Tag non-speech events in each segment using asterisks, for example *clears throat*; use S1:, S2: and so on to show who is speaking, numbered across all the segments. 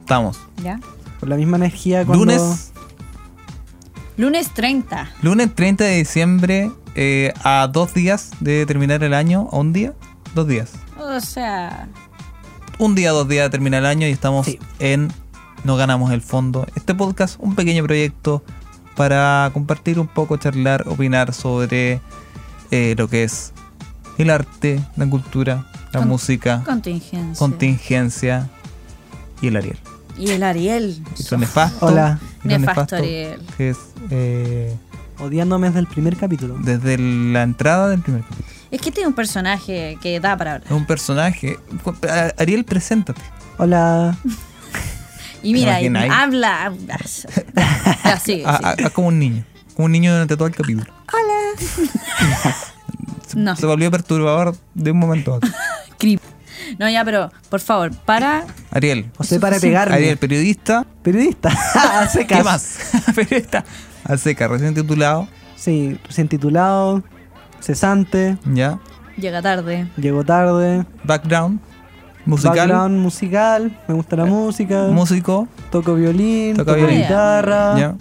S1: estamos.
S2: ¿Ya?
S3: Por la misma energía cuando...
S1: Lunes,
S2: Lunes 30.
S1: lunes 30 de diciembre, eh, a dos días de terminar el año, a un día, dos días.
S2: O sea,
S1: Un día, dos días de terminar el año y estamos
S3: Sí.
S1: en No ganamos el fondo. Este podcast, un pequeño proyecto para compartir un poco, charlar, opinar sobre eh, lo que es el arte, la cultura, la
S2: Con-
S1: música,
S2: contingencia.
S1: contingencia y el Ariel.
S2: y el Ariel.
S1: Y su nefasto.
S3: Hola.
S1: y lo
S2: Nefasto Ariel.
S1: Que es eh,
S3: Odiándome desde el primer capítulo.
S1: desde la entrada del primer capítulo.
S2: Es que tiene un personaje que da para hablar.
S1: Es un personaje. A- Ariel, preséntate.
S3: Hola.
S2: Y mira,
S1: ¿Te
S2: y
S1: imagináis?
S2: habla. habla. Ya, sigue,
S1: *laughs* Ah,
S2: sigue.
S1: ah, ah, como un niño. Como un niño durante todo el capítulo. *laughs*
S2: No,
S1: Se volvió perturbador de un momento a otro.
S2: creep. No, ya, pero por favor, para.
S1: Ariel.
S3: O sea, para pegarme.
S1: Ariel, periodista.
S3: Periodista.
S1: *laughs*
S3: *laughs* A secas.
S1: Ah, ¿Qué más? *laughs* periodista. A seca, recién titulado.
S3: Sí, recién titulado, cesante,
S1: Ya.
S2: Llega tarde.
S3: llegó tarde,
S1: Background. Musical.
S3: background musical, me gusta la música,
S1: Músico.
S3: toco violín,
S1: Toca
S3: toco
S1: violín.
S3: guitarra,
S1: Ya.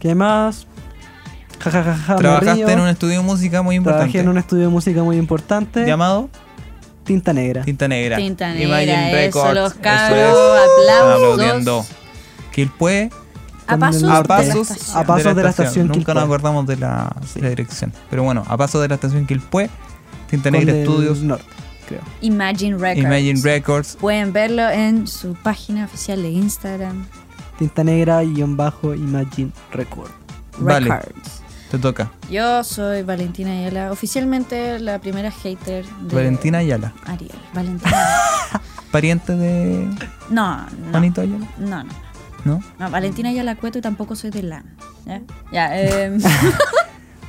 S3: ¿qué más? Ja, ja, ja, ja, me río.
S1: Trabajaste en un estudio de música muy importante.
S3: Ah, Trabajé en un estudio de música muy importante,
S1: Llamado.
S3: Tinta Negra.
S1: Tinta Negra.
S2: Tinta
S1: Imagine
S2: Negra, eso,
S1: Records,
S2: los
S1: eso
S2: cabros,
S1: es.
S2: aplausos.
S1: Están aplaudiendo. Quilpue,
S2: A
S3: Con
S2: pasos,
S3: el
S1: a
S3: norte.
S1: pasos,
S3: A pasos de la estación
S1: Nunca nos
S3: Quilpué.
S1: acordamos de la, la dirección. Pero bueno, a pasos de la estación Quilpue, Tinta
S3: con
S1: Negra
S3: del
S1: Studios,
S3: Norte, creo.
S2: Imagine Records.
S1: Imagine Records.
S2: Pueden verlo en su página oficial de Instagram.
S3: Tinta Negra guión bajo Imagine Record.
S1: Vale.
S2: Records.
S1: Te toca.
S2: Yo soy Valentina Ayala, oficialmente la primera hater de
S1: Valentina Ayala.
S2: Ariel. Valentina.
S1: Pariente de
S2: No, no.
S1: Juanito Ayala,
S2: No, no.
S1: ¿no?
S2: No, Valentina Ayala Cueto y tampoco soy de LAN. Ya,
S1: *laughs*
S2: ya em,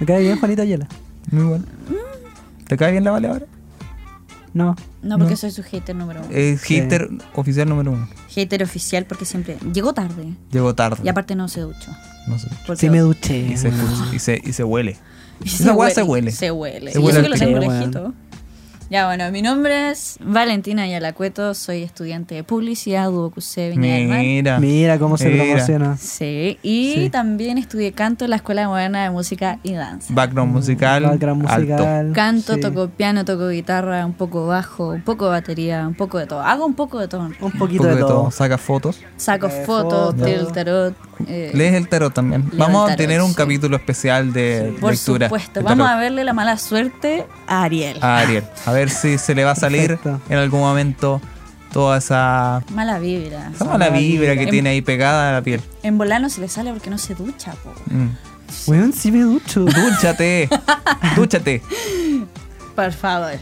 S3: ¿Me cae bien Juanita Ayala?
S1: Muy bueno.
S3: Mm.
S1: ¿Te cae bien la Vale ahora?
S3: No.
S2: no porque soy su hater número uno.
S1: Es
S3: Sí.
S1: hater oficial número uno.
S2: Hater oficial porque siempre llegó tarde.
S1: Llegó tarde.
S2: Y aparte no se duchó.
S1: No sé.
S2: Porque-
S3: Sí me duché.
S1: Y se,
S3: weón.
S1: escucha, y, se, y se huele.
S2: y
S1: esa weá se huele.
S2: *laughs* Se huele.
S1: Se
S2: Y
S1: huele
S2: eso
S1: al
S2: que lo
S1: piso.
S2: tengo
S3: Sí, weón.
S2: lejito. Ya, bueno, mi nombre es Valentina Ayala Cueto, soy estudiante de publicidad, Duocucé, Viña del Mar.
S1: Mira.
S3: Mira cómo se
S1: Mira.
S3: promociona.
S2: Sí, y
S3: Sí.
S2: también estudié canto en la Escuela Moderna de Música y Danza.
S1: Background musical.
S3: Background
S1: Alto.
S3: musical.
S2: Canto,
S3: sí.
S2: toco piano, toco guitarra, un poco bajo, un poco batería, un poco de todo. Hago un poco de todo. en
S3: Un
S2: realidad.
S1: Un
S3: poquito
S1: poco
S3: de todo.
S1: Saca fotos.
S2: Saco
S3: Eh,
S2: fotos,
S3: fotos.
S2: leo el tarot. eh,
S1: Lees el tarot también.
S2: Leo
S1: Vamos
S2: el
S1: a
S2: tarot,
S1: tener un
S2: sí.
S1: capítulo especial de
S2: por
S1: lectura.
S2: supuesto,
S1: de
S2: vamos
S1: tarot Ah.
S2: a verle la mala suerte a Ariel.
S1: a Ariel. A ver si se le va a salir
S3: Perfecto.
S1: en algún momento toda esa,
S2: Mala vibra.
S1: esa mala vibra que
S2: Em-
S1: tiene ahí pegada a la piel.
S2: En volar no se le sale porque no se ducha, po.
S1: Mm.
S3: Weón, sí
S1: *laughs*
S3: me
S2: *laughs*
S3: ducho.
S1: Dúchate, dúchate.
S2: Por favor.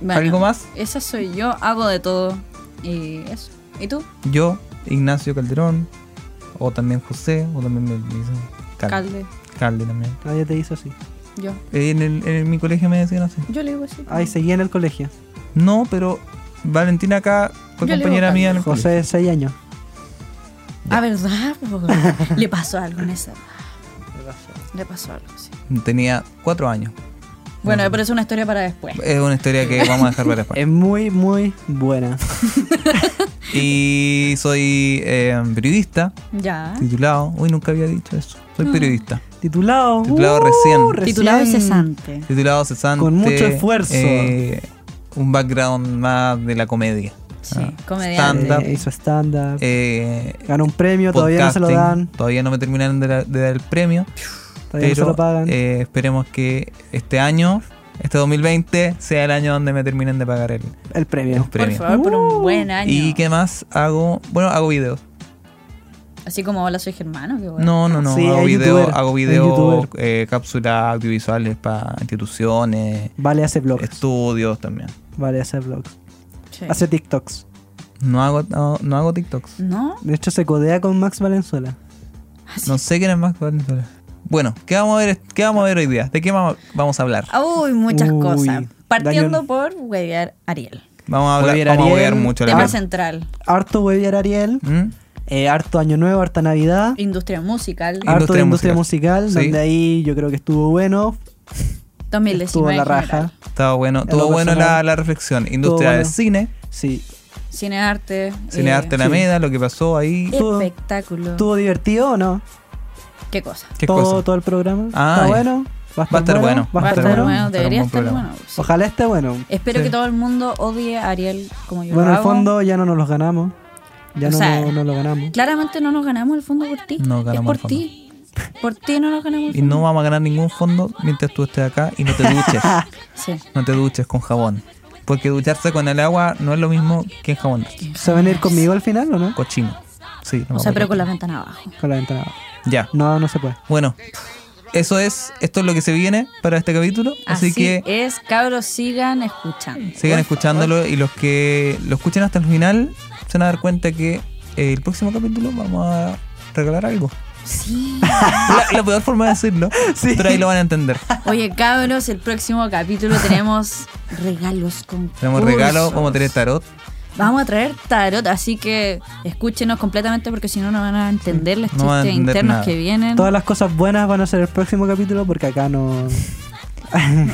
S2: Bueno,
S1: ¿Algo más?
S2: Esa soy yo, hago de todo. Y eso. ¿Y tú?
S1: Yo, Ignacio Calderón, o también José, o también me dicen Cal-
S2: Calde.
S1: Calde también.
S3: Nadie te hizo así.
S2: Yo.
S1: En, el- en mi colegio me decían así.
S2: Yo le digo así.
S3: Ay, seguía en el colegio.
S1: No, pero Valentina acá fue
S2: Yo le digo
S1: compañera mía en el colegio.
S3: José de 6 años.
S2: Ah, ¿verdad? *laughs* po? Le pasó algo en esa. Le pasó algo, sí.
S1: Tenía cuatro años.
S2: Bueno, pero es una historia para después.
S1: Es una historia que vamos a dejar para después.
S3: Es muy, muy buena.
S1: Y soy eh, periodista,
S3: Ah.
S2: Ya.
S1: titulado. Uy, nunca había dicho eso. Soy periodista.
S3: Titulado.
S1: Titulado
S3: uh,
S1: recién.
S2: Titulado y
S3: recién.
S2: cesante.
S1: Titulado cesante.
S3: Con mucho esfuerzo.
S1: eh, un background más de la comedia.
S2: Sí,
S1: Ah,
S2: comediante.
S1: stand-up.
S3: Eh, hizo stand-up.
S1: Eh,
S3: ganó un premio, todavía no se lo
S1: podcasting.
S3: dan.
S1: Todavía no me terminaron de, la- de dar el premio.
S3: Todavía no se
S1: pero
S3: lo pagan.
S1: eh, esperemos que este año, este 2020, sea el año donde me terminen de pagar el,
S3: el
S1: el
S3: premio.
S2: Por
S1: premio.
S2: favor, por un buen año.
S1: ¿Y qué más hago? Bueno, hago videos.
S2: Así como hola, soy germano, qué bueno.
S1: No, no, no.
S3: Sí,
S1: hago
S3: es
S1: videos,
S3: youtuber,
S1: hago
S3: es
S1: videos,
S3: youtuber.
S1: eh, cápsulas audiovisuales para instituciones,
S3: Vale, hace vlogs.
S1: estudios también.
S3: Vale, hace vlogs.
S2: Sí.
S3: Hace TikToks.
S1: No hago, no, no hago TikToks.
S2: ¿No?
S3: De hecho, se codea con Max Valenzuela. Ah,
S1: No sé quién es más Valenzuela. Bueno, ¿qué vamos a ver, qué vamos a ver hoy día? ¿De qué vamos vamos a hablar?
S2: Uy, muchas
S3: Uy,
S2: cosas. Partiendo
S3: Daniel.
S2: por huevear Ariel.
S1: Vamos a hablar,
S3: Oye,
S1: vamos a
S3: Ariel,
S1: ver mucho la
S2: Tema
S1: verdad.
S2: central.
S3: Harto hueviar Ariel.
S1: ¿Mm?
S3: eh, harto Año Nuevo, harta Navidad.
S2: Industria musical.
S1: Ah,
S3: harto de
S1: industria
S3: industria
S1: musical.
S3: musical.
S1: Sí.
S3: Donde ahí yo creo que estuvo bueno.
S2: 2019.
S3: Estuvo la
S2: en
S3: raja.
S2: general.
S1: Estaba bueno,
S3: En
S1: estuvo
S3: lo
S1: bueno la,
S3: personal.
S1: la reflexión. Industria
S3: bueno.
S1: del cine,
S3: Sí.
S2: Cinearte.
S1: Cinearte
S2: eh,
S1: la Alameda, lo que pasó ahí.
S3: Todo.
S2: Espectáculo.
S3: ¿Estuvo divertido o no?
S2: ¿Qué cosa?
S1: ¿Qué
S3: todo,
S1: cosa?
S3: todo el programa.
S1: Ah,
S3: ¿Está
S1: ya.
S3: bueno?
S1: Va a estar bueno.
S2: Va a estar
S1: bueno,
S2: bueno, debería
S1: va a estar
S2: estar
S1: un buen
S2: bueno. sí.
S3: Ojalá esté bueno.
S2: Espero
S1: Sí.
S2: que todo el mundo odie a Ariel como yo.
S3: Bueno,
S2: lo
S3: en el
S2: hago.
S3: fondo ya no nos los ganamos. Ya
S2: O
S3: no,
S2: sea,
S3: no, no lo ganamos.
S2: Claramente no nos ganamos el fondo por ti.
S1: No
S2: es
S1: ganamos
S2: por
S1: el fondo.
S2: ti. Por ti no nos ganamos el
S1: Y
S2: fondo.
S1: no vamos a ganar ningún fondo mientras tú estés acá y no te
S3: *laughs*
S1: duches.
S2: Sí.
S1: no te duches con jabón. Porque ducharse con el agua no es lo mismo que en jabón.
S3: ¿Se van a ir conmigo al final o no?
S1: Cochino. Sí, no
S2: O
S1: me
S2: sea, pero
S1: acuerdo.
S2: con la ventana abajo.
S3: Con la ventana. abajo.
S1: Ya.
S3: No, no se puede.
S1: Bueno, eso es. Esto es lo que se viene para este capítulo. Así,
S2: Así,
S1: que
S2: es, cabros, sigan escuchando.
S1: sigan escuchándolo y los que lo escuchen hasta el final se van a dar cuenta que eh, el próximo capítulo vamos a regalar algo. *laughs*
S2: Sí.
S1: La, la peor forma de decirlo, pero ahí lo van a entender.
S2: Oye, cabros, el próximo
S1: *laughs*
S2: capítulo tenemos regalos con
S1: Tenemos regalo, vamos a tener tarot.
S2: Vamos a traer tarot, así que escúchenos completamente porque si no no van a entender los
S1: No van a
S2: chistes
S1: entender
S2: internos
S1: nada.
S2: que vienen.
S3: Todas las cosas buenas van a ser el próximo capítulo porque acá no.
S1: Esto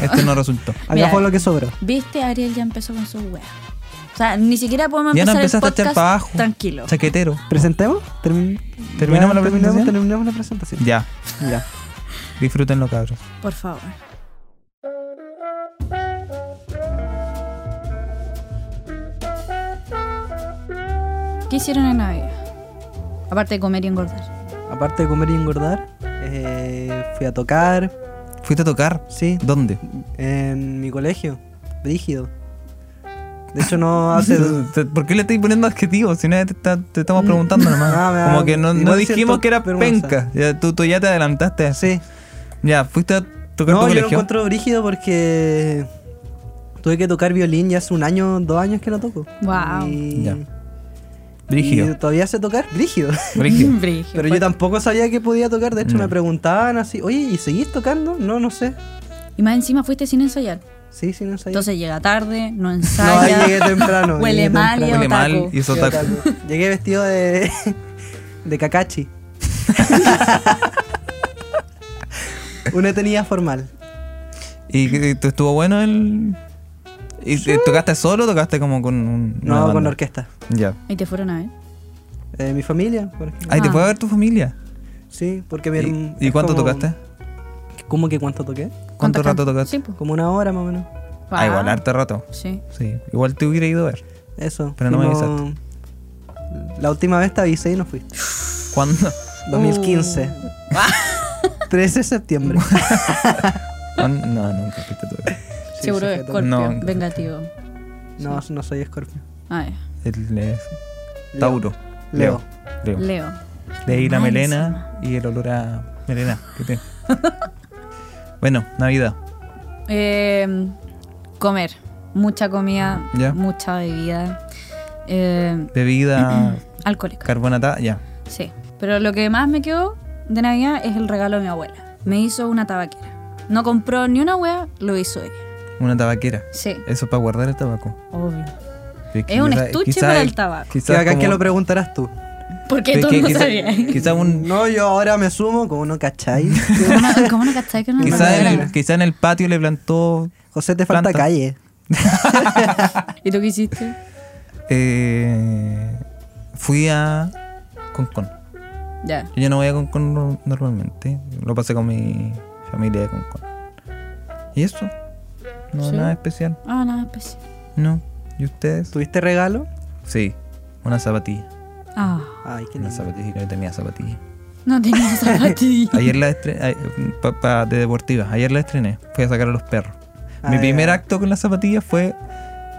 S1: Este no resultó.
S3: Acá
S2: Mira.
S3: fue lo que sobró.
S2: ¿Viste? Ariel ya empezó con su wea. O sea, ni siquiera podemos
S1: Ya no
S2: empezar
S1: empezaste
S2: el
S1: a echar
S2: podcast
S1: para abajo.
S2: tranquilo.
S1: Chaquetero.
S3: ¿Presentemos? Termin-
S1: ¿Terminamos
S3: ya
S1: la presentación?
S3: Terminamos la presentación.
S1: Ya,
S3: Ya.
S1: disfrútenlo, cabros.
S2: Por favor. ¿Qué hicieron en Navidad? Aparte de comer y engordar.
S3: Aparte de comer y engordar, eh, fui a tocar,
S1: ¿Fuiste a tocar?
S3: sí,
S1: ¿Dónde?
S3: en mi colegio, brígido. De hecho, *laughs* no hace.
S1: ¿Por qué le estoy poniendo adjetivos? Si nadie te, está- te estamos preguntando nomás.
S3: Ah, me da-
S1: Como que no, no
S3: igual
S1: dijimos
S3: siento
S1: que era
S3: vergüenza.
S1: penca. Ya, tú, tú ya te adelantaste.
S3: sí.
S1: Ya, fuiste a tocar
S3: No,
S1: tu
S3: yo lo
S1: colegio.
S3: encuentro brígido porque tuve que tocar violín ya hace un año, dos años que lo toco.
S2: Wow.
S3: Y,
S1: Ya. Brígido.
S3: y todavía sé tocar brígido.
S2: *laughs*
S1: Brígido.
S2: Brígido.
S3: Pero yo tampoco sabía que podía tocar. De hecho,
S1: No.
S3: me preguntaban así, oye, ¿y seguís tocando? No, no sé.
S2: Y más encima fuiste sin ensayar.
S3: Sí, sí, no sabía.
S2: Entonces llega tarde, no
S3: no, ahí
S2: ensaya.
S3: llegué
S2: *laughs*
S3: temprano.
S2: Huele
S3: llegué
S2: mal
S3: temprano.
S2: y
S1: Huele
S2: otaku.
S1: mal y es otaku.
S3: Llegué vestido de. *laughs*
S1: *laughs*
S3: de Kakashi. Una tenía formal.
S1: ¿Y qué- tú estuvo bueno el...? ¿Y eh, tocaste solo o tocaste como con un, una
S3: No,
S1: banda?
S3: con la orquesta.
S1: Ya.
S2: ¿Y te fueron a ver?
S3: Eh, mi familia, por ejemplo.
S1: Ay, ¿te
S2: Ah.
S1: puede ver tu familia?
S3: Sí, porque mi
S1: Ah. ¿Y,
S3: herm-
S1: y
S3: es
S1: cuánto
S3: como-
S1: tocaste?
S3: ¿Cómo que cuánto toqué?
S1: ¿Cuánto
S2: ¿Cuántas can-
S1: rato tocaste?
S2: Sí, po.
S3: Como una hora más o menos.
S1: Ah, igual,
S2: Wow.
S1: harto rato.
S2: Sí.
S1: Sí, igual te hubiera ido a ver.
S3: Eso.
S1: Pero no me
S3: fuimos- La última vez te avisé y no fuiste.
S1: ¿Cuándo? *laughs*
S3: 2015. 13 de septiembre.
S1: ¿Cuándo? Ah, No, nunca fuiste a tocar.
S3: Sí,
S2: Seguro
S3: sí,
S2: que
S3: fue
S2: Scorpio,
S1: No, nunca.
S2: vengativo.
S3: No, no soy escorpio.
S2: Ay,
S1: El, eh, Tauro.
S3: Leo.
S1: Leo.
S2: Leo.
S1: De ahí la
S2: Malísima.
S1: melena y el olor a melena que tiene. bueno, Navidad.
S2: Eh, comer. Mucha comida,
S1: Ya.
S2: mucha bebida. Eh, *clears throat*
S1: Bebida
S2: alcohólica.
S1: carbonatada, ya.
S2: Sí. Pero lo que más me quedó de Navidad es el regalo de mi abuela. Me hizo una tabaquera. No compró ni una hueá, lo hizo ella.
S1: Una tabaquera.
S2: Sí,
S1: Eso para guardar el tabaco.
S2: obvio.
S1: Es
S2: un estuche para el tabaco.
S3: Que acá que lo preguntarás tú.
S2: Porque tú no sabías.
S1: Quizá, un,
S3: No, yo ahora me sumo, como no cacháis.
S2: *laughs*
S1: *laughs*
S2: ¿Cómo no- ¿Cómo no cachai que no
S1: quizá, en el, quizá en el patio le plantó
S3: José, te falta
S1: Planta.
S3: calle.
S2: ¿Y tú qué hiciste?
S1: eh, fui a Concon.
S2: Ya.
S1: Yo ya no voy a Concon no- normalmente. Lo pasé con mi familia de Concon. ¿Y eso? No,
S2: Sí.
S1: nada especial.
S2: Ah, nada especial.
S1: No. ¿Y ustedes?
S3: ¿Tuviste regalo?
S1: Sí, una zapatilla.
S2: Ah,
S3: Ay, qué
S1: Una
S3: lindo.
S1: zapatilla, yo tenía zapatilla.
S2: no tenía
S1: *laughs*
S2: zapatillas.
S1: Ayer la estrené, de deportiva, ayer la estrené, fui a sacar a los perros.
S3: Ah,
S1: Mi
S3: ya.
S1: primer acto con la zapatilla fue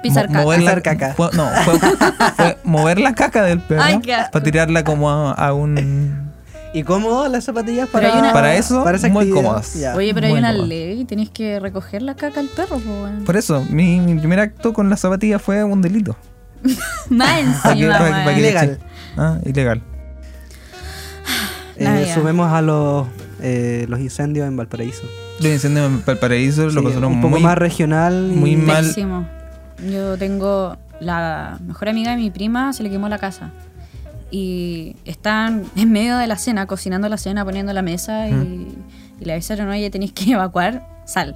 S2: Pisar
S1: mo-
S2: caca.
S1: mover la-
S3: Pisar caca.
S1: fue- no, fue,
S3: *laughs*
S1: fue mover la caca del perro
S2: Ay, qué asco.
S1: para tirarla como a, a un...
S3: ¿Y cómodo las zapatillas
S2: Pero
S3: para,
S2: hay una-
S1: Para eso,
S3: esa
S1: muy
S3: actividad?
S1: cómodas.
S3: Ya.
S2: Oye, pero
S1: Muy
S2: hay una
S1: cómodo.
S2: ley, tenés que recoger la caca al perro, po, weón.
S1: Por eso, mi, mi primer acto con la zapatilla fue un delito.
S2: Más
S1: Pa' que-
S2: encima,
S1: pa' que- pa' que
S2: weón.
S1: le
S3: Ilegal.
S1: echen. Ah, ilegal.
S3: Eh,
S2: Navidad.
S3: sumemos a los, eh, los incendios en Valparaíso.
S1: Los incendios en Valparaíso lo
S3: Sí,
S1: pasaron
S3: un poco
S1: muy...
S3: más regional. y-
S1: muy mal.
S2: Pésimo. Yo tengo la mejor amiga de mi prima, se le quemó la casa. Y están en medio de la cena, cocinando la cena, poniendo la mesa y, y le avisaron, oye, tenéis que evacuar sal.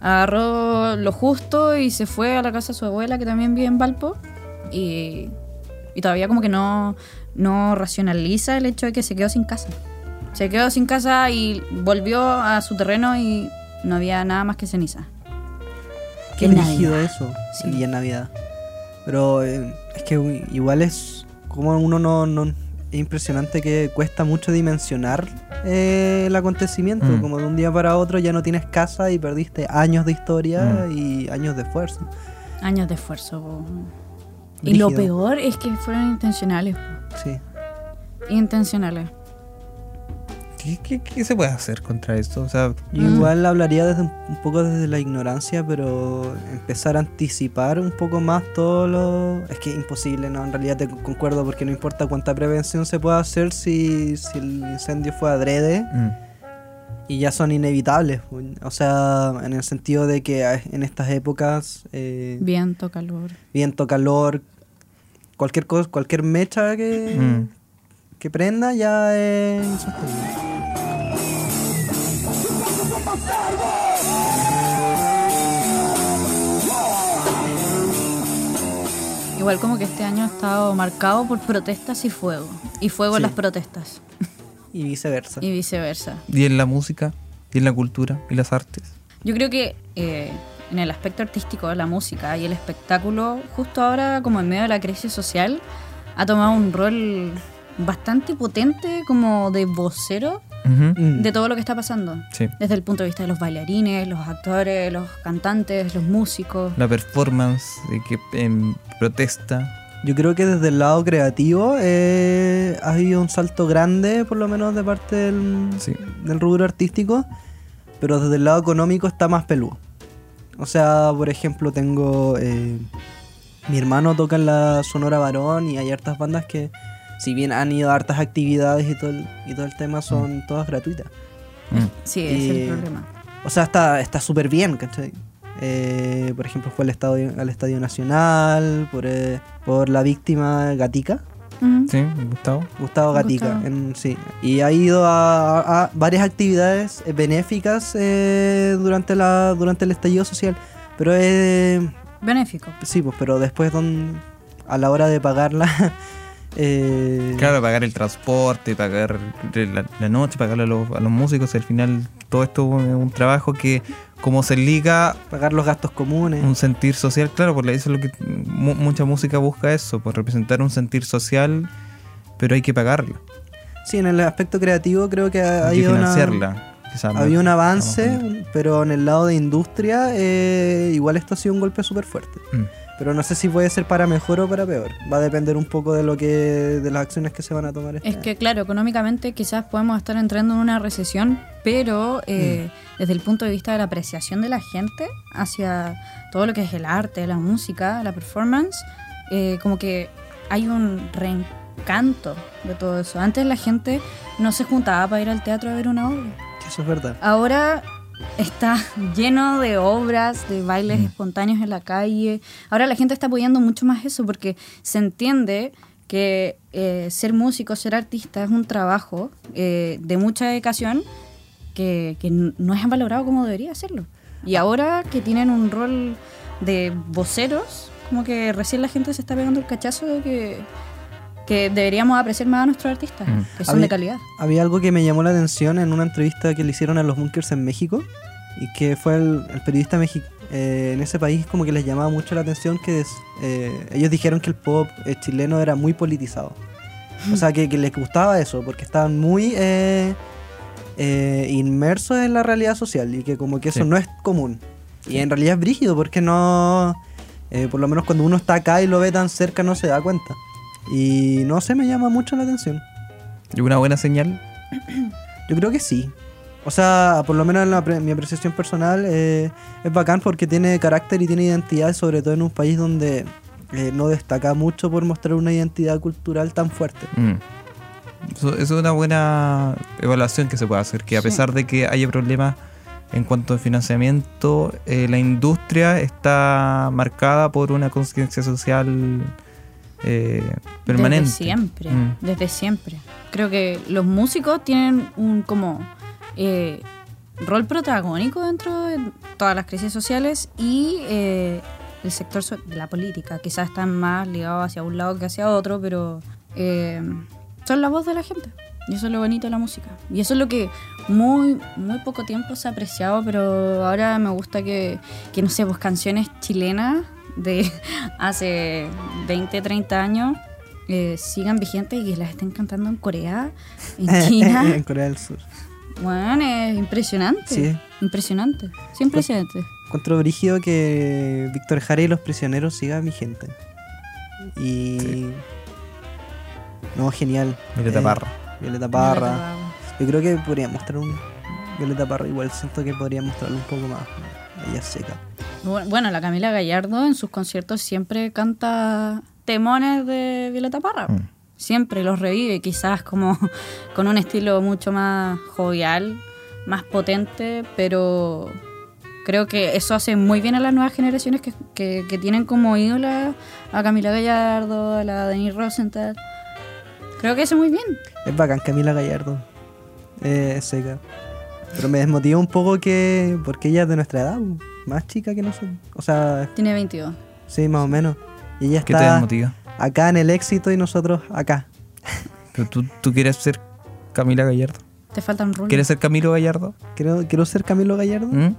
S2: Agarró lo justo y se fue a la casa de su abuela, que también vive en Valpo. Y, y todavía como que no, no racionaliza el hecho de que se quedó sin casa. Se quedó sin casa y volvió a su terreno y no había nada más que ceniza.
S3: Qué
S2: En Navidad.
S3: rígido eso.
S2: Sí.
S3: Sí. Y en Navidad. Pero eh, es que uy, igual es como uno no, no- Es impresionante que cuesta mucho dimensionar eh, el acontecimiento.
S1: Mm.
S3: Como de un día para otro ya no tienes casa y perdiste años de historia
S1: Mm.
S3: y años de esfuerzo.
S2: Años de esfuerzo. po. Y
S3: Brígido.
S2: lo peor es que fueron intencionales. po.
S3: Sí.
S2: Intencionales.
S1: ¿Qué, qué, qué se puede hacer contra esto? O sea,
S3: Yo
S2: Mm.
S3: igual hablaría desde un un poco desde la ignorancia, pero empezar a anticipar un poco más todo lo... Es que imposible, ¿no? En realidad te concuerdo porque no importa cuánta prevención se pueda hacer si, si el incendio fue adrede
S1: mm,
S3: y ya son inevitables. pues. O sea, en el sentido de que a- en estas épocas eh,
S2: Viento, calor.
S3: viento, calor, cualquier cosa, cualquier mecha que,
S1: mm.
S3: que prenda ya es insostenible.
S2: Igual como que este año ha estado marcado por protestas y fuego. Y fuego en
S3: Sí.
S2: las protestas.
S3: y viceversa.
S2: Y viceversa.
S1: Y en la música, y en la cultura, y las artes.
S2: Yo creo que eh, en el aspecto artístico de la música y el espectáculo, justo ahora como en medio de la crisis social, ha tomado un rol bastante potente como de vocero
S1: Ujú,
S3: Mm.
S2: de todo lo que está pasando.
S1: Sí.
S2: Desde el punto de vista de los bailarines, los actores, los cantantes, los músicos.
S1: La performance eh, que em, protesta.
S3: Yo creo que desde el lado creativo eh, ha habido un salto grande, por lo menos de parte del,
S1: Sí.
S3: del rubro artístico, pero desde el lado económico está más peludo. O sea, por ejemplo, tengo... eh, mi hermano toca en la Sonora Varón y hay hartas bandas que, si bien han ido a hartas actividades y todo el, y todo el tema, son todas gratuitas.
S1: Mm.
S2: Sí, ese es
S3: Y-
S2: el problema.
S3: O sea, está está súper bien, ¿cachai? Eh, por ejemplo, fue al Estadio, al estadio Nacional, por, eh, por la víctima Gatica.
S2: Ujú.
S1: Sí, Gustavo.
S3: Gustavo Gatica,
S2: Gustavo.
S3: en- sí. Y ha ido a, a- a varias actividades eh, benéficas eh, durante, la, durante el estallido social. Pero eh,
S2: Benéfico.
S3: sí, pues, pero después don- a la hora de pagarla... *laughs* eh,
S1: Claro, pagar el transporte, pagar la, la noche, pagarle a los, a los músicos. Al final, todo esto es un trabajo que, como se liga
S3: Pagar los gastos comunes.
S1: un sentir social, claro, porque eso es lo que mu- mucha música busca eso, por representar un sentir social, pero hay que pagarla,
S3: Sí, en el aspecto creativo creo que ha, ha
S1: hay que
S3: habido una-
S1: financiarla. quizás, ¿no?
S3: había un avance,
S1: Vamos
S3: pero en el lado de industria eh, igual esto ha sido un golpe súper fuerte.
S1: a- Mm.
S3: Pero no sé si puede ser para mejor o para peor. Va a depender un poco de lo que de las acciones que se van a tomar. este
S2: Es
S3: año.
S2: que, claro, económicamente quizás podemos estar entrando en una recesión, pero eh,
S3: Mm.
S2: desde el punto de vista de la apreciación de la gente hacia todo lo que es el arte, la música, la performance, eh, como que hay un reencanto de todo eso. Antes la gente no se juntaba para ir al teatro a ver una obra.
S3: Eso es verdad.
S2: Ahora está lleno de obras, de bailes espontáneos en la calle. Ahora la gente está apoyando mucho más eso porque se entiende que eh, ser músico, ser artista es un trabajo eh, de mucha dedicación que, que n- no es valorado como debería serlo. Y ahora que tienen un rol de voceros, como que recién la gente se está pegando el cachazo de que, que deberíamos apreciar más a nuestros artistas,
S1: Mm.
S2: que son
S3: Había-
S2: de calidad.
S3: Había algo que me llamó la atención en una entrevista que le hicieron a los bunkers en México y que fue el, el periodista mexi- eh, en ese país como que les llamaba mucho la atención que des- eh, ellos dijeron que el pop eh, chileno era muy politizado. O sea, que, que les gustaba eso porque estaban muy eh, eh, inmersos en la realidad social y que como que eso
S1: Sí.
S3: no es común. Y en realidad es brígido porque no... eh, por lo menos cuando uno está acá y lo ve tan cerca no se da cuenta. Y no sé, me llama mucho la atención.
S1: Y una buena señal,
S3: Yo creo que sí. O sea, por lo menos en la pre- mi apreciación personal eh, es bacán porque tiene carácter y tiene identidad, sobre todo en un país donde eh, no destaca mucho por mostrar una identidad cultural tan fuerte.
S1: mm. eso, eso es una buena evaluación que se puede hacer, que a
S2: Sí.
S1: pesar de que haya problemas en cuanto a financiamiento, eh, la industria está marcada por una conciencia social eh, permanente.
S2: Desde siempre,
S1: Mm.
S2: desde siempre. Creo que los músicos tienen un como eh, rol protagónico dentro de todas las crisis sociales y eh, el sector so- de la política. Quizás están más ligados hacia un lado que hacia otro, pero eh, son la voz de la gente. Y eso es lo bonito de la música. Y eso es lo que muy, muy poco tiempo se ha apreciado, pero ahora me gusta que, que no sé, pues canciones chilenas de *laughs* hace 20, 30 años eh, sigan vigentes y que las estén cantando en Corea, en
S3: *laughs* en
S2: China.
S3: Corea del Sur.
S2: Bueno, es impresionante.
S3: Sí.
S2: Impresionante. Sí, impresionante.
S3: Encuentro brígido que Víctor Jara y los prisioneros siga vigente. Y. No, genial.
S1: Violeta
S3: Eh,
S1: Parra.
S3: Violeta Parra. Yo creo que podría mostrar un. Violeta Parra, igual siento que podría mostrarlo un poco más. Ella es seca.
S2: Bu- Bueno, la Camila Gallardo en sus conciertos siempre canta temones de Violeta Parra.
S1: Mm.
S2: Siempre los revive, quizás como *laughs* con un estilo mucho más jovial, más potente, pero creo que eso hace muy bien a las nuevas generaciones que, que- que tienen como ídola a Camila Gallardo, a la Denise Rosenthal. Creo que hace muy bien.
S3: Es bacán Camila Gallardo. Eh, es seca. Pero me desmotiva un poco que. Porque ella es de nuestra edad, más chica que nosotros. O sea,
S2: Tiene 22.
S3: sí, más o menos. Y ella
S1: ¿Qué te
S3: está
S1: desmotiva?
S3: acá en el éxito y nosotros acá.
S1: Pero tú, tú quieres ser Camila Gallardo.
S2: Te faltan rulos.
S1: ¿Quieres ser Camilo Gallardo?
S3: ¿Quiero, quiero ser Camilo Gallardo?
S1: ¿Mm?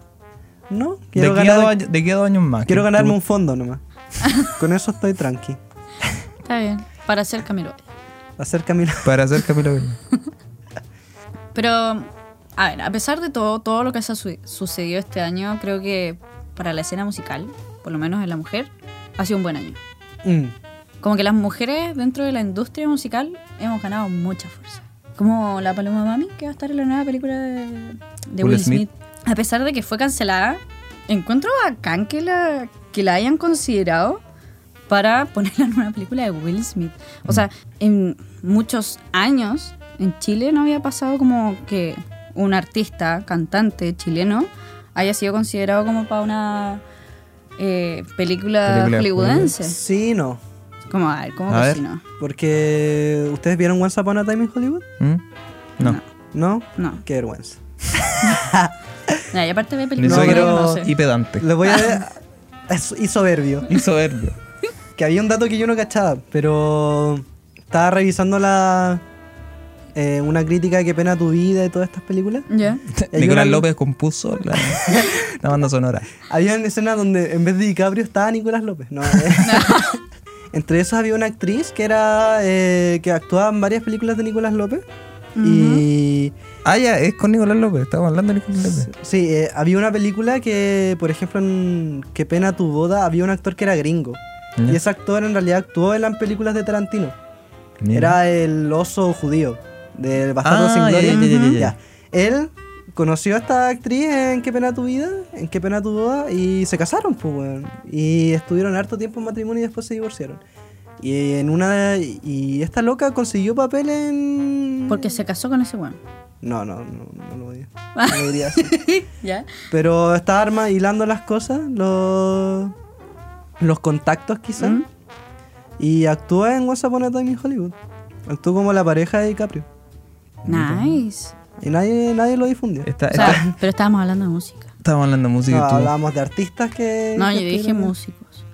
S3: No,
S1: De
S3: quiero,
S1: aquí, a
S3: ganar-
S1: dos años, de aquí a dos años más.
S3: quiero
S1: que
S3: ganarme
S1: tú-
S3: un fondo nomás. Con eso estoy tranqui.
S2: Está bien. Para ser Camilo.
S3: Hacer Camilo.
S1: Para ser Camilo Gallardo.
S2: Pero, a ver, a pesar de todo, todo lo que se ha su- sucedido este año, creo que para la escena musical, por lo menos en la mujer, ha sido un buen año.
S3: Mm.
S2: Como que las mujeres dentro de la industria musical hemos ganado mucha fuerza. Como la Paloma Mami, que va a estar en la nueva película de, de
S1: Will
S2: Will
S1: Smith.
S2: Smith. A pesar de que fue cancelada, encuentro bacán que la, que la hayan considerado para ponerla en una película de Will Smith. O sea, en muchos años en Chile no había pasado como que un artista, cantante chileno, haya sido considerado como para una eh, película,
S1: Película
S2: hollywoodense.
S3: Sí, no.
S2: Como, a ver, ¿cómo
S1: A
S2: que
S1: ver.
S2: si no?
S3: Porque. ¿Ustedes vieron Once Upon a Time in Hollywood?
S1: ¿Mm? No.
S2: No.
S3: ¿No?
S2: No.
S3: Qué vergüenza.
S2: Ya, y aparte ve
S1: Ni
S2: películas
S3: No,
S1: soy
S2: que
S3: pero-
S2: no sé.
S1: y pedante.
S3: Les voy a. Es- y soberbio.
S1: Y
S3: *laughs*
S1: soberbio.
S3: Que había un dato que yo no cachaba, pero estaba revisando la eh, una crítica de qué pena tu vida y todas estas películas.
S2: Ya.
S3: Y
S1: Nicolás
S3: había una-
S1: López compuso
S3: *laughs*
S1: la, la banda sonora.
S3: Había una escena donde en vez de DiCaprio estaba Nicolás López. No, eh. Entre esos había una actriz que era eh, que actuaba en varias películas de Nicolás López. Y
S1: Ah, ya, es con Nicolás López. Estamos hablando de Nicolás López.
S3: sí, eh, había una película que, por ejemplo, en Qué pena tu boda, había un actor que era gringo.
S1: Ya.
S3: Y ese actor en realidad actuó en las películas de Tarantino.
S1: Mira.
S3: Era el oso judío del Bastardo
S1: Ah,
S3: sin
S1: ya,
S3: Gloria.
S1: ya, ya, ya, ya.
S3: Él conoció a esta actriz en Qué pena tu vida, en Qué pena tu boda, y se casaron, pues, weón. Y estuvieron harto tiempo en matrimonio y después se divorciaron. Y en una. Y esta loca consiguió papel en.
S2: Porque se casó
S1: *laughs*
S2: con ese weón.
S3: No, no, no, no lo diría. No lo diría así.
S2: ¿Ya?
S3: Pero está arma hilando las cosas, los. los contactos quizás.
S2: Mm.
S3: Y actúa en What's Upon a Time in Hollywood. Actúa como la pareja de DiCaprio.
S2: Nice.
S3: Y nadie, nadie lo difundió.
S1: Esta-
S2: O
S1: esta-
S2: sea, pero estábamos hablando de música.
S1: estamos hablando de música.
S3: No,
S1: y Este, tú-
S3: hablábamos de artistas que.
S2: No, yo
S3: que
S2: dije
S3: estuvieron-
S2: músicos.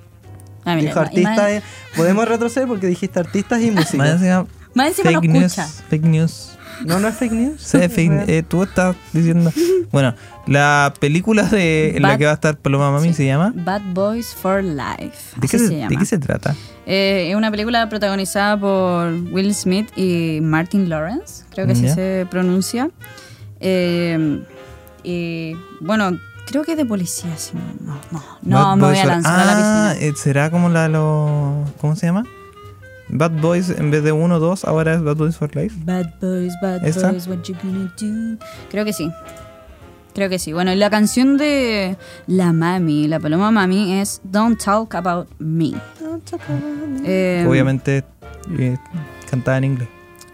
S2: Ah, mira,
S3: Dijo
S2: y más-
S3: artistas. eh, Podemos retroceder porque dijiste artistas y
S1: Más
S3: música.
S1: encima,
S2: Más encima
S1: fake
S2: no
S1: news.
S2: escucha.
S1: Fake
S3: *laughs*
S1: news.
S3: no, no es fake news.
S1: *laughs* Sí, fake- eh, tú estás
S3: *laughs*
S1: diciendo. Bueno, la película de, en la
S2: Bad-
S1: que va a estar Paloma Mami se llama.
S2: Bad Boys for Life.
S1: ¿De qué, se,
S2: así se,
S1: de
S2: llama.
S1: qué se trata?
S2: Eh, es una película protagonizada por Will Smith y Martin Lawrence, creo que así
S1: Ya.
S2: se pronuncia. Eh, y bueno, creo que es de policía, si no, no, no, no
S1: Bad
S2: me
S1: Boys
S2: voy a
S1: for-
S2: lanzar a la
S1: ah,
S2: piscina.
S1: eh, será como la lo, ¿cómo se llama? Bad Boys en vez de 1 2 ahora es Bad Boys for Life.
S2: Bad boys, bad
S1: ¿Esa?
S2: boys, what you gonna do? Creo que sí. Creo que sí. Bueno, y la canción de la mami, la paloma mami, es Don't Talk About Me. Eh,
S1: Obviamente eh, cantada en inglés.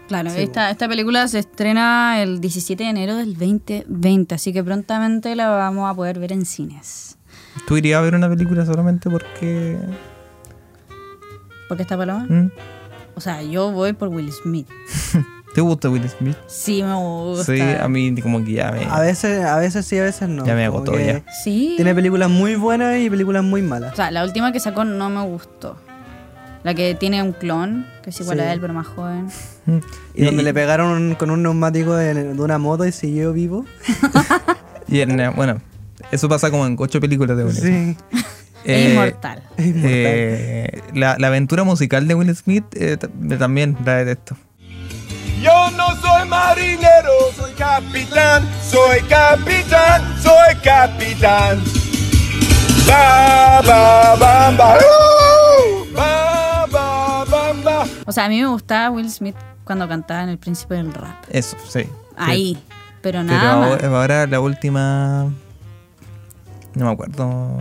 S2: Claro, esta, esta película se estrena el 17 de enero del 2020, así que prontamente la vamos a poder ver en cines.
S1: ¿Tú irías a ver una película solamente porque
S2: ¿Por qué está Paloma?
S1: mm,
S2: O sea, yo voy por Will Smith.
S1: *laughs* ¿Te gusta Will Smith?
S2: Sí, me gusta.
S1: Sí, a mí como que ya me...
S3: A veces, a veces sí, a veces no.
S1: Ya me
S3: Como
S1: agotó,
S3: que
S1: ya.
S2: Sí.
S3: Tiene películas muy buenas y películas muy malas.
S2: O sea, la última que sacó no me gustó. La que tiene un clon, que es igual
S3: Sí.
S2: a él, pero más joven.
S3: Y, donde le pegaron un- con un neumático de, de una moto y siguió vivo.
S1: y en, eh, bueno, eso pasa como en ocho películas de Will Smith.
S3: *laughs* Sí.
S2: es
S1: Eh,
S2: inmortal.
S1: eh, la, la aventura musical de Will Smith eh, ta- también la detesto.
S4: Yo no soy marinero, soy capitán, soy capitán, soy capitán. Ba ba ba ba. uh, Ba ba ba ba.
S2: O sea, a mí me gustaba Will Smith cuando cantaba en El Príncipe del Rap.
S1: Eso, sí.
S2: Ahí. Pero
S1: Pero
S2: nada más.
S1: ahora, ahora la última. No me acuerdo.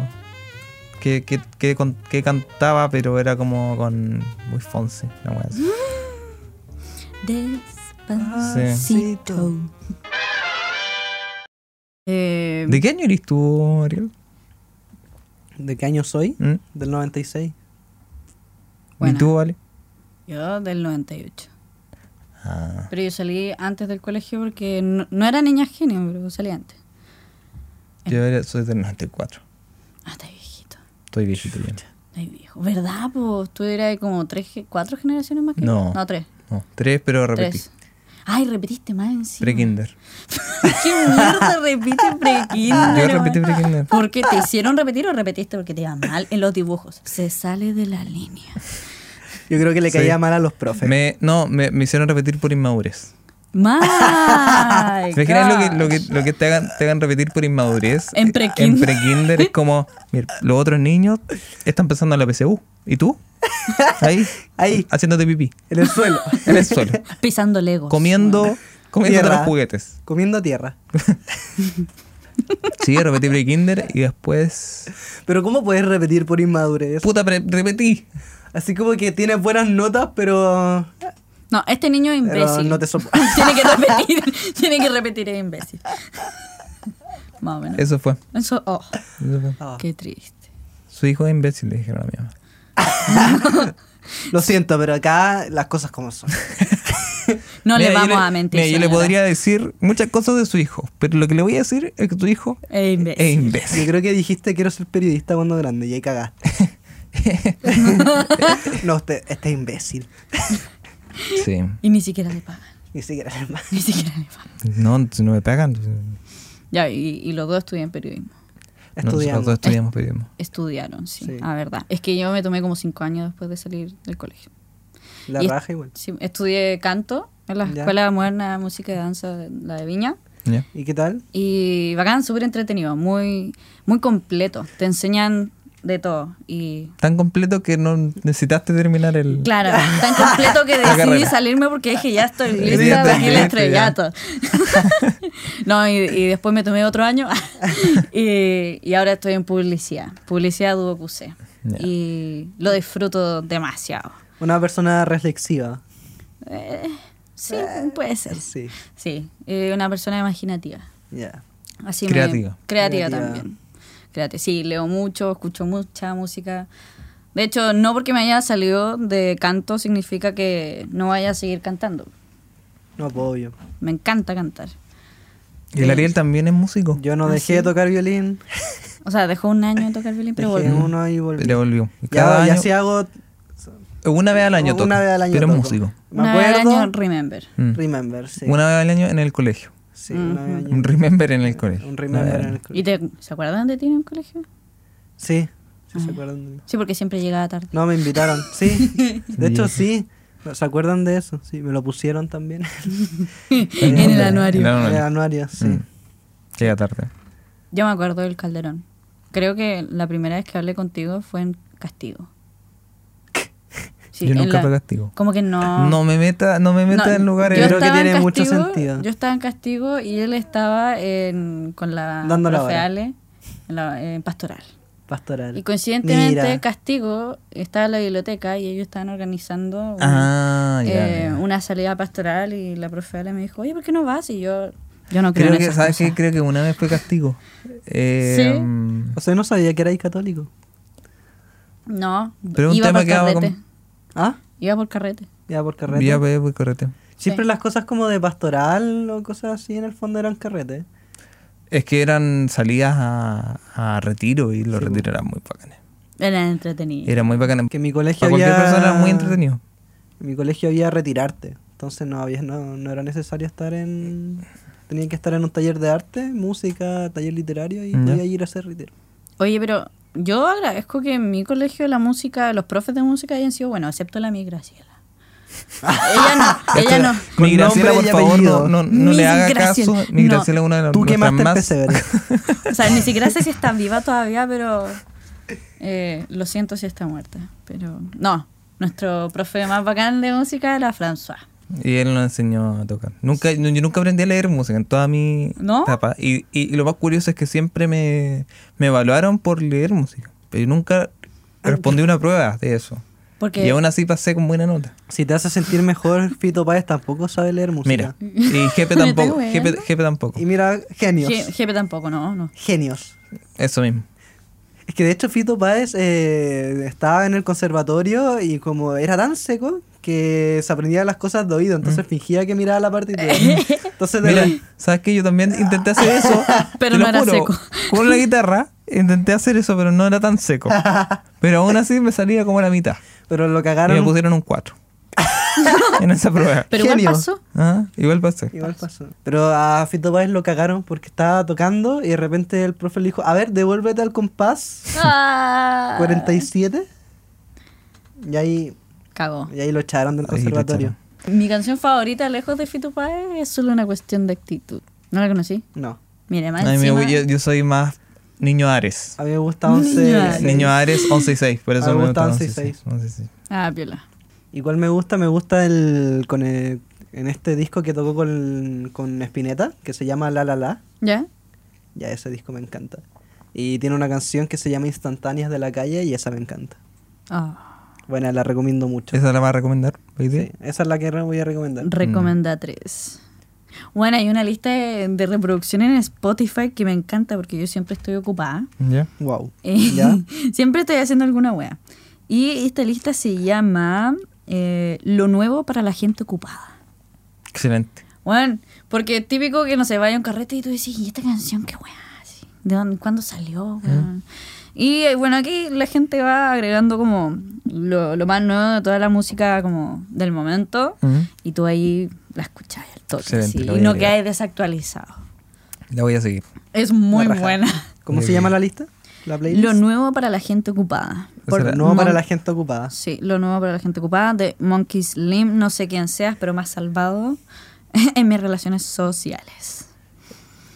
S1: Que, que, que con- que cantaba, pero era como con Luis Fonsi. una wea así.
S2: Mm. Despacito. Eh,
S1: ¿De qué año eres tú, Ariel?
S3: ¿De qué año soy?
S1: ¿Mm?
S3: Del 96.
S1: ¿Y
S2: Buena.
S1: tú, vale?
S2: yo del 98.
S1: Ah.
S2: Pero yo salí antes del colegio porque no, no era niña genio, pero salí antes.
S1: Yo era- soy del 94.
S2: Ah, está viejito.
S1: Estoy viejito ya.
S2: Está viejo. ¿Verdad, pues Tú eras como tres, ge- cuatro generaciones más que
S1: No.
S2: yo. No, tres.
S1: No, tres, pero repetí.
S2: Tres. Ay, repetiste más encima.
S1: Pre-kinder.
S2: *laughs* ¿Qué mierda repite
S1: Yo
S2: prekinder?
S1: repetí pre-kinder.
S2: ¿Por qué te hicieron repetir o repetiste porque te iba mal en los dibujos? Se sale de
S1: *laughs*
S2: la línea.
S3: Yo creo que le
S1: Sí.
S3: caía mal a los profes.
S1: Me, no, me, me hicieron repetir por inmadurez.
S2: ¡Mal!
S1: ¿Te imaginas lo que, lo que, lo que te, hagan, te hagan repetir por inmadurez? Eh,
S2: En prekinder.
S1: En prekinder es como, mira, los otros niños están pensando en la PCU. ¿Y
S2: *laughs*
S1: tú? Ahí.
S3: Ahí.
S1: Haciéndote pipí.
S3: En el suelo.
S1: En el
S2: *laughs*
S1: suelo.
S2: Pisando legos.
S1: Comiendo, *laughs* comiendo
S3: Tierra.
S1: otros juguetes.
S3: Comiendo tierra.
S1: Sí, repetí prekinder y después...
S3: Pero ¿cómo puedes repetir por inmadurez?
S1: Puta, pre- repetí.
S3: Así como que tienes buenas notas, pero,
S2: No, este niño es
S3: pero
S2: imbécil.
S3: no te sopo-
S2: *laughs* tiene que repetir. tiene que repetir es imbécil. *laughs* Más o menos.
S1: Eso fue.
S2: Eso, oh,
S1: Eso fue.
S3: Ah.
S2: qué triste.
S1: Su hijo es imbécil, le dijeron a mi mamá.
S3: Lo siento, pero acá las cosas como son.
S2: No
S1: Mira,
S2: le
S1: yo
S2: vamos a mentir.
S1: mira, yo le
S2: señora.
S1: podría decir muchas cosas de su hijo, pero lo que le voy a decir es que tu hijo
S2: Es imbécil.
S1: es imbécil.
S3: Yo creo que dijiste quiero ser periodista cuando grande y
S1: *laughs*
S3: ahí cagaste. no, usted, este es imbécil.
S1: Sí.
S2: Y ni siquiera le pagan. *laughs*
S3: Ni siquiera es más.
S2: Ni siquiera le pagan.
S1: No, si no me pagan.
S2: Ya, y, y los dos estudian periodismo.
S1: Nosotros dos
S3: Estudiando.
S1: estudiamos periodismo.
S2: Estudiaron, sí,
S3: Sí.
S2: la verdad. Es que yo me tomé como cinco años después de salir del colegio.
S3: La
S2: Y es-
S3: raja igual.
S2: Sí, estudié canto en la
S3: Ya.
S2: Escuela Moderna de Música y Danza, la de Viña.
S1: ¿Ya?
S3: ¿Y qué tal?
S2: Y bacán, súper entretenido, muy, muy completo. Te enseñan de todo. Y
S1: Tan completo que no necesitaste terminar el.
S2: claro, tan completo que
S1: *laughs* La
S2: decidí
S1: carrera.
S2: salirme porque dije,
S1: *laughs*
S2: ya estoy lista
S1: Ya
S2: para
S1: estoy
S2: el
S1: lista, ya.
S2: estrellato. *laughs* no, y, y después me tomé otro año *laughs* y, y ahora estoy en publicidad, publicidad Duo QC.
S1: Ya.
S2: Y lo disfruto demasiado.
S3: Una persona reflexiva.
S2: Sí,
S1: Eh,
S2: puede ser.
S3: Sí.
S2: Sí, eh, una persona imaginativa.
S3: Ya.
S2: Así
S1: Creativa.
S2: Me, creativa.
S3: Creativa.
S2: también. Creativa. Sí, leo mucho, escucho mucha música. De hecho, no porque me haya salido de canto significa que no vaya a seguir cantando.
S3: No, pues, obvio.
S2: Me encanta cantar.
S1: ¿Y el Ariel también es músico?
S3: Yo no dejé de tocar
S1: *laughs*
S3: violín.
S2: O sea, dejó un año de tocar violín, pero
S3: dejé
S2: volvió.
S3: uno y volví.
S1: Le volvió.
S3: Ya,
S1: Cada
S3: ya
S1: año-
S3: sí hago
S1: Una vez al año toca.
S3: una vez al año.
S1: Pero es
S3: toco.
S1: músico.
S3: Me
S2: Una vez al
S3: acuerdo.
S2: año, remember.
S1: Mm.
S3: Remember, sí.
S1: Una vez al año en el colegio.
S3: Sí, una vez al año.
S1: Un remember en el colegio.
S3: Un remember en el
S2: ¿Y te, se acuerdan de ti en el colegio?
S3: Sí, sí se acuerdan de mí.
S2: Sí, porque siempre llegaba tarde.
S3: No, me
S2: *laughs*
S3: invitaron, sí. De hecho,
S1: Yeah.
S3: sí. ¿Se acuerdan de eso? Sí, me lo pusieron también.
S2: en el anuario.
S1: En el
S3: *laughs* en *laughs* el
S1: anuario.
S3: anuario, sí.
S1: Mm. Llega tarde.
S2: Yo me acuerdo del Calderón. Creo que la primera vez que hablé contigo fue en Castigo. Sí,
S1: Yo
S2: en
S1: nunca
S2: la-
S1: fue castigo.
S2: Como que no.
S1: No me meta, no me meta
S2: No,
S1: en lugares.
S2: yo
S3: creo que
S2: estaba en
S3: tiene mucho sentido.
S2: Yo estaba en castigo y él estaba en, con la
S3: Dando la
S2: profe
S3: hora.
S2: Ale, en, la- en pastoral.
S3: Pastoral.
S2: Y coincidentemente,
S3: Mira,
S2: castigo estaba en la biblioteca y ellos estaban organizando un-
S1: Ah, ya.
S2: eh,
S1: ya.
S2: una salida pastoral y la profe Ale me dijo, oye, ¿por qué no vas? Y yo, yo no creo,
S1: Creo
S2: en
S1: que,
S2: esas
S1: ¿sabes qué?
S2: cosas.
S1: Creo que una vez fue castigo. Eh,
S2: Sí.
S1: mm,
S3: O sea, no sabía que erais católico.
S2: No,
S1: Pero un
S2: iba
S1: tema
S2: por
S1: que hago
S2: carrete.
S1: con-
S3: ¿Ah?
S2: Iba por carrete.
S3: Ya por carrete.
S1: Ya, ve, voy correte.
S3: Siempre las cosas como de pastoral o cosas así en el fondo eran carretes.
S1: Es que eran salidas a, a retiro y
S2: pues.
S1: los
S3: Sí,
S1: retiros eran muy bacanes.
S2: Era entretenido.
S1: Era muy bacanes.
S3: Que en mi colegio
S1: Para
S3: había...
S1: cualquier persona era muy entretenido.
S3: En mi colegio había retirarte, entonces no había no, no era necesario estar en... Tenían que estar en un taller de arte, música, taller literario y
S1: Ya.
S3: podía ir a hacer retiro.
S2: Oye, pero yo agradezco que en mi colegio la música, los profes de música hayan sido buenos, excepto la mi
S1: *laughs*
S2: Graciela. ella no, ella Ah, no.
S3: Con
S1: Mi Graciela, por
S3: nombre y
S1: favor,
S3: apellido.
S1: no, no, no
S2: Mi
S1: le haga
S2: Graciela.
S1: caso. Mi
S2: No.
S1: Graciela es una de las
S3: Tú
S1: nuestras
S3: quemaste el
S1: más... *laughs*
S3: pesebre.
S2: O sea, ni siquiera sé si está viva todavía, pero eh, lo siento si está muerta. Pero no, nuestro profe más bacán de música era François.
S1: Y él nos enseñó a tocar. Nunca, no, yo nunca aprendí a leer música en toda mi
S2: ¿No?
S1: etapa. Y, y- y lo más curioso es que siempre me, me evaluaron por leer música. Pero yo nunca respondí una prueba de eso.
S2: Porque
S1: Y aún así pasé con buena nota.
S3: Si te hace sentir mejor, Fito Páez tampoco sabe leer música.
S1: Mira.
S2: *laughs*
S1: Y Jepe
S2: Me
S1: tampoco.
S2: estoy
S1: Jepe,
S2: weando.
S1: Jepe tampoco.
S3: Y mira, genios.
S2: Je- Jepe tampoco, no, no.
S3: Genios.
S1: Eso mismo.
S3: Es que de hecho Fito Páez eh, estaba en el conservatorio y como era tan seco que se aprendía las cosas de oído, entonces fingía que miraba la partitura. Entonces de
S1: Mm. Mira,
S3: la-
S1: ¿sabes qué? Yo también intenté hacer eso.
S2: *laughs* Pero
S1: te lo
S2: no era
S1: juro,
S2: seco.
S1: Con la guitarra intenté hacer eso, pero no era tan seco. Pero aún así me salía como la mitad.
S3: pero lo
S1: Y me
S3: cagaron.
S1: pusieron un
S2: *laughs*
S1: 4. en esa prueba.
S2: Pero
S3: Genio.
S1: *laughs*
S2: igual pasó.
S1: Ah, igual pasé.
S3: Igual pasó. Pero a Fito Páez lo cagaron porque estaba tocando y de repente el profe le dijo, a ver, devuélvete al compás
S2: Ah,
S3: 47. Y ahí,
S2: Cagó.
S3: y ahí lo echaron del
S1: Ahí lo
S3: conservatorio.
S1: echaron.
S2: Mi canción favorita, lejos de Fito Páez, es solo una cuestión de actitud. ¿No la conocí?
S3: No.
S2: Mira, más
S1: Ay, me
S2: encima-
S1: voy- yo, yo soy más niño Ares.
S3: A mí me gusta 11.
S2: Ares.
S3: Ah, sí.
S1: Niño Ares 11 y 6. Por
S3: A
S1: eso
S3: mí
S1: me
S3: me
S1: gusta
S3: gusta
S1: 11 y 6. 11 y 6.
S2: Ah, piola.
S3: ¿Y cuál me gusta? Me gusta el con el- en este disco que tocó con, con Spinetta, que se llama La La La.
S2: ¿Ya?
S3: Ya ese disco me encanta. Y tiene una canción que se llama Instantáneas de la calle y esa me encanta.
S2: Ah,
S3: Bueno, la recomiendo mucho.
S1: ¿Esa la vas a recomendar? hoy día?
S3: Sí, esa es la que re- voy a recomendar.
S2: recomenda tres. Bueno, hay una lista de de reproducción en Spotify que me encanta porque yo siempre estoy ocupada.
S1: ¿Ya?
S3: Wow.
S2: Eh, *laughs*
S3: ¿Ya?
S2: siempre estoy haciendo alguna wea. Y esta lista se llama eh, Lo nuevo para la gente ocupada.
S1: Excelente.
S2: Bueno, porque es típico que no se vaya a un carrete y tú decís, ¿y esta canción qué weá? Así, ¿De dónde, cuándo salió? weón?" Y eh, bueno, aquí la gente va agregando como lo, lo más nuevo de toda la música como del momento
S1: Ujú.
S2: y tú ahí la escuchás al toque
S1: Excelente,
S2: así,
S1: la voy
S2: y
S1: a
S2: no
S1: agregar.
S2: quedas desactualizado.
S1: La voy a seguir.
S2: Es muy
S3: La raja.
S2: buena.
S3: ¿Cómo
S1: Muy
S3: se
S1: bien.
S3: llama la lista? La playlist.
S2: Lo nuevo para la gente ocupada.
S3: Por-
S1: Será-
S3: nuevo para
S2: Mon-
S3: la gente ocupada.
S2: Sí, lo nuevo para la gente ocupada de Monkey Slim, no sé quién seas, pero más salvado *laughs* en mis relaciones sociales.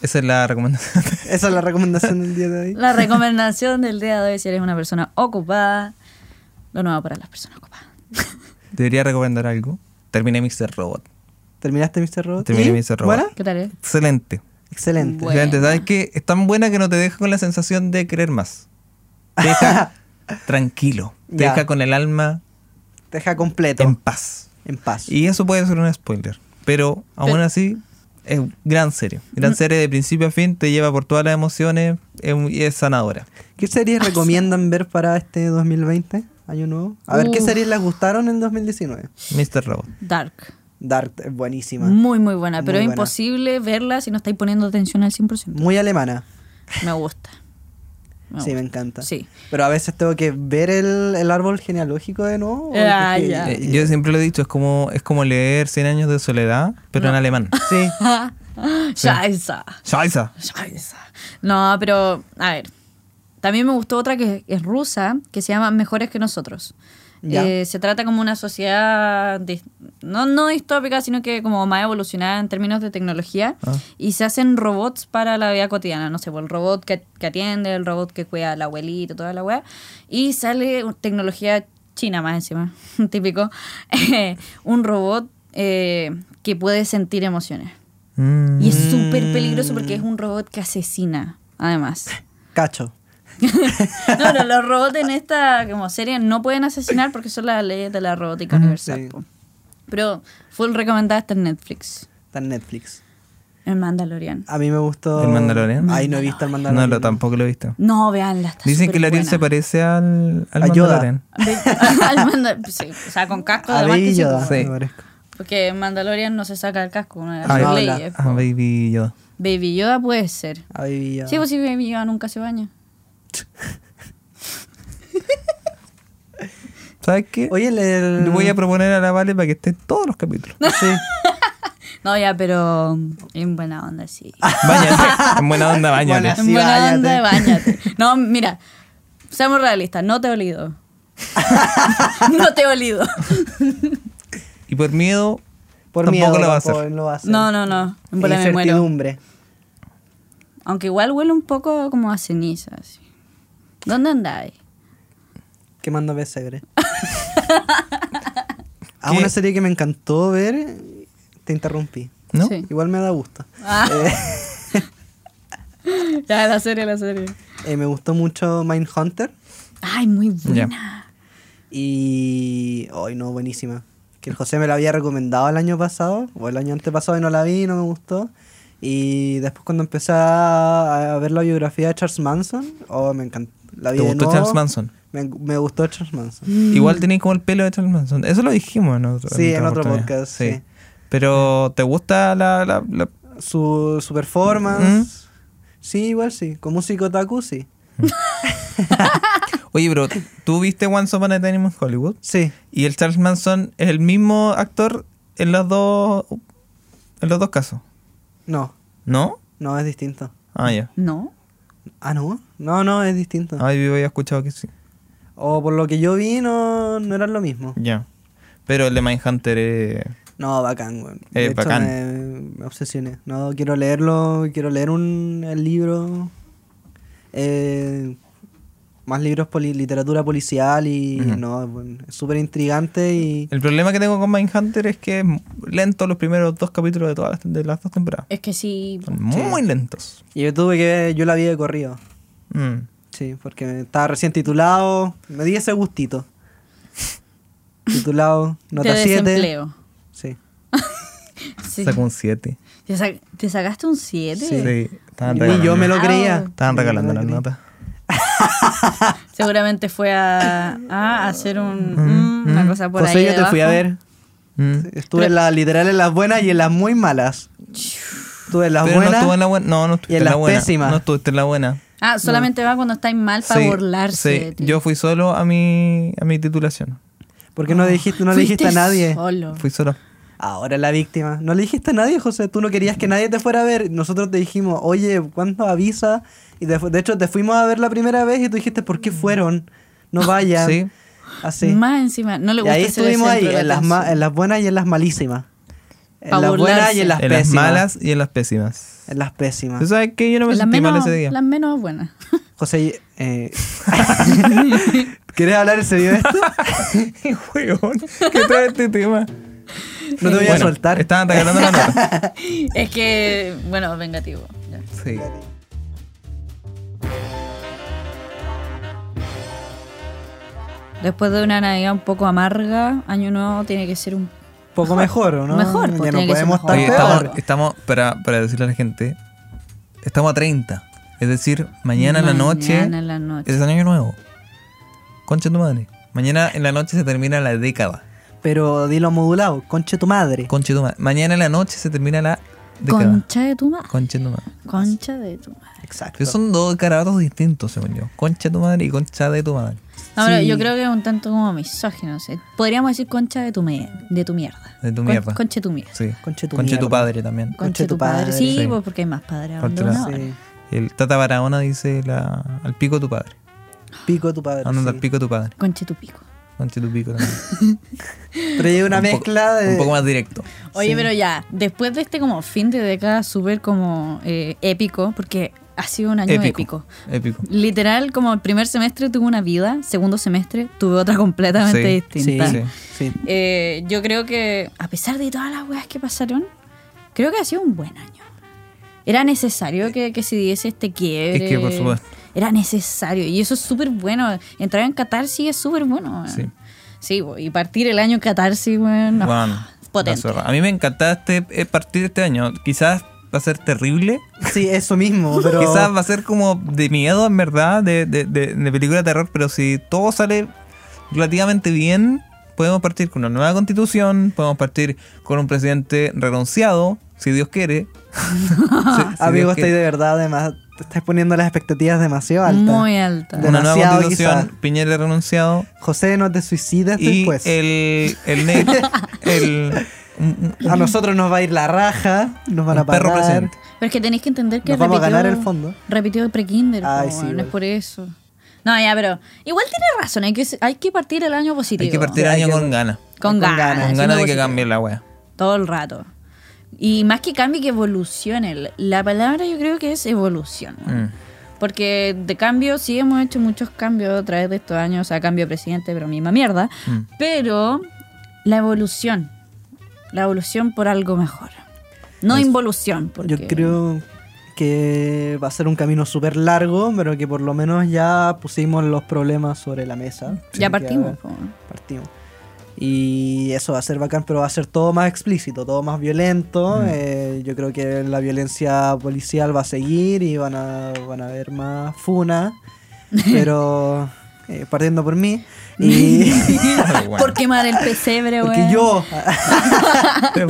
S1: Esa es la recomendación. *laughs*
S3: Esa es la recomendación del día de hoy.
S2: La recomendación del día de hoy, si eres una persona ocupada, lo nuevo para las personas ocupadas. *laughs*
S1: Debería recomendar algo. Terminé Mr. Robot.
S3: ¿Terminaste Mr. Robot?
S1: Terminé
S3: ¿Y?
S1: Mr. Robot.
S3: ¿Buena?
S2: ¿Qué tal eh? es?
S1: Excelente.
S3: Excelente.
S2: Bueno.
S1: Excelente. ¿Sabes qué? Es tan buena que no te deja con la sensación de querer más. Te deja tranquilo. Te
S3: Ya.
S1: deja con el alma
S3: Te Deja completo.
S1: en
S3: En,
S1: paz.
S3: paz.
S1: Y eso puede ser un spoiler. Pero aún
S2: Pero-
S1: así, es gran serie. Gran serie de principio a fin, te lleva por todas las emociones es muy- es sanadora.
S3: ¿Qué series recomiendan ver para este 2020? Año nuevo. A ver, ¿qué
S2: Uf.
S3: series les gustaron en 2019?
S1: Mr. Robot.
S2: Dark.
S3: Dark es buenísima.
S2: Muy, muy buena, pero
S3: Muy
S2: es
S3: buena.
S2: imposible verla si no estáis poniendo atención al 100%.
S3: Muy alemana.
S2: Me gusta. Me
S3: sí,
S2: gusta.
S3: me encanta.
S2: Sí.
S3: Pero a veces tengo que ver el, el árbol genealógico de nuevo. porque-
S2: Ah, ya.
S1: Eh, yo siempre lo he dicho, es como, es como leer 100 años de soledad, pero en alemán.
S3: Sí,
S2: *laughs* Scheiße.
S1: Scheiße.
S2: Scheiße. No, pero a ver. También me gustó otra que es rusa, que se llama Mejores que nosotros.
S3: Ya.
S2: Eh, se trata como una sociedad dis- no, no distópica, sino que como más evolucionada en términos de tecnología.
S1: Ah.
S2: Y se hacen robots para la vida cotidiana. No sé, pues, el robot que, que atiende, el robot que cuida al abuelito, toda la weá. Y sale un- tecnología china más encima, *laughs* típico. un robot eh, que puede sentir emociones.
S1: Mm.
S2: Y es súper peligroso porque es un robot que asesina, además.
S3: cacho.
S2: No, no, los robots en esta como serie no pueden asesinar porque son las leyes de la
S1: Mm,
S2: robótica universal.
S3: sí.
S2: po. Pero full recomendada está en Netflix,
S3: Está en Netflix.
S2: en Mandalorian.
S3: A mí me gustó.
S1: ¿El Mandalorian?
S3: Ay, no he visto el
S1: Mm. No,
S3: Mandalorian.
S1: lo, tampoco lo he visto.
S2: No, veanla. Está
S1: Dicen que
S2: súper
S1: el Ariel
S2: buena.
S1: se parece al, al
S3: A Yoda.
S1: Mandalorian.
S2: *laughs* Al Manda- sí, o sea, con casco
S3: A
S2: además
S3: Baby
S2: que sí,
S3: Yoda,
S2: po.
S1: Sí.
S3: me parezco.
S2: Porque en Mandalorian no se saca el casco, una de
S1: Ah,
S2: sus
S1: ya.
S2: leyes.
S1: Ah, Baby Yoda.
S2: Baby Yoda puede ser.
S3: Ahí ya.
S2: Sí, pues sí, Baby Yoda nunca se baña.
S1: ¿Sabes qué?
S3: Oye, el,
S1: Le voy a proponer a la Vale para que esté en todos los capítulos.
S3: Sí.
S2: No, ya, pero mm, en buena onda, sí.
S1: *laughs* Báñate. En buena onda, báñate.
S3: Buena.
S2: En
S3: Sí,
S2: buena
S3: báñate.
S2: onda, bañate.
S3: *laughs*
S2: No, mira, seamos realistas, no te he olido. *laughs* no te he olido.
S1: Y por miedo,
S3: Por
S1: tampoco
S3: miedo,
S1: lo va a
S3: tampoco
S1: hacer.
S3: lo va a hacer.
S2: No, no, no. En bola me muero.
S3: Incertidumbre.
S2: Aunque igual huele un poco como a ceniza. así. ¿Dónde andáis?
S3: Quemando pesebre.
S2: *laughs*
S3: a una serie que me encantó ver, te interrumpí.
S1: ¿No?
S2: Sí. *laughs*
S3: Igual me da gusto.
S2: Ah.
S3: Eh, *laughs*
S2: Ya, la serie, la serie.
S3: eh, me gustó mucho Mindhunter
S2: Ay, muy buena.
S3: y... Hoy no, buenísima. Que el José me la había recomendado el año pasado, o el año antepasado y no la vi, no me gustó. Y después cuando empecé a a ver la biografía de Charles Manson, oh, me encantó. La vi
S1: ¿Te
S3: de
S1: gustó
S3: nuevo.
S1: Charles Manson?
S3: Me, me gustó Charles Manson.
S1: Igual tenéis como el pelo de Charles Manson. Eso lo dijimos en otro,
S3: Sí, en
S1: otra
S3: otro
S1: oportunidad.
S3: podcast, sí.
S1: Pero, ¿te gusta la, la- la-
S3: su, su performance.
S1: ¿Mm?
S3: Sí, igual sí. Como músico otaku, sí.
S1: Oye, pero tú viste Once Upon a Time in Hollywood
S3: Sí.
S1: y el Charles Manson es el mismo actor en los dos en los dos casos,
S3: No,
S1: ¿no?
S3: no, es distinto.
S1: Ah, ya.
S2: ¿No?
S3: Ah, no. No, no, es distinto.
S1: Ah, yo había escuchado que sí.
S3: O por lo que yo vi, no, no era lo mismo.
S1: Ya. Pero el de Mindhunter eh,
S3: No, bacán, güey.
S1: Eh, bacán.
S3: Me, me obsesioné. No, quiero leerlo, quiero leer un el libro. Eh, más libros, poli- literatura policial y
S1: Ujú.
S3: no, bueno, es súper intrigante y...
S1: El problema que tengo con Mindhunter es que es lento los primeros dos capítulos de todas las, de las dos temporadas.
S2: Es que sí.
S1: Son muy lentos.
S3: y yo tuve que ver, yo la vi de corrido.
S1: Mm.
S3: Sí, porque estaba recién titulado. Me di
S1: *laughs*
S3: ese gustito. titulado, nota
S2: te
S3: 7.
S2: desempleo.
S3: Sí.
S2: Sí.
S1: Sacó un 7.
S2: ¿Te, sa- te sacaste un 7?
S3: Sí.
S1: Estaban
S3: Y yo
S1: regalando,
S3: me lo
S2: Ah.
S3: creía.
S1: estaban
S3: Yo me
S1: regalando
S3: lo
S1: las
S3: creí.
S1: notas.
S2: Seguramente fue a, a hacer un, mm, una cosa por
S3: José,
S2: ahí.
S3: yo te fui a
S2: debajo.
S3: ver.
S1: Mm.
S3: Estuve en las literal en las buenas y en las muy malas. Estuve en las
S1: Pero no
S3: buenas.
S1: estuvo en la buena. No, no
S3: y
S1: estuviste
S3: en
S1: en la
S3: las
S1: buena.
S3: pésimas.
S1: No estuviste en la buena.
S2: Ah, solamente va cuando estáis mal para
S1: Sí,
S2: burlarse.
S1: sí. Yo fui solo a mi, a mi titulación.
S3: Porque no, dijiste, no le dijiste a nadie.
S2: Solo.
S1: Fui solo.
S3: Ahora la víctima. No le dijiste a nadie, José. Tú no querías que nadie te fuera a ver. Nosotros te dijimos, oye, ¿cuándo avisa? Y te fu- de hecho te fuimos a ver la primera vez y tú dijiste, ¿por qué fueron? No vayan.
S1: Sí.
S3: Así.
S2: Mm. Más encima. No le
S3: Y
S2: gusta
S3: ahí
S2: ser el
S3: estuvimos ahí,
S2: centro de
S3: en las,
S2: atención.
S3: ma- en las buenas y en las malísimas. En
S2: Pa'
S3: las buenas
S2: burlarse.
S3: y en las
S1: en
S3: pésimas. Ah.
S1: las malas y en las pésimas.
S3: En las pésimas.
S1: ¿Tú sabes que Yo no me
S2: Las
S1: sentí mal
S2: menos,
S1: ese día. *laughs*
S2: las menos buenas. *laughs*
S3: José, eh... *laughs* ¿querés hablar en serio de esto?
S1: ¡Qué huevón! ¿Qué trae este tema?
S3: No te voy a
S1: Bueno,
S3: soltar.
S1: Estaban regalando las notas.
S3: *laughs*
S2: es que, bueno, vengativo. ya.
S1: Sí.
S2: Después de una Navidad un poco amarga, Año Nuevo tiene que ser un...
S3: Poco mejor, ¿o no?
S2: Mejor, pues,
S3: ya
S2: tiene
S3: no
S2: que ser
S3: podemos
S2: mejor.
S3: estar
S1: Oye,
S3: peor.
S1: estamos, estamos para, para decirle a la gente, estamos a 30. Es decir, mañana en la noche
S2: Mañana en la noche.
S1: es año nuevo. Concha de tu madre. Mañana en la noche se termina la década.
S3: Pero dilo modulado, conche tu madre.
S1: Concha de tu madre. Mañana en la noche se termina la década.
S2: Concha de tu madre.
S1: Concha de tu madre.
S2: Concha de tu madre.
S1: Que
S3: Exacto.
S1: son dos carabatos distintos, según yo. Concha de tu madre y concha de tu madre.
S2: No, pero
S3: Sí.
S2: yo creo que es un tanto como misógino. ¿sí? Podríamos decir concha de tu, me- de tu mierda.
S1: De tu
S2: Con-
S1: mierda.
S2: Concha de tu mierda.
S1: Sí.
S3: Concha de tu
S1: Concha de tu
S3: mierda.
S1: padre también.
S2: Concha de tu padre. Sí,
S1: Sí.
S2: pues, porque hay más padres
S1: Contra la-
S2: abandonados.
S3: Sí.
S1: El Tata Barahona dice la, al pico de tu padre.
S3: Pico de tu padre.
S1: Andando
S3: sí.
S1: al pico de tu padre.
S2: Concha de tu pico.
S1: Concha de tu pico también.
S3: Pero hay *laughs* una
S1: Un poco-
S3: mezcla de.
S1: Un poco más directo.
S2: Oye,
S3: Sí.
S2: pero ya, después de este como fin de década súper como eh, épico, porque ha sido un año épico.
S1: Épico.
S2: Literal, como el primer semestre tuve una vida, segundo semestre tuve otra completamente
S1: Sí,
S3: Sí,
S2: distinta.
S1: Sí.
S3: sí.
S2: Eh, yo creo que, a pesar de todas las weas que pasaron, creo que ha sido un buen año. Era necesario que, que se diese este quiebre.
S1: Es que, por supuesto.
S2: Era necesario. Y eso es súper bueno. Entrar en catarsis es súper bueno. weón.
S1: Sí.
S2: Sí, bo, y partir el año en catarsis, weón. no,
S1: Bueno, la
S2: *laughs* potente.
S1: zorra. a mí me encantaba este eh, partir este año. Quizás va a ser terrible.
S3: Sí, eso
S1: *laughs*
S3: mismo, pero.
S1: Quizás va a ser como de miedo, en verdad, de, de, de- de película de terror. Pero si todo sale relativamente bien, podemos partir con una nueva constitución, podemos partir con un presidente renunciado, si Dios quiere. *laughs* Si- si
S3: Amigo,
S1: Dios
S3: estoy
S1: quiere.
S3: de verdad, además, te estás poniendo las expectativas demasiado altas.
S2: Muy alta.
S3: de-
S1: Una nueva
S3: demasiado,
S1: constitución,
S3: quizá. pues.
S1: Piñera renunciado
S3: José, no te suicidas
S1: y
S3: después.
S1: el, el,
S3: *laughs*
S1: ne- el- un-
S3: A nosotros nos va a ir la raja, nos van a
S1: un
S3: pagar.
S1: perro presidente.
S2: Pero es que tenéis que entender que
S3: Nos vamos a
S2: repitió-
S3: ganar el fondo.
S2: Repitió el prekinder,
S3: Ay,
S2: po,
S3: sí,
S2: weón,
S3: igual.
S2: es por eso. No, ya, pero igual tiene razón, hay que, hay que partir el año positivo.
S1: Hay que partir
S3: Ya, hay
S1: año
S3: que-
S1: con ganas.
S2: Con
S3: Con
S2: ganas.
S3: ganas.
S1: Con
S2: siendo
S1: ganas de que
S2: positivo.
S1: cambie la wea.
S2: Todo el rato. Y más que cambie, que evolucione. La palabra yo creo que es evolución.
S3: Ah.
S2: weón.
S1: Mm.
S3: *laughs*
S2: Porque de cambio sí hemos hecho muchos cambios a través de estos años, o sea, cambio de presidente, pero misma mierda.
S1: Mm.
S2: Pero la evolución, la evolución por algo mejor. No involución, porque
S3: Yo creo que va a ser un camino súper largo, pero que por lo menos ya pusimos los problemas sobre la mesa.
S2: ya
S3: Así
S2: partimos.
S3: que,
S2: po.
S3: partimos. Y eso va a ser bacán, pero va a ser todo más explícito, todo más violento.
S2: Mm.
S3: Eh, yo creo que la violencia policial va a seguir y van a, van a haber más
S2: *laughs*
S3: funa. Pero eh, partiendo por mí.
S2: *laughs*
S3: Y
S1: Pero bueno.
S2: Por quemar el pesebre, güey.
S3: *laughs* porque yo,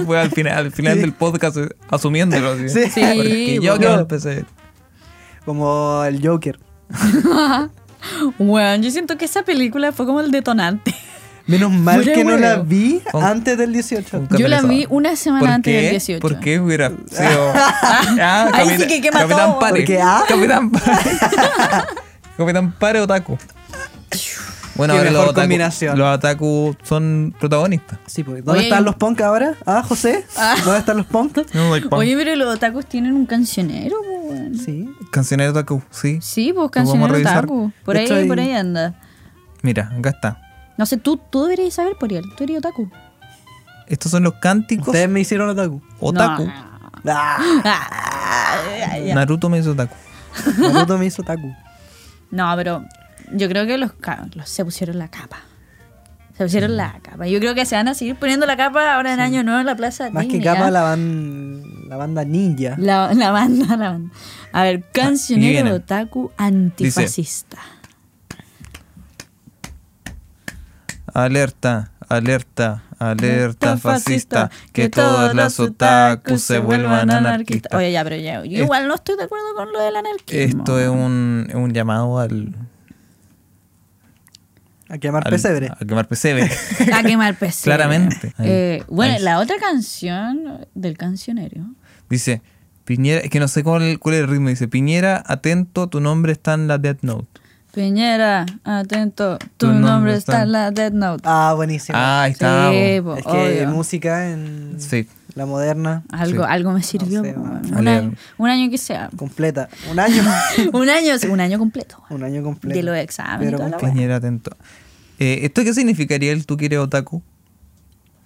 S1: Fue al final, al final del podcast eh, asumiéndolo. así.
S3: Sí.
S2: Sí,
S1: Porque yo
S2: bueno.
S1: que empecé.
S3: como el Joker.
S2: Weón, yo siento que esa película fue como el detonante. *laughs*
S3: Menos mal
S2: Fuera
S3: que no
S2: huevo.
S3: la vi
S2: Oh.
S1: Con-
S3: antes del 18.
S2: Yo la vi una
S1: ¿Por
S2: semana antes
S1: qué?
S2: del 18.
S1: ¿Por qué
S3: *laughs*
S1: hubiera sido? Ah,
S2: ahí
S1: Capitán-
S2: sí que quema
S1: Capitán
S2: todo.
S1: Pare.
S3: Porque, ah.
S1: Capitán Pare. *laughs* Capitán Pare Otaku. Bueno,
S3: Qué
S1: ahora los
S3: mejor
S1: otaku,
S3: combinación.
S1: los otaku son protagonistas.
S3: Sí, pues, ¿Dónde
S2: Oye,
S3: están
S2: y-
S3: los punk ahora? Ah, José. ¿Dónde están
S2: *laughs*
S3: los punk?
S2: Oye, pero los otakus tienen un cancionero, po, weón.
S3: Sí.
S1: Cancionero otaku, sí.
S2: Sí, pues
S1: vamos a
S2: cancionero
S1: revisar.
S2: otaku. Por
S3: De
S2: ahí,
S3: hecho, hay-
S2: por ahí anda.
S1: Mira, acá está.
S2: No sé, tú, tú deberías saber por él. Tú eres otaku.
S1: Estos son los cánticos
S3: Ustedes me hicieron
S2: *laughs*
S3: otaku.
S1: otaku.
S2: No. *laughs*
S3: Ah,
S2: Ah, ya.
S1: Naruto me hizo otaku.
S3: Naruto me hizo otaku.
S2: No, pero yo creo que los, ca- los se pusieron la capa. Se pusieron la capa. Yo creo que se van a seguir poniendo la capa ahora en año nuevo en la plaza. ¿ah?
S3: Más que
S2: Dignidad.
S3: capa la, van, la banda ninja.
S2: La, la banda, la banda. A
S1: Ah,
S2: ver,
S1: y
S2: cancionero
S1: viene.
S2: otaku antifascista.
S1: Alerta, alerta, alerta
S2: Tan
S1: fascista, que todas las otakus se vuelvan anarquistas.
S2: Oye, ya, pero ya, yo
S1: Es-
S2: igual no estoy de acuerdo con lo del anarquismo. *laughs*
S1: Esto es un, es un llamado al,
S3: A quemar
S1: al-
S3: pesebre.
S1: A quemar *laughs* pesebre.
S2: A quemar PC.
S1: Claramente. Ahí,
S2: Eh, bueno,
S1: ahí.
S2: la otra canción del cancionero.
S1: Dice, Piñera, es que no sé cuál, cuál es el ritmo, dice, Piñera, atento, tu nombre está en la Death Note.
S2: Piñera, atento, tu,
S1: Tu
S2: nombre,
S1: nombre
S2: está
S1: está-
S2: en la Death Note.
S3: Ah, buenísimo.
S1: Ah, ahí está.
S2: Sí,
S1: bo.
S2: po,
S3: es que
S2: obvio.
S3: música en
S1: Sí.
S3: la moderna
S2: Algo,
S1: sí.
S2: algo me sirvió.
S3: sé,
S2: po,
S3: man.
S2: weón. un,
S1: Vale.
S2: año, un año que sea. *laughs*
S3: completa. Un año.
S2: un año, un año completo. weón.
S3: un año completo.
S2: De los exámenes y
S3: Pero
S2: toda
S3: con-
S2: la wea.
S1: Piñera, atento. Eh, ¿Esto qué significaría el tú quieres otaku?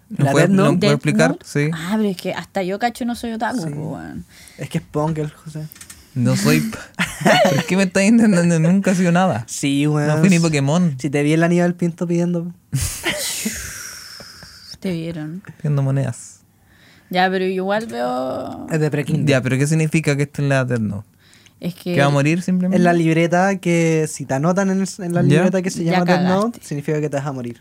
S3: La
S1: ¿Nos puede,
S3: Death Note.
S1: ¿nos
S3: ¿Puedo
S1: puede
S2: Death
S1: explicar?
S2: Note.
S1: Sí.
S2: Ah, pero es que hasta yo cacho no soy otaku. po, weón.
S3: Es que es punk el José.
S1: No soy... *laughs* ¿Por qué me estás intentando? Nunca ha sido nada.
S3: Sí, weón.
S1: No fui ni Pokémon,
S3: Si te vi el Aníbal Pinto pidiendo.
S2: Te vieron.
S1: viendo monedas.
S2: Ya, pero igual veo.
S3: Es de prekinder.
S1: Ya, pero ¿qué significa que esté en la Death Note?
S2: Es que.
S1: ¿Que va a morir simplemente?
S3: En la libreta que, si te anotan en, el- en la
S1: Ya.
S3: libreta que se
S2: Ya
S3: llama Death
S2: cagaste.
S3: Note, significa que te vas a morir.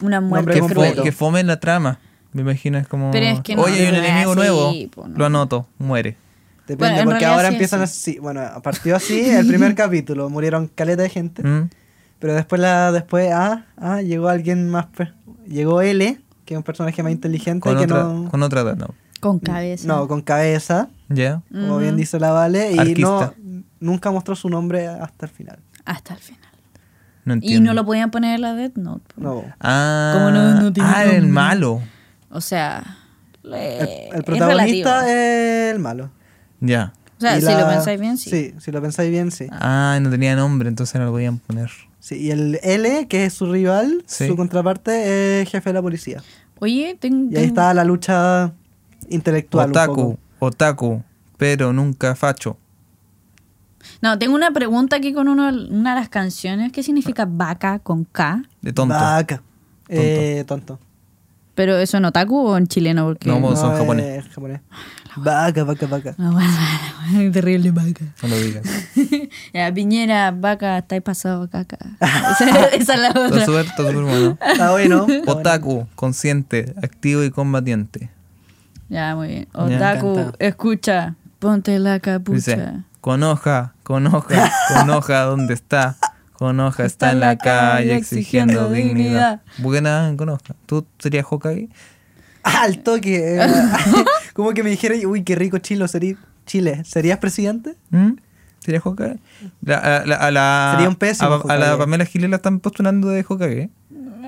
S2: Una muerte
S1: que,
S3: Nombre
S1: fo-
S3: completo.
S2: cruel.
S1: que fome la trama. Me imagino es como.
S2: Pero es que no,
S1: Oye, hay un
S2: no es
S1: enemigo
S2: así,
S1: nuevo.
S2: po, no.
S1: Lo anoto, muere.
S3: Depende,
S2: Bueno, en
S3: porque
S2: realidad
S3: ahora
S2: sí,
S3: empiezan así. Bueno, partió así
S2: *laughs*
S3: el primer capítulo, murieron caleta de gente.
S1: ¿Mm?
S3: Pero después, la, después ah, ah, llegó alguien más. pe- Llegó L, que es un personaje más inteligente
S1: Con,
S3: que
S1: otra,
S3: no.
S1: con otra Death Note.
S2: Con cabeza.
S3: No, con cabeza,
S1: ¿Ya?
S3: como bien dice la Vale, y
S1: Arquista.
S3: no nunca mostró su nombre hasta el final.
S2: Hasta el final.
S1: No
S2: Y
S1: entiendo.
S2: no lo podían poner en la Death Note. po.
S3: No.
S1: Ah,
S2: Como no- no tiene
S1: ah, era el
S2: nombre.
S1: malo.
S2: O sea. le-
S3: El, el
S2: Eh, es
S3: protagonista
S2: relativo.
S3: es, el malo.
S1: Ya.
S2: O sea,
S3: Y
S2: si
S3: la-
S2: lo pensáis bien, sí.
S3: Sí, si lo pensáis bien, sí.
S1: Ah, no tenía nombre, entonces no lo podían poner.
S3: Sí, y el L, que es su rival,
S1: Sí.
S3: su contraparte, es jefe de la policía.
S2: Oye, tengo.
S3: Y ahí está la lucha intelectual. un
S1: Otaku,
S3: poco.
S1: otaku, pero nunca facho.
S2: No, tengo una pregunta aquí con uno, una de las canciones. ¿Qué significa vaca con K?
S1: De tonto.
S3: Vaca. Eh, tonto.
S2: ¿Pero eso en otaku o en chileno? Porque *laughs*
S1: No, mo-
S2: no,
S1: son
S3: eh,
S1: japonés.
S3: es japonés. Vaca, vaca, vaca.
S2: Ah, bueno, bueno, terrible vaca.
S1: No lo
S3: *laughs*
S1: digas.
S2: *laughs* Ya, piñera, vaca, estáis pasado
S1: *laughs*
S2: caca. esa, esa es la
S1: Está
S2: otra.
S1: súper, está súper bueno.
S3: Está bueno.
S1: *laughs*
S3: está bueno.
S1: Otaku, consciente, activo y combatiente.
S2: Ya, muy bien.
S1: Me
S2: Otaku,
S3: encanta.
S2: escucha, ponte la
S1: Dice,
S2: capucha.
S1: con hoja, con hoja, *laughs* con hoja, ¿dónde está? Con hoja está, en la calle exigiendo dignidad. Buena, con hoja. ¿Tú serías Hokage?
S3: Ah, al toque. eh, *laughs* como que me dijeron, uy, qué rico Chile, serí- Chile. ¿Serías presidente?
S1: ¿Mm? ¿Serías Hokage? La- a, la- a la,
S3: Sería un pésimo
S1: a- a, la
S3: Hokage.
S1: Pamela Giles la están postulando de Hokage.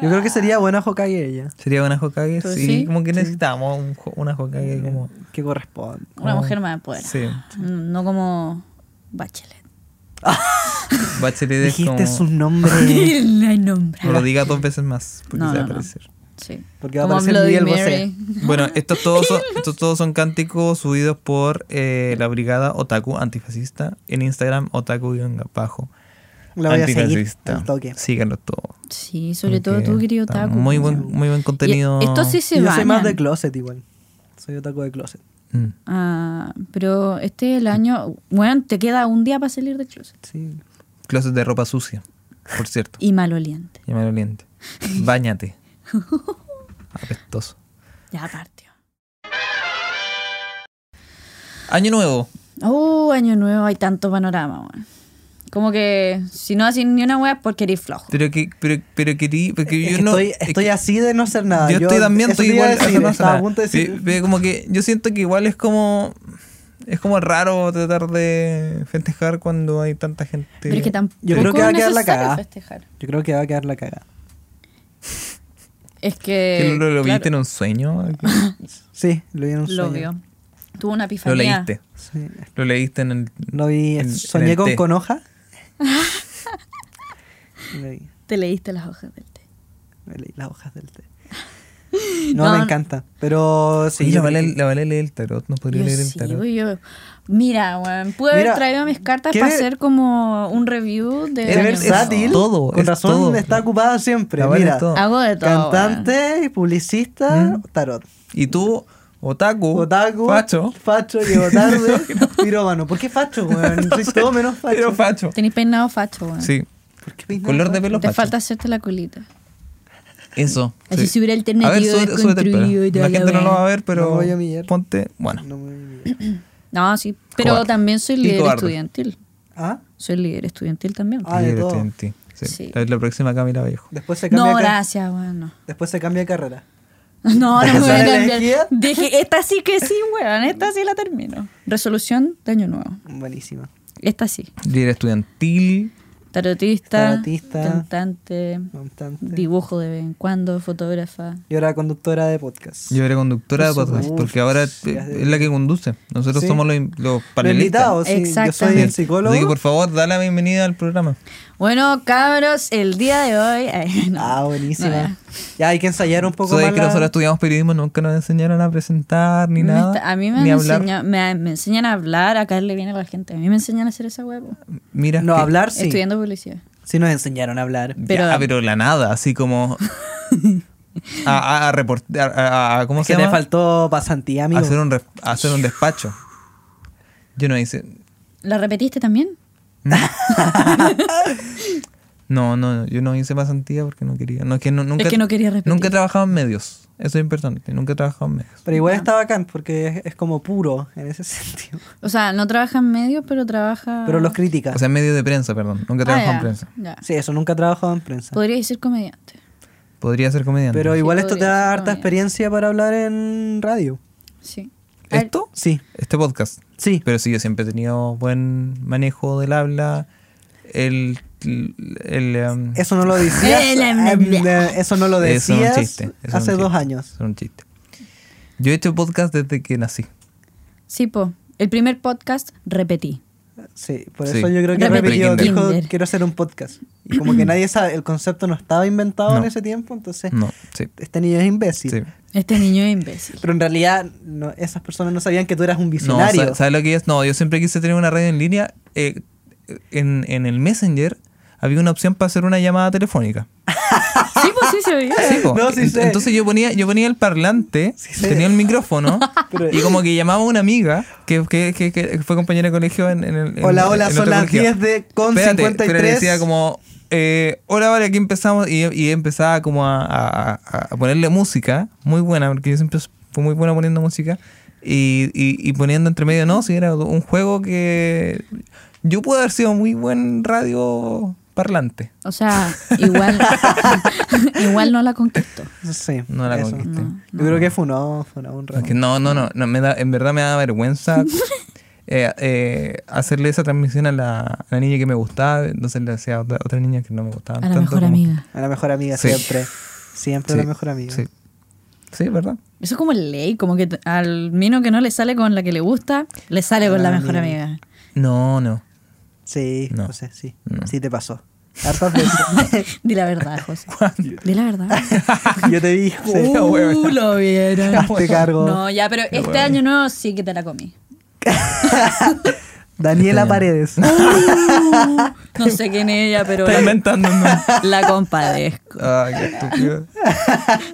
S3: Yo creo que sería buena Hokage ella.
S1: ¿Sería una Hokage?
S2: Pues
S1: sí,
S2: sí.
S1: como que necesitamos un jo- una Hokage como...
S3: Que corresponde.
S2: Una
S1: como-
S2: mujer más de poder.
S1: oh, Sí.
S2: No como Bachelet.
S1: Bachelet es
S3: Dijiste
S1: como...
S3: su nombre.
S1: *laughs* Eh,
S2: *laughs* la nombra.
S1: No lo diga dos veces más, porque
S2: No,
S1: se va a
S2: no, no.
S1: aparecer.
S2: Sí.
S3: Porque va a
S2: Como
S3: aparecer
S2: Bloody
S3: Miguel
S2: Mary.
S3: Bosé. *laughs*
S1: Bueno, estos todos son, estos todos son cánticos subidos por eh, la brigada Otaku Antifascista en Instagram, otaku-bajo.
S3: La voy a seguir. Al toque.
S1: Síganlo todo.
S2: Sí, sobre todo tú, querido
S1: está
S2: Taku.
S1: Muy buen, muy buen contenido.
S2: Esto sí se
S3: Yo
S2: va.
S3: soy más de closet igual. Soy otaku de closet.
S1: Mm.
S2: Ah, pero este es el año. Bueno, te queda un día para salir del closet.
S3: Sí.
S1: Closet de ropa sucia, por cierto.
S2: Y maloliente.
S1: Ya me lo aliente.
S3: *laughs*
S1: Báñate. Apestoso.
S2: Ya partió.
S1: Año nuevo.
S2: Oh, año nuevo, hay tanto panorama, weón. Como que si no haces ni una wea es porque eres flojo.
S1: Pero que, pero, pero querí, porque
S3: Es
S1: yo
S3: que
S1: no.
S3: estoy,
S1: es que-
S3: estoy así de no hacer nada.
S1: Yo, estoy también,
S3: Ah, eso
S1: estoy
S3: te iba a
S1: igual.
S3: decir,
S1: eso *laughs* no hace
S3: estaba
S1: nada.
S3: a punto de decir.
S1: Ve- ve como que yo siento que igual es como. Es como raro tratar de festejar cuando hay tanta gente.
S2: Pero es que tampoco
S3: Yo creo que va a
S2: es
S3: quedar la
S2: necesario
S3: cagada.
S2: festejar.
S3: Yo creo que va a quedar la cagada.
S2: Es
S1: Que
S2: que.
S1: lo, lo
S2: claro,
S1: viste en un
S2: *laughs*
S1: sueño.
S3: Sí, lo vi en un
S2: lo
S3: sueño.
S2: vio. Tuvo una
S1: Lo
S2: epifanía.
S1: leíste.
S3: Sí.
S1: Lo leíste en el.
S3: Lo vi.
S1: En- en
S3: soñé
S1: el
S3: con
S1: té.
S2: *laughs*
S3: Conoja. me, leí,
S2: Te leíste las hojas del té.
S3: me leí las hojas del té. No,
S2: No,
S3: me
S2: no.
S3: encanta. Pero sí.
S1: Oye,
S3: yo
S1: la vale,
S3: creo que-
S1: la vale leer el tarot. No podría
S2: Yo
S1: leer el
S2: sí,
S1: tarot.
S2: voy yo. Mira, weón, pude haber
S3: Mira,
S2: traído mis cartas
S3: qué
S2: para
S3: ver-
S2: hacer como un review de.
S3: Es
S1: Era-
S2: año
S3: versátil.
S1: es
S2: nuevo.
S1: todo,
S3: Con
S1: es
S3: razón
S1: todo.
S3: está ocupada siempre.
S1: La vale
S3: Mira,
S1: es todo. ¿Mm?
S2: Hago de todo.
S3: cantante, publicista, tarot.
S1: Y tú, Otaku.
S3: Otaku,
S1: Uh, Facho.
S3: Facho,
S1: *laughs*
S3: llego tarde, pirómano. ¿por qué facho, weón? Soy todo menos facho.
S1: Pero facho.
S2: weón. Tenés peinado facho, weón.
S1: Sí.
S3: ¿Por qué peinado
S1: Color de
S3: facho?
S1: pelo
S2: Te
S1: facho.
S2: falta hacerte la colita.
S1: Eso.
S2: Así
S1: sí.
S2: se hubiera alternativo
S1: A ver, sube- súbete el pelo.
S2: desconstruido y toda
S1: La
S2: la
S1: gente no lo
S2: wea.
S1: va a ver, pero.
S3: No voy a millar.
S1: ponte. Bueno.
S3: No me-
S2: No, sí. Pero
S1: Cobarde.
S2: también soy
S1: Y
S2: líder
S1: cobarde.
S2: estudiantil.
S3: ¿Ah?
S2: Soy líder estudiantil también.
S3: Ah, de
S1: Líder
S3: todo.
S1: estudiantil, sí.
S2: Sí.
S1: La, la próxima Camila Vallejo.
S3: Después se cambia
S2: no,
S3: de ca-
S2: gracias, weón. No.
S3: Después se cambia de carrera.
S2: *laughs* No, no me voy a
S3: ¿Sale
S2: cambiar.
S1: *laughs*
S3: elegida?
S2: Dije, esta sí que sí, weón. Esta sí la termino. Resolución de año nuevo.
S3: Buenísima.
S2: Esta sí.
S1: Líder estudiantil.
S2: Tarotista,
S3: Tarotista.
S2: cantante,
S3: Bastante.
S2: dibujo de vez en cuando, fotógrafa.
S3: Y ahora conductora de podcast.
S1: Yo era conductora de
S3: Por
S1: podcast,
S3: supuesto.
S1: porque ahora
S3: Sí, ya sé.
S1: es la que conduce. Nosotros
S3: Sí.
S1: somos los, los
S3: Los
S1: panelistas.
S3: invitados, sí. Yo soy
S2: Exactamente.
S3: el psicólogo.
S1: Así que por favor, da la bienvenida al programa.
S2: Bueno, cabros, el día de hoy. Ay, no.
S3: Ah,
S2: No,
S3: buenísima. ya hay que ensayar un poco
S1: Sabes
S3: más.
S1: que
S3: la-
S1: nosotros estudiamos periodismo, nunca nos enseñaron a presentar ni
S2: Me
S1: nada.
S2: está- a mí me,
S1: ni
S2: han
S1: hablar.
S2: enseña- me, me enseñan a hablar, a caerle bien a la gente. A mí me enseñan a hacer esa huevo.
S1: Mira,
S3: No,
S1: que-
S3: hablar sí.
S2: Estudiando publicidad.
S3: Sí nos enseñaron a hablar.
S1: ya, ah,
S2: pero-
S1: pero, la nada, así
S2: *laughs*
S1: como. a, a, a reportear. A, a- a- ¿Cómo
S3: Que
S1: se
S3: te
S1: llama?
S3: faltó pasantía, amigo.
S1: hacer, un, re- hacer un despacho. Yo no hice.
S2: ¿La repetiste también?
S1: No, no, yo no hice pasantía porque no quería. No, es que no- nunca,
S2: que no quería repetir.
S1: Nunca he trabajado en medios. Eso es importante. Nunca he trabajado en medios.
S3: Pero igual está bacán porque es, es como puro en ese *laughs* sentido.
S2: O sea, no trabaja en medios, pero trabaja.
S3: Pero los critica.
S1: O sea, en medios de prensa, perdón. Nunca he
S2: Ah,
S1: trabajado
S2: ya,
S1: en prensa.
S2: ya.
S3: sí, eso nunca he trabajado en prensa.
S2: Podría ser comediante.
S1: Podría ser comediante.
S3: Pero
S2: Sí,
S3: igual esto te
S2: podría ser
S3: da harta
S2: también.
S3: experiencia para hablar en radio.
S2: Sí.
S1: ¿Esto?
S3: Sí,
S1: Este podcast.
S3: sí.
S1: Pero sí, yo siempre he tenido buen manejo del habla. El. el, um,
S3: Eso no lo decías.
S2: Eh, *laughs* la- la-
S3: em, eh, eso no lo
S1: eso
S3: decías
S1: eso es
S3: hace
S1: un
S3: dos
S1: chiste,
S3: años.
S1: eso es un chiste. Yo he hecho podcast desde que nací.
S2: Sí, po. El primer podcast repetí.
S3: Sí, por
S1: Sí.
S3: eso yo creo que
S2: Repetí
S3: repetido
S1: Kinder.
S3: dijo
S2: Kinder.
S3: quiero hacer un podcast. Y como
S1: *clears throat*
S3: que nadie sabe, el concepto no estaba inventado en
S1: No.
S3: ese tiempo, entonces
S1: No, sí.
S3: este niño es imbécil.
S1: sí.
S2: Este niño es imbécil.
S3: Pero en realidad no- esas personas no sabían que tú eras un
S1: No,
S3: visionario.
S1: sa- ¿sabes lo que es? No, yo siempre quise tener una radio en línea. eh, en, en el Messenger había una opción para hacer una llamada telefónica.
S2: Sí, pues sí se veía.
S1: *laughs* Sí, po.
S3: No, sí
S1: Ent-
S3: sé.
S1: Entonces yo ponía, yo ponía el parlante,
S3: sé.
S1: tenía el micrófono
S3: *laughs* Pero-
S1: y como que llamaba a una amiga que, que- que- que fue compañera de colegio en, en el. en-
S3: Hola, hola,
S1: en
S3: son
S1: otro
S3: las
S1: colegio.
S3: 10 de con
S1: Espérate, Pero
S3: 53.
S1: decía como, eh, hola, vale, aquí empezamos. Y, y empezaba como a, a- a- a ponerle música, muy buena, porque yo siempre fui muy buena poniendo música. Y, y- y poniendo entre medio, no, si era un juego que yo pude haber sido muy buen radio parlante.
S2: O sea, igual, *laughs* igual no la conquistó.
S3: Sí,
S1: No la
S3: eso.
S1: conquisté.
S2: No.
S3: Yo creo que funó, funó un rato.
S1: Porque no, no, no, no, me da, en verdad me da
S2: *laughs*
S1: vergüenza eh, eh, hacerle esa transmisión a la, a la niña que me gustaba, entonces le hacía a otra, otra niña que no me gustaba.
S2: A la
S1: tanto
S2: mejor
S1: como-
S2: amiga.
S3: A la mejor amiga
S1: Sí.
S3: siempre. Siempre
S1: Sí,
S3: la mejor amiga.
S1: Sí. Sí, ¿verdad?
S2: Eso es como ley, como que t- al mino que no le sale con la que le gusta, le sale con la
S3: Ah,
S2: mejor
S3: mira.
S2: amiga. *laughs*
S1: No, no. *laughs*
S3: Sí,
S1: No.
S3: José, sí.
S1: No.
S3: Sí te pasó. Hartas veces. *laughs*
S2: Di la verdad, José. Di
S1: *laughs*
S2: la verdad.
S3: Yo te dije, sí,
S1: la huevona.
S2: *laughs* Uh, lo vieron.
S3: hazte cargo.
S2: No, ya, pero este
S1: huevona.
S2: año nuevo sí que te la comí.
S3: Daniela Paredes.
S1: *laughs*
S2: No sé quién es ella, pero
S1: Está
S2: la,
S1: inventando.
S2: *laughs*
S1: ¿no?
S2: la compadezco.
S1: Ay, qué estúpido.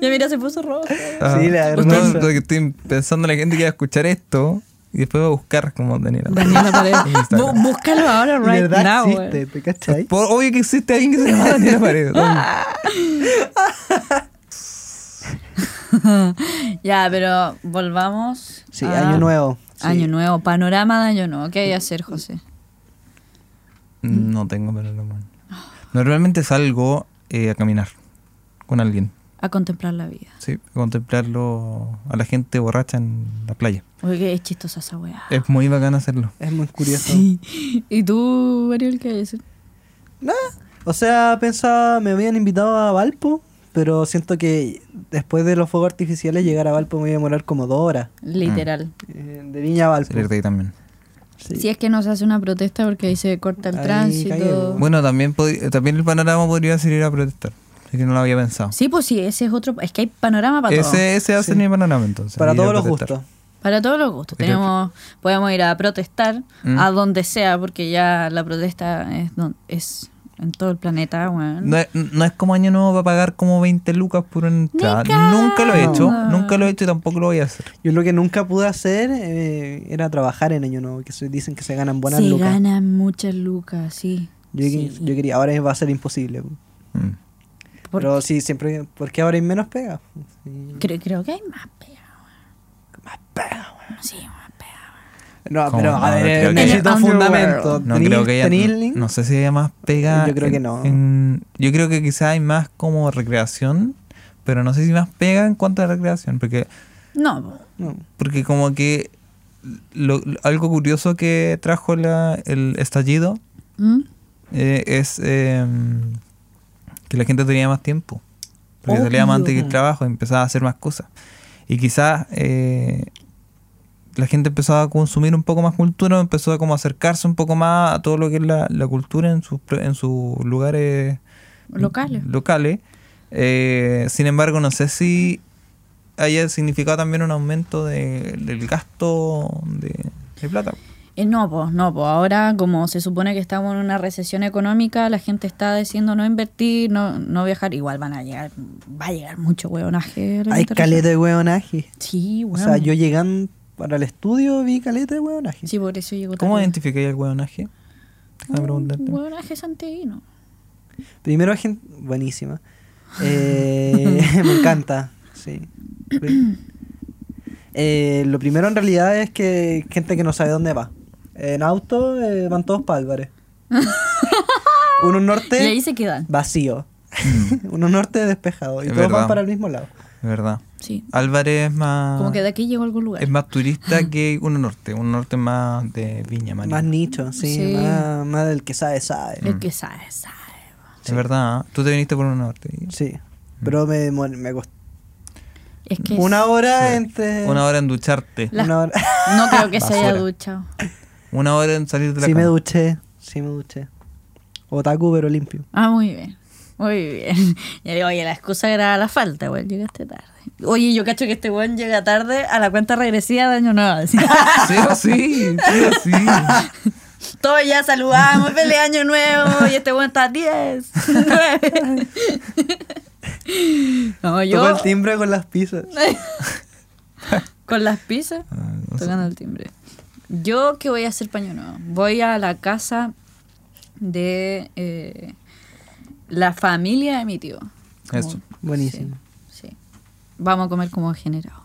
S2: Ya mira, se puso rojo.
S1: Ah,
S3: Sí, la
S1: no,
S3: vergüenza.
S1: porque estoy pensando en la gente que va a escuchar esto y después va a buscar como Daniela.
S2: Daniela Paredes.
S3: *laughs*
S1: En Instagram.
S2: Bú- Búscalo ahora,
S3: De
S2: right
S3: verdad
S2: now. eh.
S3: existe,
S2: güey.
S3: ¿te cachai?
S1: Por- obvio que existe alguien que se llama Daniela Paredes.
S2: *laughs* Ya, pero volvamos.
S3: Sí,
S2: a-
S3: año nuevo. Sí.
S2: Ah. Año nuevo, panorama de año nuevo. ¿Qué hay que hacer, José?
S1: No tengo pero no, bueno. Normalmente salgo eh, a caminar con alguien,
S2: A contemplar la vida.
S1: sí, a contemplarlo a la gente borracha en la playa.
S2: Oye, qué es chistosa esa weá.
S1: Es muy bacán hacerlo.
S3: Es muy curioso.
S2: ¿Y tú, Ariel, qué hay que hacer?
S3: Nada. O sea, pensaba, me habían invitado a Valpo, pero siento que después de los fuegos artificiales llegar a Valpo me iba a demorar como dos horas.
S2: Literal.
S3: Eh, de Viña a Valpo.
S1: Salir de ahí también.
S3: Sí.
S2: Si es que no se hace una protesta porque ahí se corta el
S3: Ahí
S2: tránsito.
S3: cayó.
S1: Bueno, también, pod- también el panorama podría salir a protestar. Así que no lo había pensado.
S2: Sí, pues sí, ese es otro. Es que hay panorama para todo.
S1: Ese, ese va a ser mi panorama entonces.
S3: Para
S1: ir a
S3: todos los
S1: protestar.
S3: gustos.
S2: Para todos los gustos.
S1: Creo que-
S2: Tenemos, podemos ir a protestar
S1: Mm.
S2: a donde sea, porque ya la protesta es, don- es en todo el planeta, weón.
S1: No es, no es como año nuevo va a pagar como 20 lucas por una entrada.
S2: Nunca.
S1: Nunca lo he hecho,
S2: No.
S1: nunca lo he hecho y tampoco lo voy a hacer.
S3: Yo lo que nunca pude hacer eh, era trabajar en Año Nuevo, que se- dicen que se ganan buenas
S2: Se
S3: lucas.
S2: ganan muchas lucas, sí.
S3: Yo,
S2: Sí.
S3: yo quería, ahora va a ser imposible.
S1: Mm.
S2: ¿Por
S3: Pero sí, siempre, porque ahora hay menos pega. Sí.
S2: Creo, creo que hay más pega, weón. Más pega, weón. Sí, más pega.
S3: No,
S1: ¿Cómo?
S3: pero
S1: No,
S3: a
S1: no
S3: ver,
S1: creo que
S3: necesito
S2: haya-
S3: fundamento.
S1: No
S3: ¿Tenís-
S1: creo que haya.
S3: tenís
S1: No,
S3: link?
S1: no sé si haya más pega.
S3: Yo creo que
S1: en-
S3: no.
S1: en- yo creo que quizá hay más como recreación, pero no sé si más pega en cuanto a recreación, porque
S2: No, po.
S3: No.
S1: porque como que lo- lo- algo curioso que trajo la, el estallido
S2: ¿Mm?
S1: eh, es eh, que la gente tenía más tiempo. Porque salía más
S2: Obvio.
S1: antes del trabajo y empezaba a hacer más cosas. Y quizás eh, la gente empezó a consumir un poco más cultura, empezó a como acercarse un poco más a todo lo que es la, la cultura en sus, pro- en sus lugares
S2: Locales.
S1: locales. Eh, sin embargo, no sé si haya significado también un aumento de- del gasto de, de plata.
S2: Eh, no, pues, no, pues ahora como se supone que estamos en una recesión económica, la gente está diciendo no invertir, no, no viajar, igual van a llegar, va a llegar mucho hueonaje. a la
S3: Hay
S2: gente
S3: caleta de hueonaje.
S2: región. Sí,
S3: O
S2: hueón.
S3: sea, yo llegando para el estudio vi caleta de hueonaje.
S2: Sí, por eso llegó
S1: ¿Cómo
S2: tarde. Uh,
S1: identificáis el hueonaje? Déjame preguntarte.
S2: Hueonaje santiaguino.
S3: Primero, gente
S2: *laughs*
S3: buenísima. Eh, *laughs* me encanta, sí. Eh, lo primero en realidad es que gente que no sabe dónde va. En auto eh, van todos
S2: *laughs*
S3: para Álvarez. Uno
S2: Y ahí
S3: norte
S2: se quedan.
S3: vacío. *laughs* Uno norte despejado.
S1: Mm. Es
S3: Y todos
S1: verdad.
S3: van para el mismo lado.
S1: Es verdad.
S2: Sí.
S1: Álvarez es más.
S2: Como que de aquí llegó a algún lugar.
S1: Ah. Es más
S2: *laughs*
S1: turista que uno norte. Uno norte más Mm. de viña, María.
S3: Más nicho, sí.
S2: Sí.
S3: Más, más del que sabe, sabe.
S2: El que sabe, sabe.
S1: Es verdad. ¿ah? Tú te viniste por uno norte.
S3: Sí.
S1: Mm.
S3: Pero me, demor- me costó
S2: Es que
S3: una hora entre...
S1: Una hora en ducharte.
S2: La-
S3: una hora.
S1: *laughs*
S2: no creo que se haya
S1: Basura.
S2: duchado.
S1: Una hora en salir de la
S3: Sí
S1: *laughs*
S3: me
S1: cama.
S3: duché, sí me duché. Otaku pero limpio.
S2: Ah, muy bien. Muy bien. *laughs* Ya digo, oye, la excusa era la falta, güey. Llegaste tarde. Oye, yo cacho que este weón llega
S1: *laughs*
S2: tarde a la cuenta regresiva de año nuevo. así. *laughs*
S1: Sí o sí. Sí o sí.
S2: Todos ya *laughs* saludamos, feliz año nuevo. Y este weón está *laughs* 10, 9. *laughs* No,
S3: Tocó
S2: yo
S3: el timbre con las pizzas.
S2: *laughs* con las pizzas,
S1: Ah, no sé.
S2: tocando el timbre. Yo, ¿qué voy a hacer paño nuevo? Voy a la casa de eh, la familia de mi tío.
S1: Eso.
S3: Buenísimo.
S2: Sí, sí. Vamos a comer como generado.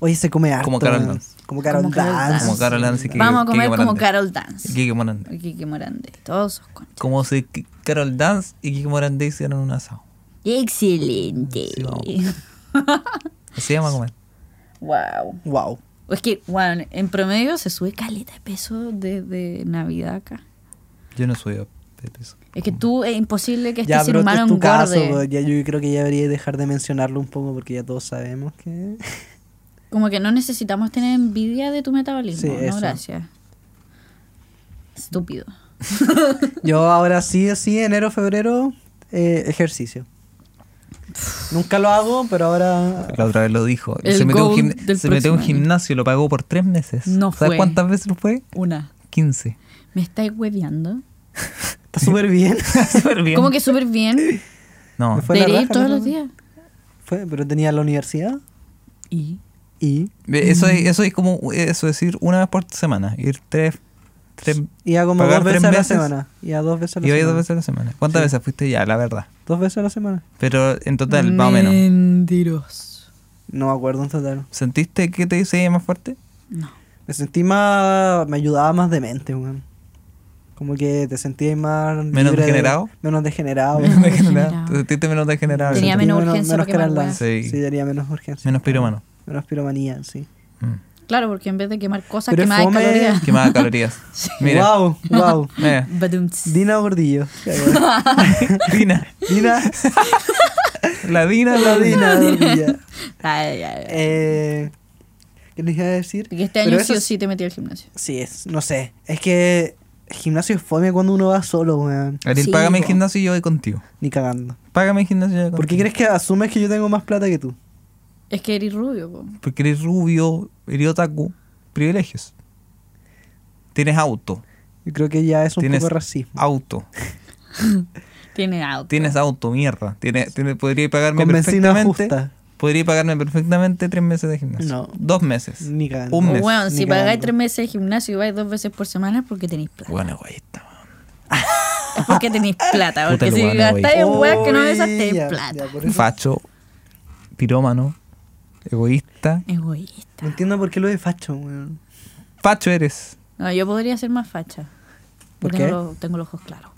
S3: Oye, se come harto.
S1: Como Carol
S3: weón.
S1: Dance.
S3: Como Carol
S2: Como Carol
S3: Dance.
S1: Como Carol Dance y Kike-
S2: Vamos a
S1: Kike
S2: comer como
S1: Morandé.
S2: Carol
S1: Y
S2: Dance.
S1: Kike Morandé.
S2: Y Kike Morandé. Todos sus conchas.
S1: Como si Ki- Carol Dance y Kike Morandé hicieran un asado.
S2: Excelente.
S1: Sí, vamos. Así vamos a comer.
S2: wow.
S3: Wow.
S2: Es que, bueno, en promedio se sube caleta de peso desde Navidad acá.
S1: Yo no soy de peso.
S2: Es que tú es imposible que este
S3: Ya,
S2: ser
S3: pero este
S2: humano
S3: es tu caso.
S2: engorde.
S3: weón. Ya, yo creo que ya debería dejar de mencionarlo un poco porque ya todos sabemos que. *laughs*
S2: Como que no necesitamos tener envidia de tu metabolismo.
S3: Sí,
S2: no,
S3: eso.
S2: gracias. Estúpido.
S3: Yo ahora sí, sí, enero, febrero, eh, ejercicio. Nunca lo hago, pero ahora.
S1: La otra vez lo dijo.
S2: El
S1: se metió, un
S2: goal
S1: gimna-
S2: del
S1: se metió a un
S2: próximo año.
S1: gimnasio, lo pagó por tres meses.
S2: No
S1: ¿Sabes
S2: fue.
S1: cuántas veces lo fue?
S2: Una.
S1: 15.
S2: ¿Me estáis hueveando?
S3: Está
S1: *laughs*
S3: súper bien.
S1: Súper bien.
S2: ¿Cómo que *laughs* súper bien?
S1: No,
S3: *laughs* Me fue la
S2: Debería ir
S3: raja,
S2: todos
S3: ¿no?
S2: los días.
S3: Fue, pero tenía la universidad
S2: Y
S3: y
S1: eso
S3: Mm.
S1: es, eso es como eso es ir una vez por semana. Ir tres. tres
S3: iba como
S1: pagar
S3: dos veces
S1: tres
S3: a la
S1: veces,
S3: semana. Iba dos veces a la
S1: Y hoy
S3: semana.
S1: dos veces a la semana. ¿Cuántas
S3: Sí.
S1: veces fuiste ya? La verdad.
S3: Dos veces a la semana.
S1: Pero en total,
S3: Mm,
S1: más o
S3: eh,
S1: menos.
S2: Mentiroso.
S3: No me acuerdo en total.
S1: ¿Sentiste que te hice más
S3: *laughs*
S1: fuerte?
S2: No.
S3: Me sentí más. Me ayudaba más demente, weón. Como que te sentías más.
S1: Menos
S3: libre de-
S1: degenerado.
S3: menos
S1: *laughs*
S3: degenerado.
S1: Menos
S3: weón.
S1: degenerado.
S2: degenerado.
S1: ¿Te sentiste menos degenerado?
S2: Tenía
S1: ¿Sentiste?
S2: menos urgencia,
S3: menos
S2: lo que más
S3: Carol
S2: weón.
S3: Dance.
S1: Sí.
S3: Sí. tenía menos urgencia.
S1: Menos piromano.
S3: Menos piromanía, sí.
S1: Mm.
S2: Claro, porque en vez de quemar cosas,
S3: Pero es
S2: quemaba
S1: *laughs*
S3: fome.
S2: calorías.
S3: *laughs*
S1: Quemaba calorías. Mira. *laughs*
S3: Wow, wow. *laughs*
S1: Mira.
S2: *laughs* Badumts.
S3: Dina Gordillo.
S1: Dina.
S3: Dina,
S2: *laughs*
S1: La Dina, la
S3: la
S1: Dina.
S3: Dina Gordillo.
S2: Ay, ay, ay.
S3: Eh, ¿Qué les iba a decir?
S2: Y este
S3: Pero
S2: año
S3: eso
S2: sí o
S3: es-
S2: sí te metí al gimnasio.
S3: Sí, es, no sé. Es que el gimnasio es fome cuando uno va solo, weón.
S1: Ariel,
S2: Sí,
S1: págame el
S2: po.
S1: gimnasio y yo voy contigo.
S3: Ni cagando.
S1: Págame el gimnasio y yo voy contigo.
S3: ¿Por qué crees que asumes que yo tengo más plata que tú?
S2: Es que eres rubio, po.
S1: Porque eres rubio, eres otaku, privilegios. Tienes auto,
S3: Yo creo que ya es un
S1: Tienes-
S3: poco racismo.
S1: auto,
S2: Tiene auto.
S1: tienes auto, mierda. Tiene, tiene- podría pagarme
S3: Con benzina
S1: perfectamente.
S3: justa.
S1: Podría pagarme perfectamente tres meses de gimnasio.
S3: No.
S1: Dos meses.
S3: Ni cagando.
S1: Un
S2: Oh,
S1: mes.
S2: weón,
S3: Ni
S2: si pagáis
S3: cagando.
S2: tres meses de gimnasio y vais dos veces por semana es porque tenéis plata.
S1: Bueno, egoísta. man.
S2: Es porque tenéis plata.
S1: Puta
S2: Porque
S1: el
S2: si
S1: weón,
S2: gastáis en
S3: Uy,
S2: weas que no besas,
S3: ya,
S2: tenéis
S3: ya,
S2: plata.
S3: por eso-
S1: Facho, pirómano, egoísta.
S2: Egoísta.
S3: No entiendo por qué lo de facho, weón.
S1: Facho eres.
S2: No, yo podría ser más facha.
S3: ¿Por
S2: Yo tengo
S3: qué?
S2: los- tengo los ojos claros.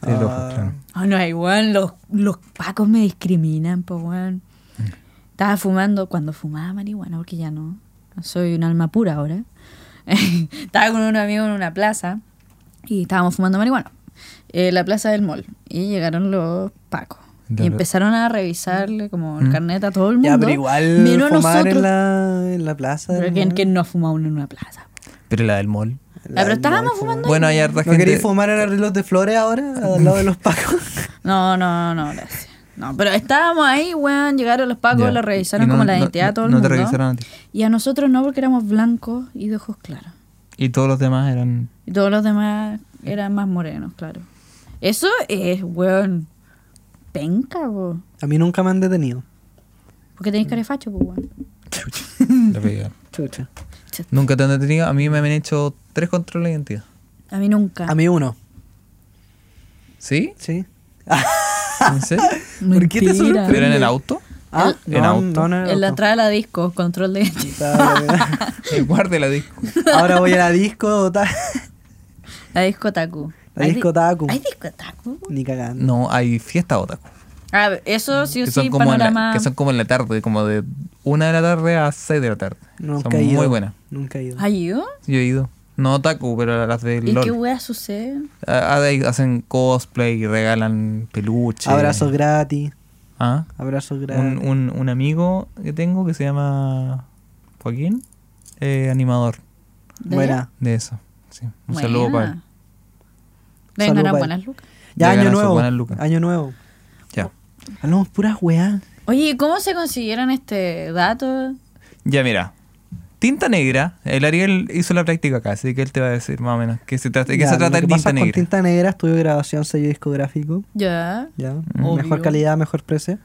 S1: Tienes los
S3: Ah.
S1: ojos, claro.
S2: Oh, no, igual los, los pacos me discriminan, pues, weón.
S3: Mm.
S2: Estaba fumando cuando fumaba marihuana, porque ya no. Soy un alma pura ahora. *laughs* Estaba con un amigo en una plaza y estábamos fumando marihuana. En la plaza del mall. Y llegaron los pacos.
S1: Ya,
S2: Y
S1: pero-
S2: empezaron a revisarle como el
S1: ¿Mm?
S2: carnet a todo el mundo.
S3: Ya, pero igual
S2: Menos a
S3: fumar
S2: nosotros.
S3: en la, en la plaza.
S2: Pero
S3: del
S2: ¿quién,
S3: mall.
S2: quién no ha fumado uno en una plaza?
S1: Pero la del mall.
S3: La
S2: Ah, pero
S3: del mall,
S2: estábamos
S3: fumar.
S2: fumando.
S1: Bueno, hay harta
S3: ¿No
S1: gente.
S3: queréis fumar en arreglos de flores ahora? Al lado de los pacos. *laughs*
S2: No, no, no, gracias. No, pero estábamos ahí, weón. Llegaron los pacos,
S1: Ya.
S2: lo
S1: Y
S2: revisaron
S1: no-
S2: como la
S1: no-
S2: identidad a todo el
S1: no
S2: mundo.
S1: te revisaron a ti.
S2: Y a nosotros no, porque éramos blancos y de ojos claros.
S1: Y todos los demás
S3: *laughs*
S1: eran.
S2: Y todos los demás eran más morenos, claro. Eso es, weón, penca, weón.
S3: A mí nunca me han detenido.
S2: Porque tenéis carefacho, pues, weón.
S1: La pegaron.
S3: Chucha.
S1: Nunca te han detenido. A mí me han hecho tres controles de identidad.
S2: A mí nunca.
S3: A mí uno.
S1: ¿Sí?
S3: Sí.
S1: ¿En serio?
S3: ¿por qué
S2: *laughs*
S3: te
S2: Mentira.
S1: ¿Pero en el
S2: *laughs*
S1: auto?
S3: Ah,
S1: El- en
S3: no,
S1: auto.
S3: no, no, no,
S2: En la
S3: *laughs* no.
S2: entrada de la disco, control de...
S3: Está
S1: El guardia de Eh, la disco.
S3: bien. Ahora voy a la disco. ta-
S2: la disco Taku.
S3: La
S2: ¿Hay
S3: disco
S2: di-
S3: Taku.
S2: ¿Hay disco Taku?
S3: Ni cagando.
S1: No, hay fiesta otaku.
S2: Ah, eso sí o
S1: Que
S2: sí,
S1: son, como en la,
S2: panorama...
S1: que son como en la tarde, como de una de la tarde a seis de la tarde.
S3: Nunca
S1: son
S3: he ido.
S1: muy buenas.
S3: Nunca he ido.
S2: ¿Hay ido?
S1: Yo he ido. No otaku, pero las de
S2: ¿Y qué
S1: LOL.
S2: weas suceden?
S1: Ah, ah, de- hacen cosplay, regalan peluches.
S3: Abrazos gratis.
S1: Ah,
S3: Abrazos gratis.
S1: un, un- un amigo que tengo que se llama Joaquín, eh, animador
S2: ¿De
S3: Buena.
S1: de eso. Sí. Un saludo para él.
S2: Buena. Deben ganar
S3: Saludo para él.
S2: buenas lucas.
S3: Ya,
S1: Llegan a
S3: año
S1: sus
S3: nuevo.
S1: buenas lucas.
S3: Año nuevo.
S1: Ya. Ah,
S3: Hablamos puras weá.
S2: Oye, ¿y ¿cómo se consiguieron este dato?
S1: Ya, mira. Tinta negra, el Ariel hizo la práctica acá, así que él te va a decir más o menos qué se trata, de qué
S3: Ya,
S1: se
S3: lo
S1: trata
S3: que
S1: el tinta
S3: pasa es
S1: negra.
S3: Con tinta negra, estudio de grabación, sello discográfico.
S2: Ya.
S3: Ya.
S2: Obvio.
S3: Mejor calidad, mejor precio.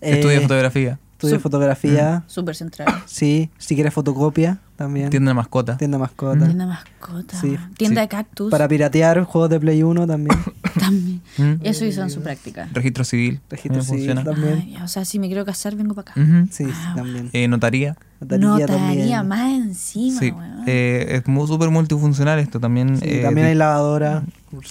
S3: Eh,
S1: Estudio de fotografía,
S3: estudio de
S2: Su-
S3: fotografía.
S2: Súper central.
S3: Sí, si quieres fotocopia también.
S1: tienda
S3: Tienda,
S1: de mascota.
S3: mascota.
S2: Tienda mascota.
S3: Sí,
S2: man. Tienda
S1: sí.
S2: de cactus.
S3: Para piratear juegos de Play 1 también.
S2: También.
S1: Mm.
S2: Eso hizo en su práctica.
S1: Registro civil.
S3: Registro
S1: eh,
S3: civil
S1: funciona.
S3: También.
S2: Ay, o sea, si me quiero casar, vengo para acá.
S1: Ujú.
S3: Sí, sí,
S2: Ah,
S3: también.
S1: Eh, notaría.
S3: Notaría
S2: Notaría
S3: también.
S2: más encima,
S1: Sí.
S2: weón.
S1: Eh, es mu- súper multifuncional esto también.
S3: Sí,
S1: eh,
S3: también
S1: di- Mm.
S3: hay lavadora,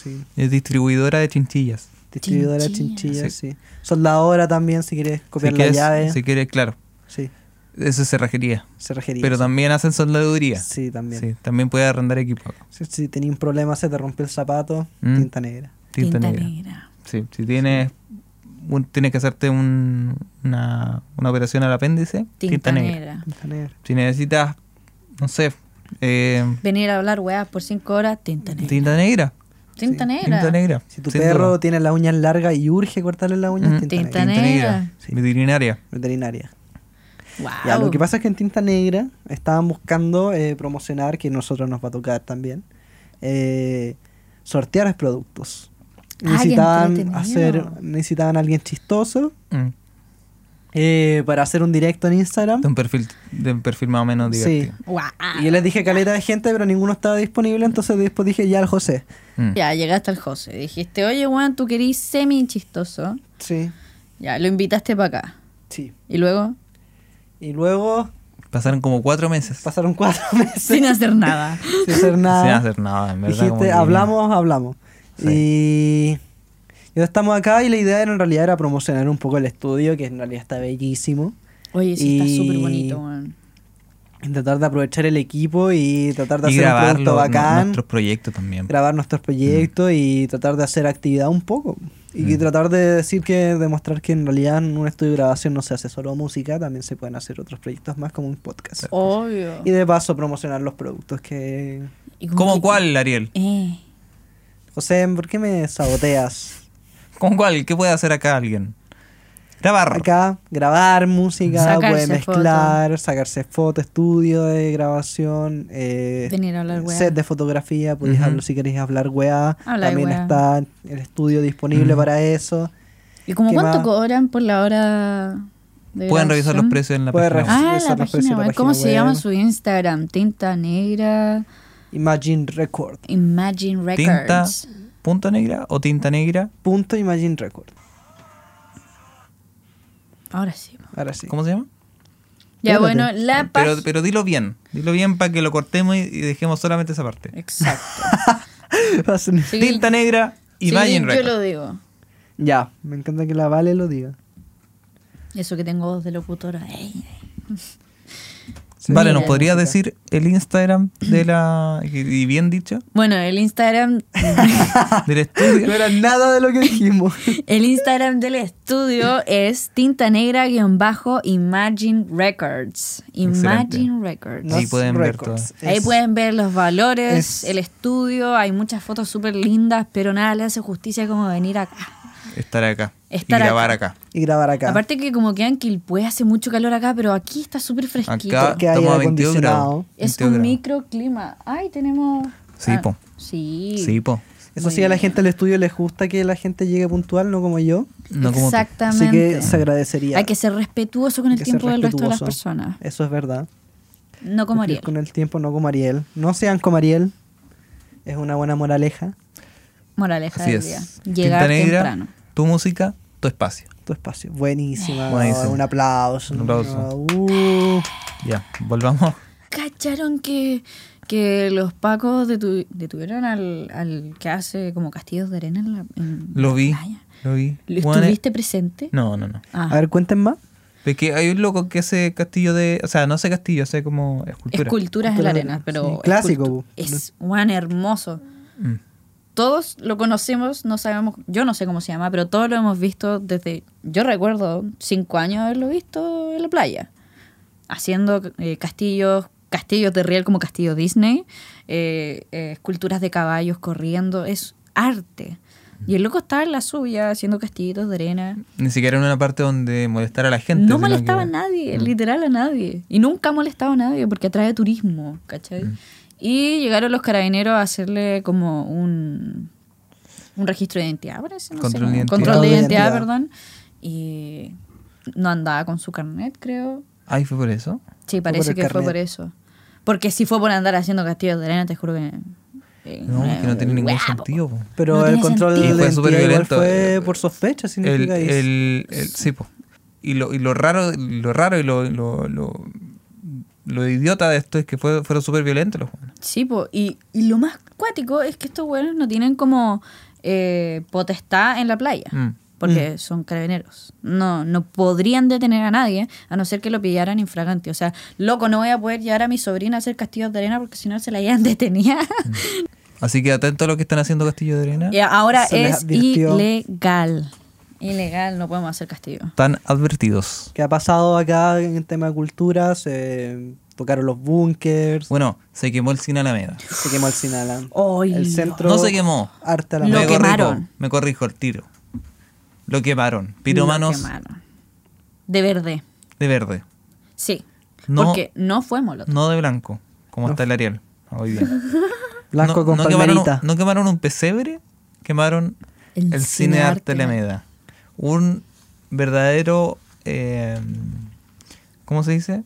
S3: sí,
S1: Es distribuidora de chinchillas.
S3: distribuidora de
S2: Chinchillas.
S3: chinchillas, sí. Soldadora también, si quieres copiar
S1: si
S3: la
S1: quieres,
S3: llave.
S1: si quieres, claro.
S3: Sí,
S1: Eso es cerrajería.
S3: cerrajería.
S1: Pero también hacen soldaduría.
S3: Sí, también.
S1: Sí, también puede arrendar equipo.
S3: Si, si tenías un problema, se te rompió el zapato,
S1: Mm.
S3: tinta negra.
S1: Tinta negra.
S2: negra.
S1: Sí, si tienes, un- tienes que hacerte un- una, una operación al apéndice, tinta, negra.
S3: Tinta negra.
S1: Si necesitas, no sé, eh,
S2: Venir a hablar weas por cinco horas, tinta negra.
S1: tinta negra.
S2: Tinta
S3: Sí.
S2: negra.
S1: Tinta negra.
S3: Si tu
S1: sin
S3: perro
S1: duda. Mm.
S3: tiene las uñas largas y urge cortarle las uñas,
S1: Ujú.
S3: tinta,
S2: Mm. Tinta
S3: negra.
S1: Tinta negra.
S2: negra.
S1: Sí. Veterinaria.
S3: Veterinaria.
S2: Wow.
S3: Ya, lo que pasa es que en Tinta Negra estaban buscando eh, promocionar, que nosotros nos va a tocar también, eh, sortear productos.
S2: Ay,
S3: Necesitaban
S2: entretenido.
S3: hacer, necesitaban a alguien chistoso
S1: Mm.
S3: ¿Ah? eh, para hacer un directo en Instagram.
S1: De un perfil, de un perfil más o menos
S3: Sí.
S1: divertido.
S2: Guau.
S3: Y yo les dije caleta de gente, pero ninguno estaba disponible, entonces después dije ya al José.
S1: Mm.
S2: Ya llegaste al José. Dijiste, oye, Juan, tú querís semi chistoso.
S3: Sí,
S2: Ya, lo invitaste para acá.
S3: sí.
S2: Y luego,
S3: Y luego
S1: Pasaron como cuatro meses
S3: pasaron cuatro *laughs* meses
S2: sin hacer nada.
S3: sin hacer nada.
S1: sin hacer nada, en verdad. como
S3: Dijiste,
S1: que-
S3: hablamos, hablamos.
S1: Sí.
S3: Y y ahora estamos acá y la idea era, en realidad era promocionar un poco el estudio, que en realidad está bellísimo.
S2: Oye, sí,
S3: Y-
S2: está súper bonito, Juan.
S3: Y Tratar de aprovechar el equipo y tratar de
S1: Y
S3: hacer un
S1: grabar
S3: producto
S1: lo- no-
S3: bacán,
S1: nuestros proyectos también.
S3: grabar nuestros proyectos y tratar de hacer actividad un poco. Y
S1: Mm.
S3: que tratar de decir que, demostrar que en realidad en un estudio de grabación no se hace solo música, también se pueden hacer otros proyectos más como un podcast.
S2: Obvio.
S3: Y de paso promocionar los productos que...
S2: Y como
S1: ¿Cómo
S2: que-
S1: cuál, Ariel?
S2: Eh.
S3: José, ¿por qué me saboteas?
S1: ¿Cómo cuál? ¿Qué puede hacer acá alguien? Grabar.
S3: acá grabar música,
S2: Sacarse
S3: puede mezclar, sacarse fotos, estudio de grabación, eh,
S2: Venir a hablar weá.
S3: set de fotografía, podéis
S1: Ujú.
S3: hablar- si queréis hablar weá,
S2: Habla de
S3: también
S2: weá.
S3: está el estudio disponible
S1: Ujú.
S3: para eso.
S2: ¿Y como
S3: ¿Qué
S2: cuánto
S3: más?
S2: cobran por la hora de
S1: Pueden revisar los
S2: grabación?
S1: precios en la
S3: Pueden
S1: página. web.
S3: revisar.
S2: Ah,
S3: Esa
S2: la
S3: es la
S2: página
S3: página
S2: web. ¿Cómo se
S3: web.
S2: llama su Instagram? Tinta Negra
S3: Imagine Record.
S2: Imagine
S1: Tinta
S2: Records.
S1: punto negra o tinta negra.
S3: Punto Imagine Record.
S2: Ahora sí.
S3: Ahora sí. *laughs*
S1: ¿Cómo se llama?
S2: Ya,
S3: Espérate.
S2: bueno, la
S1: Pero, *laughs*
S2: página...
S1: pero dilo bien. Dilo bien para que lo cortemos y, y dejemos solamente esa parte.
S2: Exacto.
S3: Pasen-
S2: Sí,
S1: Tinta negra,
S2: sí,
S1: Imagine
S2: Yo
S1: Records.
S2: lo digo.
S3: ya, me encanta que la Vale lo diga.
S2: Eso que tengo voz de locutora. Ey, ey.
S3: Sí,
S1: Vale,
S2: Mira,
S1: ¿nos podría
S3: música.
S1: decir el Instagram de la. y- y bien dicho?
S2: Bueno, el
S3: *laughs*
S2: Instagram...
S1: Del
S3: *laughs* No *laughs*
S1: estudio.
S3: era nada de lo que *laughs* dijimos.
S2: el Instagram del estudio es tinta negra-imagine records. Imagine Records.
S1: No, Ahí pueden ver
S3: Records.
S2: Ahí
S3: Es-
S2: pueden ver los valores,
S3: es-
S2: el estudio, hay muchas fotos súper lindas, pero nada le hace justicia como venir acá.
S1: Estar acá.
S2: Estar
S1: y grabar
S2: acá.
S1: acá.
S3: Y grabar acá.
S2: Aparte que como queda en Quilpué hace mucho calor acá, pero aquí está súper fresquito.
S1: Acá
S3: Porque hay
S1: estamos a
S3: aire
S1: 22 grados.
S3: acondicionado.
S2: es
S1: 22
S2: un
S1: grados.
S2: microclima. Ay, tenemos...
S1: Sí, po.
S2: Sí.
S1: Sí, po.
S3: Eso
S2: Muy
S3: sí, a la
S2: bien.
S3: gente del estudio les gusta que la gente llegue puntual, no como yo.
S1: No como tú.
S2: Exactamente.
S3: Así que se agradecería.
S2: Hay que ser respetuoso con
S3: Hay
S2: el
S3: que
S2: tiempo
S3: ser
S2: del resto de las
S3: respetuoso.
S2: personas.
S3: Eso es verdad.
S2: No como
S3: Cumplir
S2: Ariel.
S3: Con el tiempo, no como Ariel. No sean como Ariel. Es una buena moraleja.
S2: Moraleja
S1: Así
S2: del
S1: es.
S2: día. Llegar
S1: tinta negra,
S2: temprano.
S1: tu música, tu espacio.
S3: Tu espacio. Buenísima.
S1: Buenísimo.
S3: Un aplauso.
S1: Un aplauso.
S3: Uh,
S1: Ya, volvamos.
S2: ¿Cacharon que, que los pacos detu- detuvieron al, al que hace como castillos de arena en la en
S1: Lo
S2: la
S1: vi.
S2: playa?
S1: Lo vi.
S2: ¿Lo
S1: Bueno, eh,
S2: ¿Estuviste presente?
S1: No, no, no.
S2: Ah,
S3: A ver, cuenten más.
S1: Es que hay un loco que hace castillo de. O sea, no hace castillo, hace como escultura.
S2: esculturas en la arena, pero...
S3: Sí, clásico, bu.
S2: Es Juan hermoso.
S1: Mm.
S2: Todos lo conocemos, no sabemos, yo no sé cómo se llama, pero todos lo hemos visto desde, yo recuerdo, cinco años haberlo visto en la playa, haciendo eh, castillos, castillos de riel como castillo Disney, eh, eh, esculturas de caballos corriendo, es arte. Y el loco estaba en la suya haciendo castillitos de arena.
S1: Ni siquiera en una parte donde molestar a la gente.
S2: No
S1: sino
S2: molestaba a
S1: que- Mm.
S2: nadie, literal a nadie. Y nunca ha molestado a nadie porque atrae turismo, ¿cachai?
S1: Mm.
S2: Y llegaron los carabineros a hacerle como un, un registro de identidad, parece. No
S1: Control
S2: sé,
S1: de
S2: un
S1: identidad.
S2: Control de
S3: Control de
S2: identidad,
S3: identidad.
S2: perdón. Y no andaba con su carnet, creo.
S1: Ay, fue por eso.
S2: Sí,
S3: por
S2: parece
S3: el
S2: que fue
S3: carnet.
S2: por eso. Porque si fue por andar haciendo castillos de arena, te juro que... eh,
S1: No, que no tiene ningún
S2: hueá, po.
S1: sentido. po.
S3: Pero
S2: No
S3: el
S2: tiene
S3: control
S2: sentido.
S1: Y
S3: de
S1: fue
S3: identidad
S1: súper
S3: igual
S1: violento.
S3: fue por sospecha,
S1: El,
S3: significa. y-
S1: el, el- sí, po. Y lo, y lo raro, lo raro y lo, lo, lo, lo idiota de esto es que fue, fueron súper violentos los jóvenes.
S2: Sí, po, y, y lo más cuático es que estos güeyes no tienen como eh, potestad en la playa,
S1: Mm.
S2: porque son carabineros. No, no podrían detener a nadie, a no ser que lo pillaran infragante. O sea, loco, no voy a poder llevar a mi sobrina a hacer castillos de arena porque si no se la *laughs* llevan detenida.
S1: Así que atento a lo que están haciendo Castillo de Arena.
S2: y ahora
S3: Se les
S2: es
S3: advirtió.
S2: ilegal. Ilegal, no podemos hacer castillo.
S1: Están advertidos.
S3: que ha pasado acá en tema de culturas, eh, tocaron los bunkers,
S1: Bueno, se quemó el cine Alameda.
S3: se quemó el Sinala.
S2: Ay,
S3: el
S2: no.
S3: centro.
S1: No se quemó.
S3: Harta la
S2: Lo
S1: me
S3: madre.
S1: corrijo,
S2: quemaron.
S1: me corrijo el tiro. Lo quemaron. Piromanos
S2: Lo quemaron. De verde,
S1: de verde.
S2: sí.
S1: No.
S2: Porque no fue molotov.
S1: No de blanco, como está el Ariel hoy día.
S3: Blanco
S1: No-
S3: con
S1: no quemaron,
S3: palmerita.
S1: no quemaron un pesebre, quemaron el,
S2: El
S1: cine de arte
S2: Cinearte.
S1: Alameda. Un verdadero. eh, ¿Cómo se dice?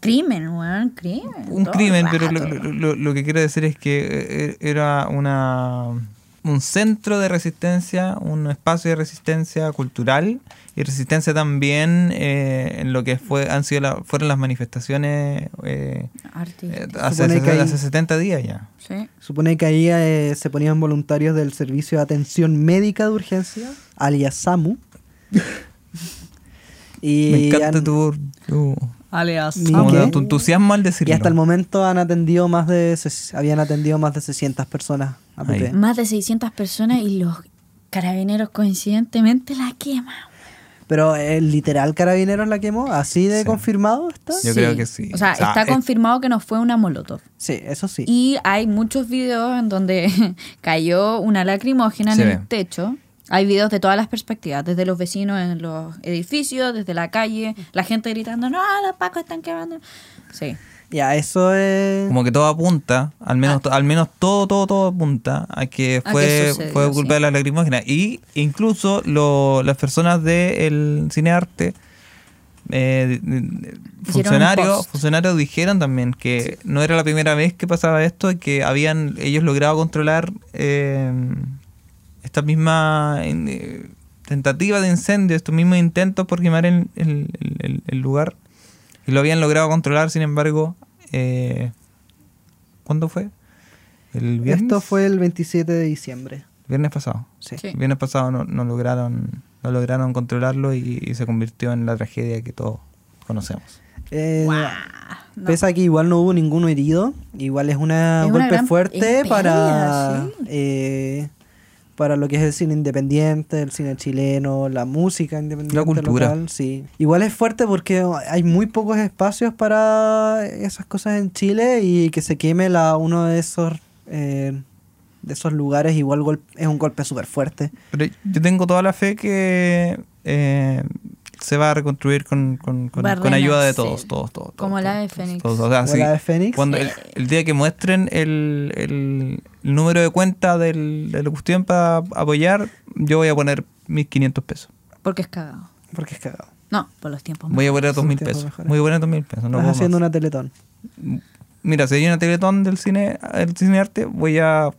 S2: Crimen, weón, crimen.
S1: Un
S2: todo el
S1: crimen, pero lo,
S2: rato.
S1: lo- lo- lo que quiero decir es que eh, era una un centro de resistencia, un espacio de resistencia cultural y resistencia también eh, en lo que fue han sido la- fueron las manifestaciones eh,
S2: Artista.
S1: eh, hace,
S3: Supone que hay-
S1: hace 70 días ya.
S2: Sí.
S3: Supone que ahí eh, se ponían voluntarios del Servicio de Atención Médica de Urgencia,
S1: *laughs*
S3: alias SAMU. y
S1: Me encanta
S3: han-
S1: tu, Uh. tu-
S2: Alias.
S3: Ni-
S1: como
S3: ¿qué?
S1: la- tu entusiasmo al decirlo.
S3: y hasta el momento han atendido más de ses- habían atendido más de 600 personas. a
S1: Ahí.
S3: PP.
S2: Más de 600 personas y los carabineros coincidentemente la queman.
S3: Pero eh, literal Carabineros la quemó, así de
S1: Sí.
S3: confirmado está.
S1: Yo creo que sí.
S2: O sea,
S1: O sea,
S2: está
S1: es-
S2: confirmado que no fue una molotov.
S3: Sí, eso sí.
S2: Y hay muchos videos en donde *laughs* cayó una lacrimógena
S1: Se
S2: en
S1: ve.
S2: el techo. Hay videos de todas las perspectivas, desde los vecinos en los edificios, desde la calle, la gente gritando, no, los pacos están quemando. Sí.
S3: Ya, eso es.
S1: Como que todo apunta, al menos, al menos todo, todo, todo apunta a que
S2: A
S1: fue,
S2: que sucedió,
S1: fue culpa
S2: sí.
S1: de las lacrimógenas. Y incluso lo- las personas del cinearte, eh, de- de- funcionarios,
S2: post.
S1: funcionarios dijeron también que no era la primera vez que pasaba esto y que habían ellos logrado controlar eh, esta misma eh, tentativa de incendio, estos mismos intentos por quemar el, el- el- el- el lugar. Y lo habían logrado controlar, sin embargo, eh, ¿cuándo fue? ¿El viernes?
S3: Esto fue el 27 de diciembre.
S1: Viernes pasado.
S3: Sí.
S2: Sí.
S1: El viernes pasado no, no lograron no lograron controlarlo y, y se convirtió en la tragedia que todos conocemos.
S3: Eh,
S2: Guau, no.
S3: Pese a que igual no hubo ninguno herido, igual es una
S2: Es
S3: un
S2: una
S3: golpe
S2: gran
S3: fuerte
S2: pérdida,
S3: para
S2: sí.
S3: eh, para lo que es el cine independiente, el cine chileno, la música independiente,
S1: La cultura.
S3: local, sí. Igual es fuerte porque hay muy pocos espacios para esas cosas en Chile y que se queme la uno de esos eh, de esos lugares igual gol- es un golpe súper fuerte.
S1: Pero yo tengo toda la fe que eh, se va a reconstruir con, con- con-
S2: Va a
S1: con ayuda de
S2: renacer.
S1: todos, todos, todos.
S2: Como
S1: todos,
S2: la de
S1: todos,
S2: Fénix.
S1: todos, todos. O sea,
S3: Como
S1: sí,
S3: la de Fénix. eh.
S1: Cuando el, el día que muestren el, el- el número de cuenta del, de la cuestión para apoyar, yo voy a poner mis 500 pesos.
S2: Porque es cagado.
S3: Porque es cagado.
S2: No, por los tiempos.
S1: Voy a poner
S3: Son
S1: 2.000
S3: tiempos
S1: pesos.
S3: mejores.
S1: Voy a poner 2.000 pesos. No
S3: Estás
S1: puedo
S3: haciendo
S1: más.
S3: una teletón.
S1: Mira, si hay una teletón del cine, el cine arte, voy a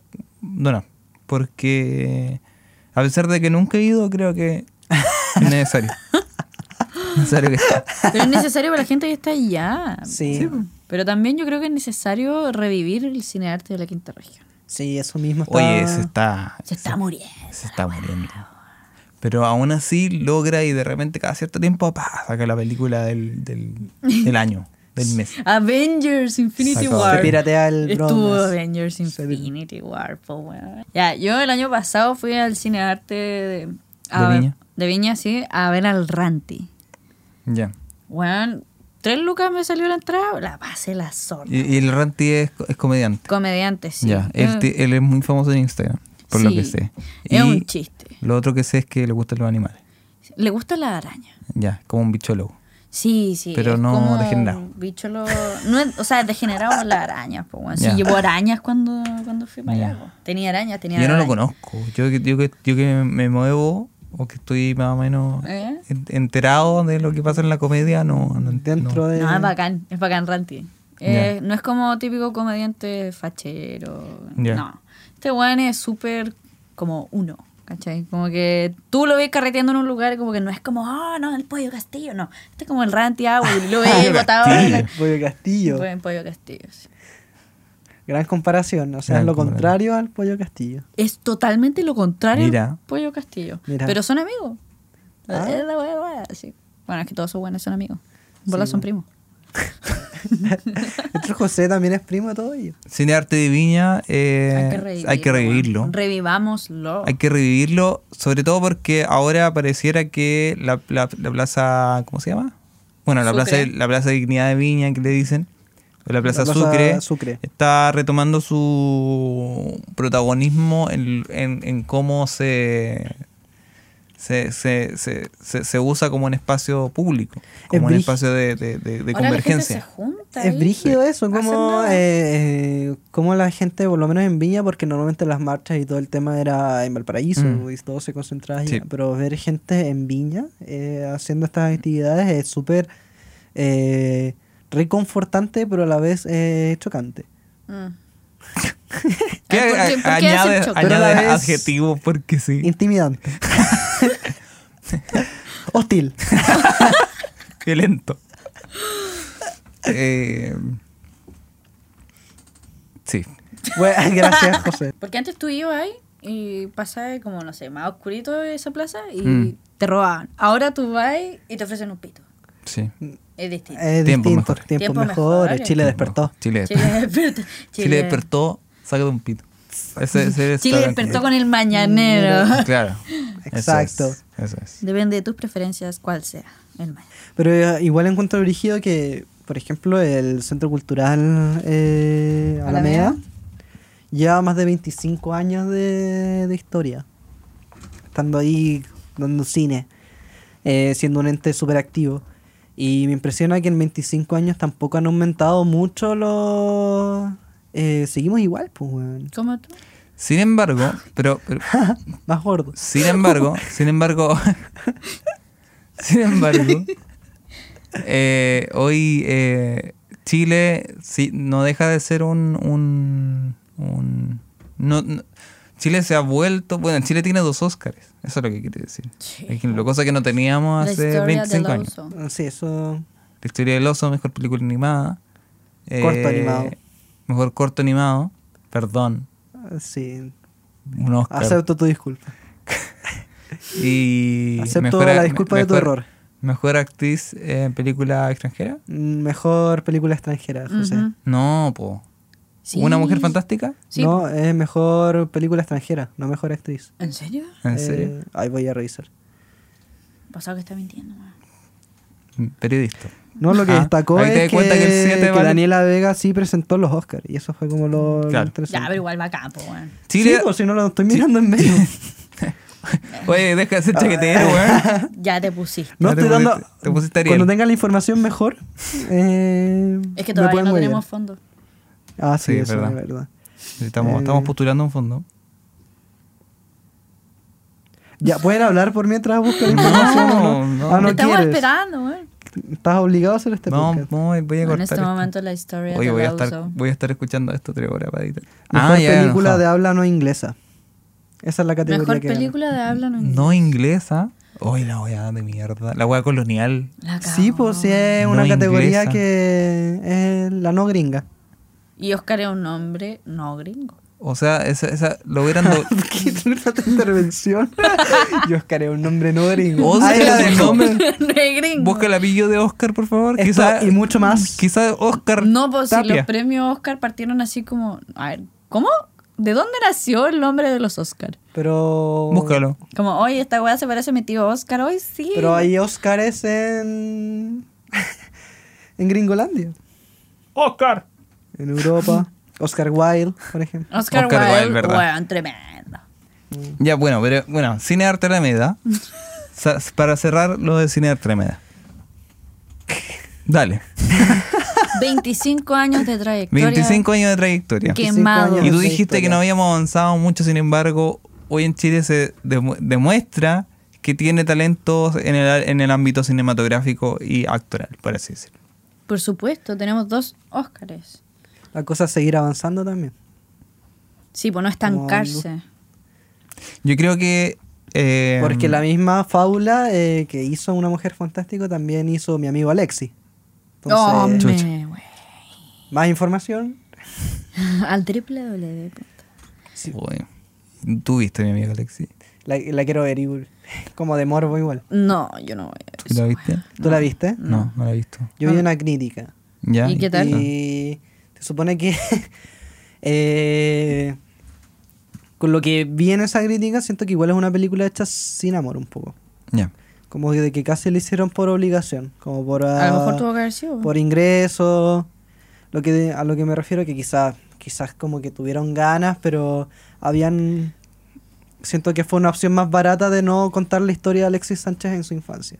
S1: donar. Porque a pesar de que nunca he ido, creo que es necesario.
S2: *laughs*
S1: necesario que sea.
S2: Pero es necesario para la gente que está allá.
S3: Sí.
S2: Pero también yo creo que es necesario revivir el cine de arte de la quinta región.
S3: Sí, eso mismo está.
S1: Oye, se está,
S2: Se está muriendo.
S1: se está muriendo. Pero aún así logra y de repente cada cierto tiempo pa, saca la película del, del, del año, del mes.
S2: Avengers Infinity
S1: Sacó.
S2: War.
S1: Se
S3: piratea el
S2: Estuvo
S3: Bronze.
S2: Avengers Infinity War, po, weón. Ya, yo el año pasado fui al cine de arte de, a-
S1: Viña?
S2: de Viña, sí, a ver al Ranti.
S1: Ya.
S2: Weón, tres lucas me salió la entrada, la pasé la zorra.
S1: Y, y el Ranti es, es comediante.
S2: Comediante, sí.
S1: Ya. Él,
S2: Eh,
S1: ti- él es muy famoso en Instagram. por lo que
S2: Sí,
S1: sé.
S2: es
S1: Y
S2: un chiste.
S1: Lo otro que sé es que le gustan los animales.
S2: Le gusta la araña.
S1: Ya, como un bichólogo.
S2: Sí, sí.
S1: Pero
S2: es
S1: no
S2: como
S1: degenerado.
S2: un Bicho lo... no es- o sea, es degenerado por las arañas. Pues, bueno. Sí,
S1: Ya.
S2: llevó arañas cuando, cuando fui para allá.
S1: Ya.
S2: pues. Tenía arañas, tenía
S1: Yo no lo
S2: arañas.
S1: conozco. Yo, que- yo, que- yo que me muevo o que estoy más o menos
S2: ¿Eh?
S1: en- enterado de lo que pasa en la comedia, no. no
S3: Dentro
S1: no.
S3: de.
S2: No, es
S3: *laughs*
S2: bacán, es bacán Ranti. Eh, No es como típico comediante fachero.
S1: Ya.
S2: No. Este weón es súper como uno, ¿cachai? Como que tú lo ves carreteando en un lugar y como que no es como, ah, no, el pollo castillo, no. Este es como el Ranti, ah,
S1: *laughs*
S2: güey, lo ves botado. en la-
S3: Pollo Castillo.
S2: Buen pollo castillo. sí.
S3: Gran comparación. O sea,
S1: Gran
S3: es lo
S1: comparación.
S3: contrario al Pollo Castillo. *laughs*
S2: Es totalmente lo contrario
S1: Mira.
S2: al pollo castillo.
S3: Mira.
S2: Pero son amigos.
S3: Ah.
S2: Es la wea, wea, sí. Bueno, es que todos esos buenos son amigos. Bolas son primos.
S3: Nuestro José también es primo de todo ello.
S1: Cine Arte de Viña, eh,
S2: hay que revivirlo.
S1: hay que revivirlo.
S2: weón. Revivámoslo.
S1: Hay que revivirlo, sobre todo porque ahora pareciera que la, la- la plaza, ¿cómo se llama? Bueno, la
S2: Sucre.
S1: plaza, la plaza Dignidad de Viña, que le dicen, o la plaza,
S3: La Plaza
S1: Sucre,
S3: Sucre.
S1: está retomando su protagonismo en, en- en cómo se se, se, se- se- se usa como un espacio público, como un
S3: brígido.
S1: espacio de, de- de- de
S2: Ahora la gente
S1: convergencia.
S2: se junta ahí.
S3: Es brígido eso,
S2: Hacen
S3: como,
S2: nada.
S3: eh, eh, como la gente, por lo menos en Viña, porque normalmente las marchas y todo el tema era en Valparaíso
S1: Mm.
S3: y todo se concentraba allá,
S1: Sí.
S3: pero ver gente en Viña eh, haciendo estas actividades es súper eh, reconfortante, pero a la vez eh, chocante.
S2: Mm.
S1: ¿Qué
S2: Ay, ¿por
S1: a-
S2: qué- por qué
S1: añade,
S2: hacen choque?
S1: añade
S3: Pero a la vez-
S1: adjetivos porque sí.
S3: Intimidante.
S1: *laughs*
S3: Hostil. *laughs*
S1: Violento. Eh, sí.
S3: Bueno, gracias, José.
S2: Porque antes tú ibas ahí y pasaba como, no sé, más oscurito esa plaza y
S1: Mm.
S2: te robaban. Ahora tú vas y te ofrecen un pito.
S1: Sí.
S2: Es distinto.
S3: Eh,
S1: Tiempos
S3: distinto,
S1: mejores.
S3: tiempos
S2: Tiempos
S3: mejores.
S2: mejores.
S3: Chile despertó.
S1: Chile
S2: Chile
S1: despertó.
S2: despertó.
S1: Chile despertó, saca de un pito. Ese- ese
S2: Chile
S1: está-
S2: despertó con el mañanero.
S1: Claro.
S3: Exacto.
S1: Eso es. eso es.
S2: Depende de tus preferencias, cuál sea el mañanero.
S3: Pero eh, igual encuentro brígido que, por ejemplo, el Centro Cultural eh,
S2: Alameda.
S3: Alameda, lleva más de 25 años de, de historia. Estando ahí dando cine, eh, siendo un ente súper activo. Y me impresiona que en 25 años tampoco han aumentado mucho los... eh, seguimos igual, pues, weón.
S2: ¿Cómo tú?
S1: Sin embargo, pero, pero-
S3: Más gordos.
S1: sin embargo, sin embargo, *laughs* sin embargo, eh, hoy eh, Chile sí, no deja de ser un, un, un- no, no- Chile se ha vuelto, bueno, Chile tiene dos Óscares, eso es lo que quiere decir.
S2: Sí.
S1: Es que lo cosa que no teníamos
S2: La
S1: hace
S2: historia
S1: 25
S2: del
S1: años.
S2: oso.
S3: Sí, eso...
S1: La historia del oso, mejor película animada. Eh,
S3: Corto animado.
S1: Mejor corto animado. Perdón.
S3: Sí.
S1: Un Oscar.
S3: Acepto tu disculpa.
S1: y
S3: acepto la disculpa de tu
S1: mejor-
S3: error.
S1: Mejor actriz en película extranjera.
S3: Mm, Mejor película extranjera, José.
S2: Ujú.
S1: No, po.
S2: Sí.
S1: ¿Una mujer fantástica?
S2: Sí.
S3: No, es mejor película extranjera, no mejor actriz.
S2: ¿En serio?
S1: ¿En
S3: Eh,
S1: serio?
S3: Ahí voy a revisar.
S2: Pasado que está mintiendo. weón.
S1: Mm, Periodista.
S3: No, lo que
S1: Ah,
S3: destacó
S1: ahí te
S3: es
S1: das
S3: que,
S1: cuenta que el siete
S3: que
S1: vale-
S3: Daniela Vega sí presentó los Oscars y eso fue como lo, lo
S1: Claro.
S2: Ya,
S3: interesante.
S2: pero igual va acá, pues, weón.
S1: Chile.
S3: Sí, pues, si no lo estoy mirando
S1: *laughs*
S3: en medio.
S1: Oye, deja de ser
S3: *laughs*
S1: chaquetero, weón.
S2: Ya te pusiste.
S3: No
S1: Ya te
S3: estoy dando.
S1: pusiste- te pusiste Ariel.
S3: cuando tenga la
S1: *laughs*
S3: información mejor. eh,
S2: Es que
S3: me
S2: todavía
S3: pueden
S2: no
S3: huevear.
S2: tenemos fondo.
S3: Ah, sí,
S1: Sí,
S3: eso
S1: verdad.
S3: es verdad.
S1: Estamos,
S3: Eh.
S1: estamos postulando un fondo.
S3: Ya, pueden hablar por mientras busco
S1: *laughs*
S3: la
S1: No,
S3: información. o no?
S1: no.
S3: Ah, no
S2: Estamos
S3: quieres.
S2: esperando, weón.
S3: Estás obligado a hacer este
S1: No,
S3: podcast.
S1: no, voy a cortar.
S2: en este
S1: esto.
S2: momento la historia
S1: Oye,
S2: de
S1: voy a,
S2: Lauso.
S1: estar, voy a estar escuchando esto tres horas Ah, para editar.
S3: Mejor película
S1: enojado.
S3: de habla no inglesa. Esa es la categoría
S2: Mejor
S3: que gana.
S2: película de habla no,
S1: No inglesa. Hoy la wea de mierda. La wea colonial.
S2: La cagó.
S3: Sí, pues sí, es
S1: No
S3: una categoría
S1: inglesa.
S3: que es la no gringa. *laughs*
S2: Y Oscar es un hombre no gringo.
S1: O sea, esa, esa lo hubieran
S3: *laughs*
S1: do-
S3: ¿Qué trata tu intervención?
S1: *laughs*
S3: Yo Oscar es un nombre no gringo.
S1: O
S3: Ah,
S1: sea,
S3: era del
S1: no.
S3: *laughs* nombre.
S2: *laughs* no es gringo.
S1: Busca el apellido de Oscar, por favor.
S3: Esto
S1: Quizá,
S3: y mucho más.
S1: Quizá Oscar.
S2: No, pues si
S1: Tapia.
S2: los premios Oscar partieron así como. A ver, ¿cómo? ¿De dónde nació el nombre de los Oscar?
S3: Pero.
S1: Búscalo.
S2: Como, oye, esta weá se parece a mi tío Oscar. Hoy sí.
S3: Pero hay Oscars en. en Gringolandia.
S1: Oscar. *laughs*
S3: En Europa. Oscar Wilde, por ejemplo.
S2: Oscar,
S1: Oscar
S2: Wilde,
S1: Wilde, ¿verdad?
S2: weón, tremendo.
S1: Ya, bueno, pero bueno, Cine Arte
S2: *laughs*
S1: Alameda. Sa- para cerrar lo de Cine Arte Alameda. Dale.
S2: 25 años de trayectoria.
S1: 25 años de trayectoria.
S2: ¿Qué?
S3: 25
S2: Quemado.
S3: años
S1: Y tú
S3: de
S1: dijiste que
S3: historia.
S1: no habíamos avanzado mucho, sin embargo, hoy en Chile se demu- demuestra que tiene talentos en el, en el ámbito cinematográfico y actoral, por así decirlo.
S2: Por supuesto, tenemos dos Óscares.
S3: La cosa es seguir avanzando también.
S2: Sí, pues no estancarse.
S1: Yo creo que... eh,
S3: Porque la misma fábula eh, que hizo Una Mujer Fantástica también hizo mi amigo Alexi.
S2: Oh,
S3: Entonces,
S1: Chucha.
S2: me, güey. Ah,
S3: más información.
S2: *laughs* Al triple W. punto.
S1: Uy, tú viste, mi amigo Alexi.
S3: La, la quiero ver igual. *laughs* Como de morbo igual.
S2: No, yo no voy a ver
S1: ¿Tú la
S2: eso.
S1: viste?
S3: ¿Tú
S2: Ah,
S3: la viste?
S1: No, no, la he visto.
S3: Yo vi una crítica.
S1: ¿Ya?
S2: ¿Y Ah. qué tal?
S3: Y se supone que *laughs* eh, con lo que vi en esa crítica, siento que igual es una película hecha sin amor un poco.
S1: Ya.
S3: Como de que casi le hicieron por obligación. Como por,
S2: A lo
S3: ah,
S2: mejor tuvo que haber sido.
S3: por ingresos. Lo que, a lo que me refiero que quizás, quizás como que tuvieron ganas, pero habían... Siento que fue una opción más barata de no contar la historia de Alexis Sánchez en su infancia.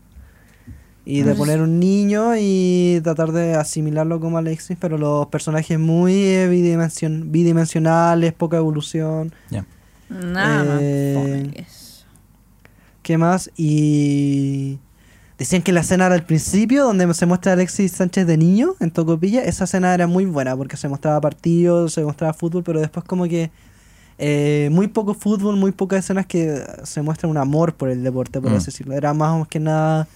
S3: Y de
S2: Pero
S3: poner un niño y tratar de asimilarlo como Alexis, pero los personajes muy eh, bidimension- bidimensionales, poca evolución.
S1: Ya.
S2: Nada más
S3: Eh,
S2: fome que eso.
S3: ¿Qué más? Y decían que la escena era al principio, donde se muestra a Alexis Sánchez de niño en Tocopilla. Esa escena era muy buena porque se mostraba partidos, se mostraba fútbol, pero después como que eh, muy poco fútbol, muy pocas escenas que se muestra un amor por el deporte, por
S1: Mm.
S3: así decirlo. Era más que nada...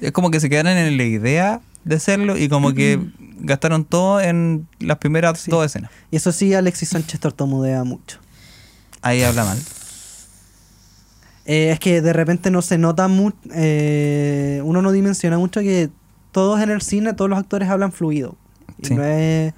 S1: Es como que se quedaron en la idea de hacerlo y como que gastaron todo en las primeras dos escenas.
S3: Y eso sí, Alexis Sánchez tortomudea mucho.
S1: Ahí habla mal.
S3: Eh, es que de repente no se nota mucho, uno no dimensiona mucho que todos en el cine, todos los actores hablan fluido. Y
S1: Sí.
S3: no es...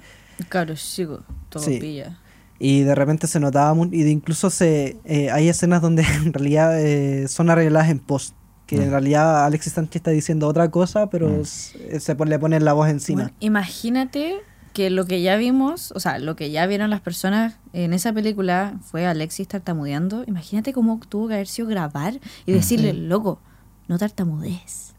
S2: Claro, sigo. Todo
S3: Sí.
S2: pilla.
S3: Y de repente se notaba mu- y de incluso se eh, hay escenas donde *laughs* en realidad eh, son arregladas en post. Que
S1: Mm.
S3: en realidad Alexis Sánchez está diciendo otra cosa, pero se, se pon- le ponen la voz encima.
S2: Bueno, imagínate que lo que ya vimos, o sea, lo que ya vieron las personas en esa película fue Alexis tartamudeando. Imagínate cómo tuvo que haber sido grabar y decirle, loco, no tartamudees.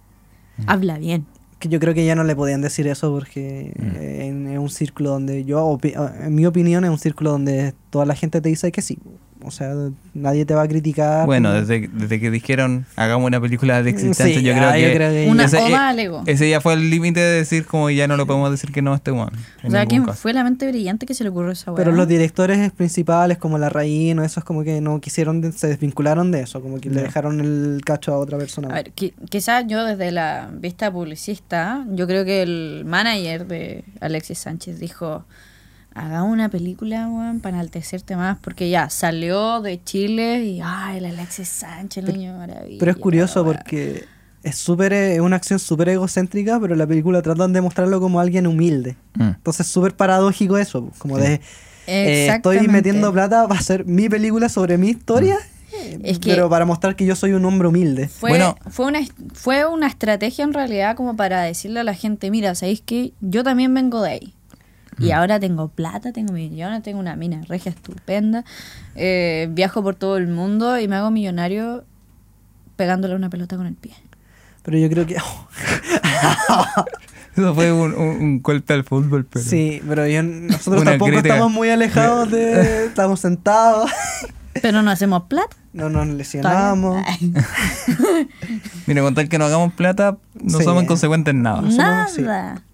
S2: Habla bien.
S3: Que yo creo que ya no le podían decir eso porque
S1: Mm.
S3: eh, en- es un círculo donde yo, opi- ah, en mi opinión, es un círculo donde toda la gente te dice que sí. O sea, nadie te va a criticar.
S1: Bueno,
S3: como-
S1: desde, desde que dijeron hagamos una película de Alexis
S3: Ah, pues Sí,
S1: Sánchez, yo, creo
S3: ah, yo
S1: que
S3: creo que-
S2: Una
S1: ese-
S2: oda
S1: eh,
S2: al ego.
S1: Ese ya fue el límite de decir como ya no lo podemos decir que no a este one.
S2: O sea, ¿quién fue la mente brillante que se le ocurrió esa weá?
S3: Pero los directores principales, como Larraín o esos, como que no quisieron, de- se desvincularon de eso, como que le dejaron el cacho a otra persona.
S2: A ver, qui- quizás yo desde la vista publicista, yo creo que el manager de Alexis Sánchez dijo, haga una película, weón, para enaltecerte más, porque ya salió de Chile y, ay, el Alexis Sánchez, el niño maravilla.
S3: Pero es curioso
S2: weón".
S3: porque es súper eh, es una acción súper egocéntrica, pero en la película tratan de mostrarlo como alguien humilde.
S1: Mm.
S3: Entonces súper paradójico eso, po, como de eh, estoy
S2: Exactamente.
S3: metiendo plata para hacer mi película sobre mi historia,
S1: Mm.
S3: eh,
S2: Es que-
S3: pero para mostrar que yo soy un hombre humilde.
S2: Fue,
S1: Bueno.
S2: fue, una, est- fue una estrategia en realidad como para decirle a la gente, mira, ¿sabéis que yo también vengo de ahí? Y ahora tengo plata, tengo millones, tengo una mina regia estupenda, eh, viajo por todo el mundo y me hago millonario pegándole una pelota con el pie.
S3: Pero yo creo que *laughs* oh.
S1: Eso fue un, un- un golpe al fútbol, pero...
S3: *laughs* sí, pero yo- nosotros
S1: Una
S3: tampoco
S1: crítica.
S3: estamos muy
S1: *laughs*
S3: alejados de estamos sentados, *laughs*
S2: Pero no hacemos plata.
S3: no nos
S2: todavía.
S3: lesionamos.
S2: Ay,
S1: Mira, con tal que no hagamos plata, no
S3: Sí. Mm.
S1: somos inconsecuentes en nada.
S3: somos así.
S2: Nada. *laughs*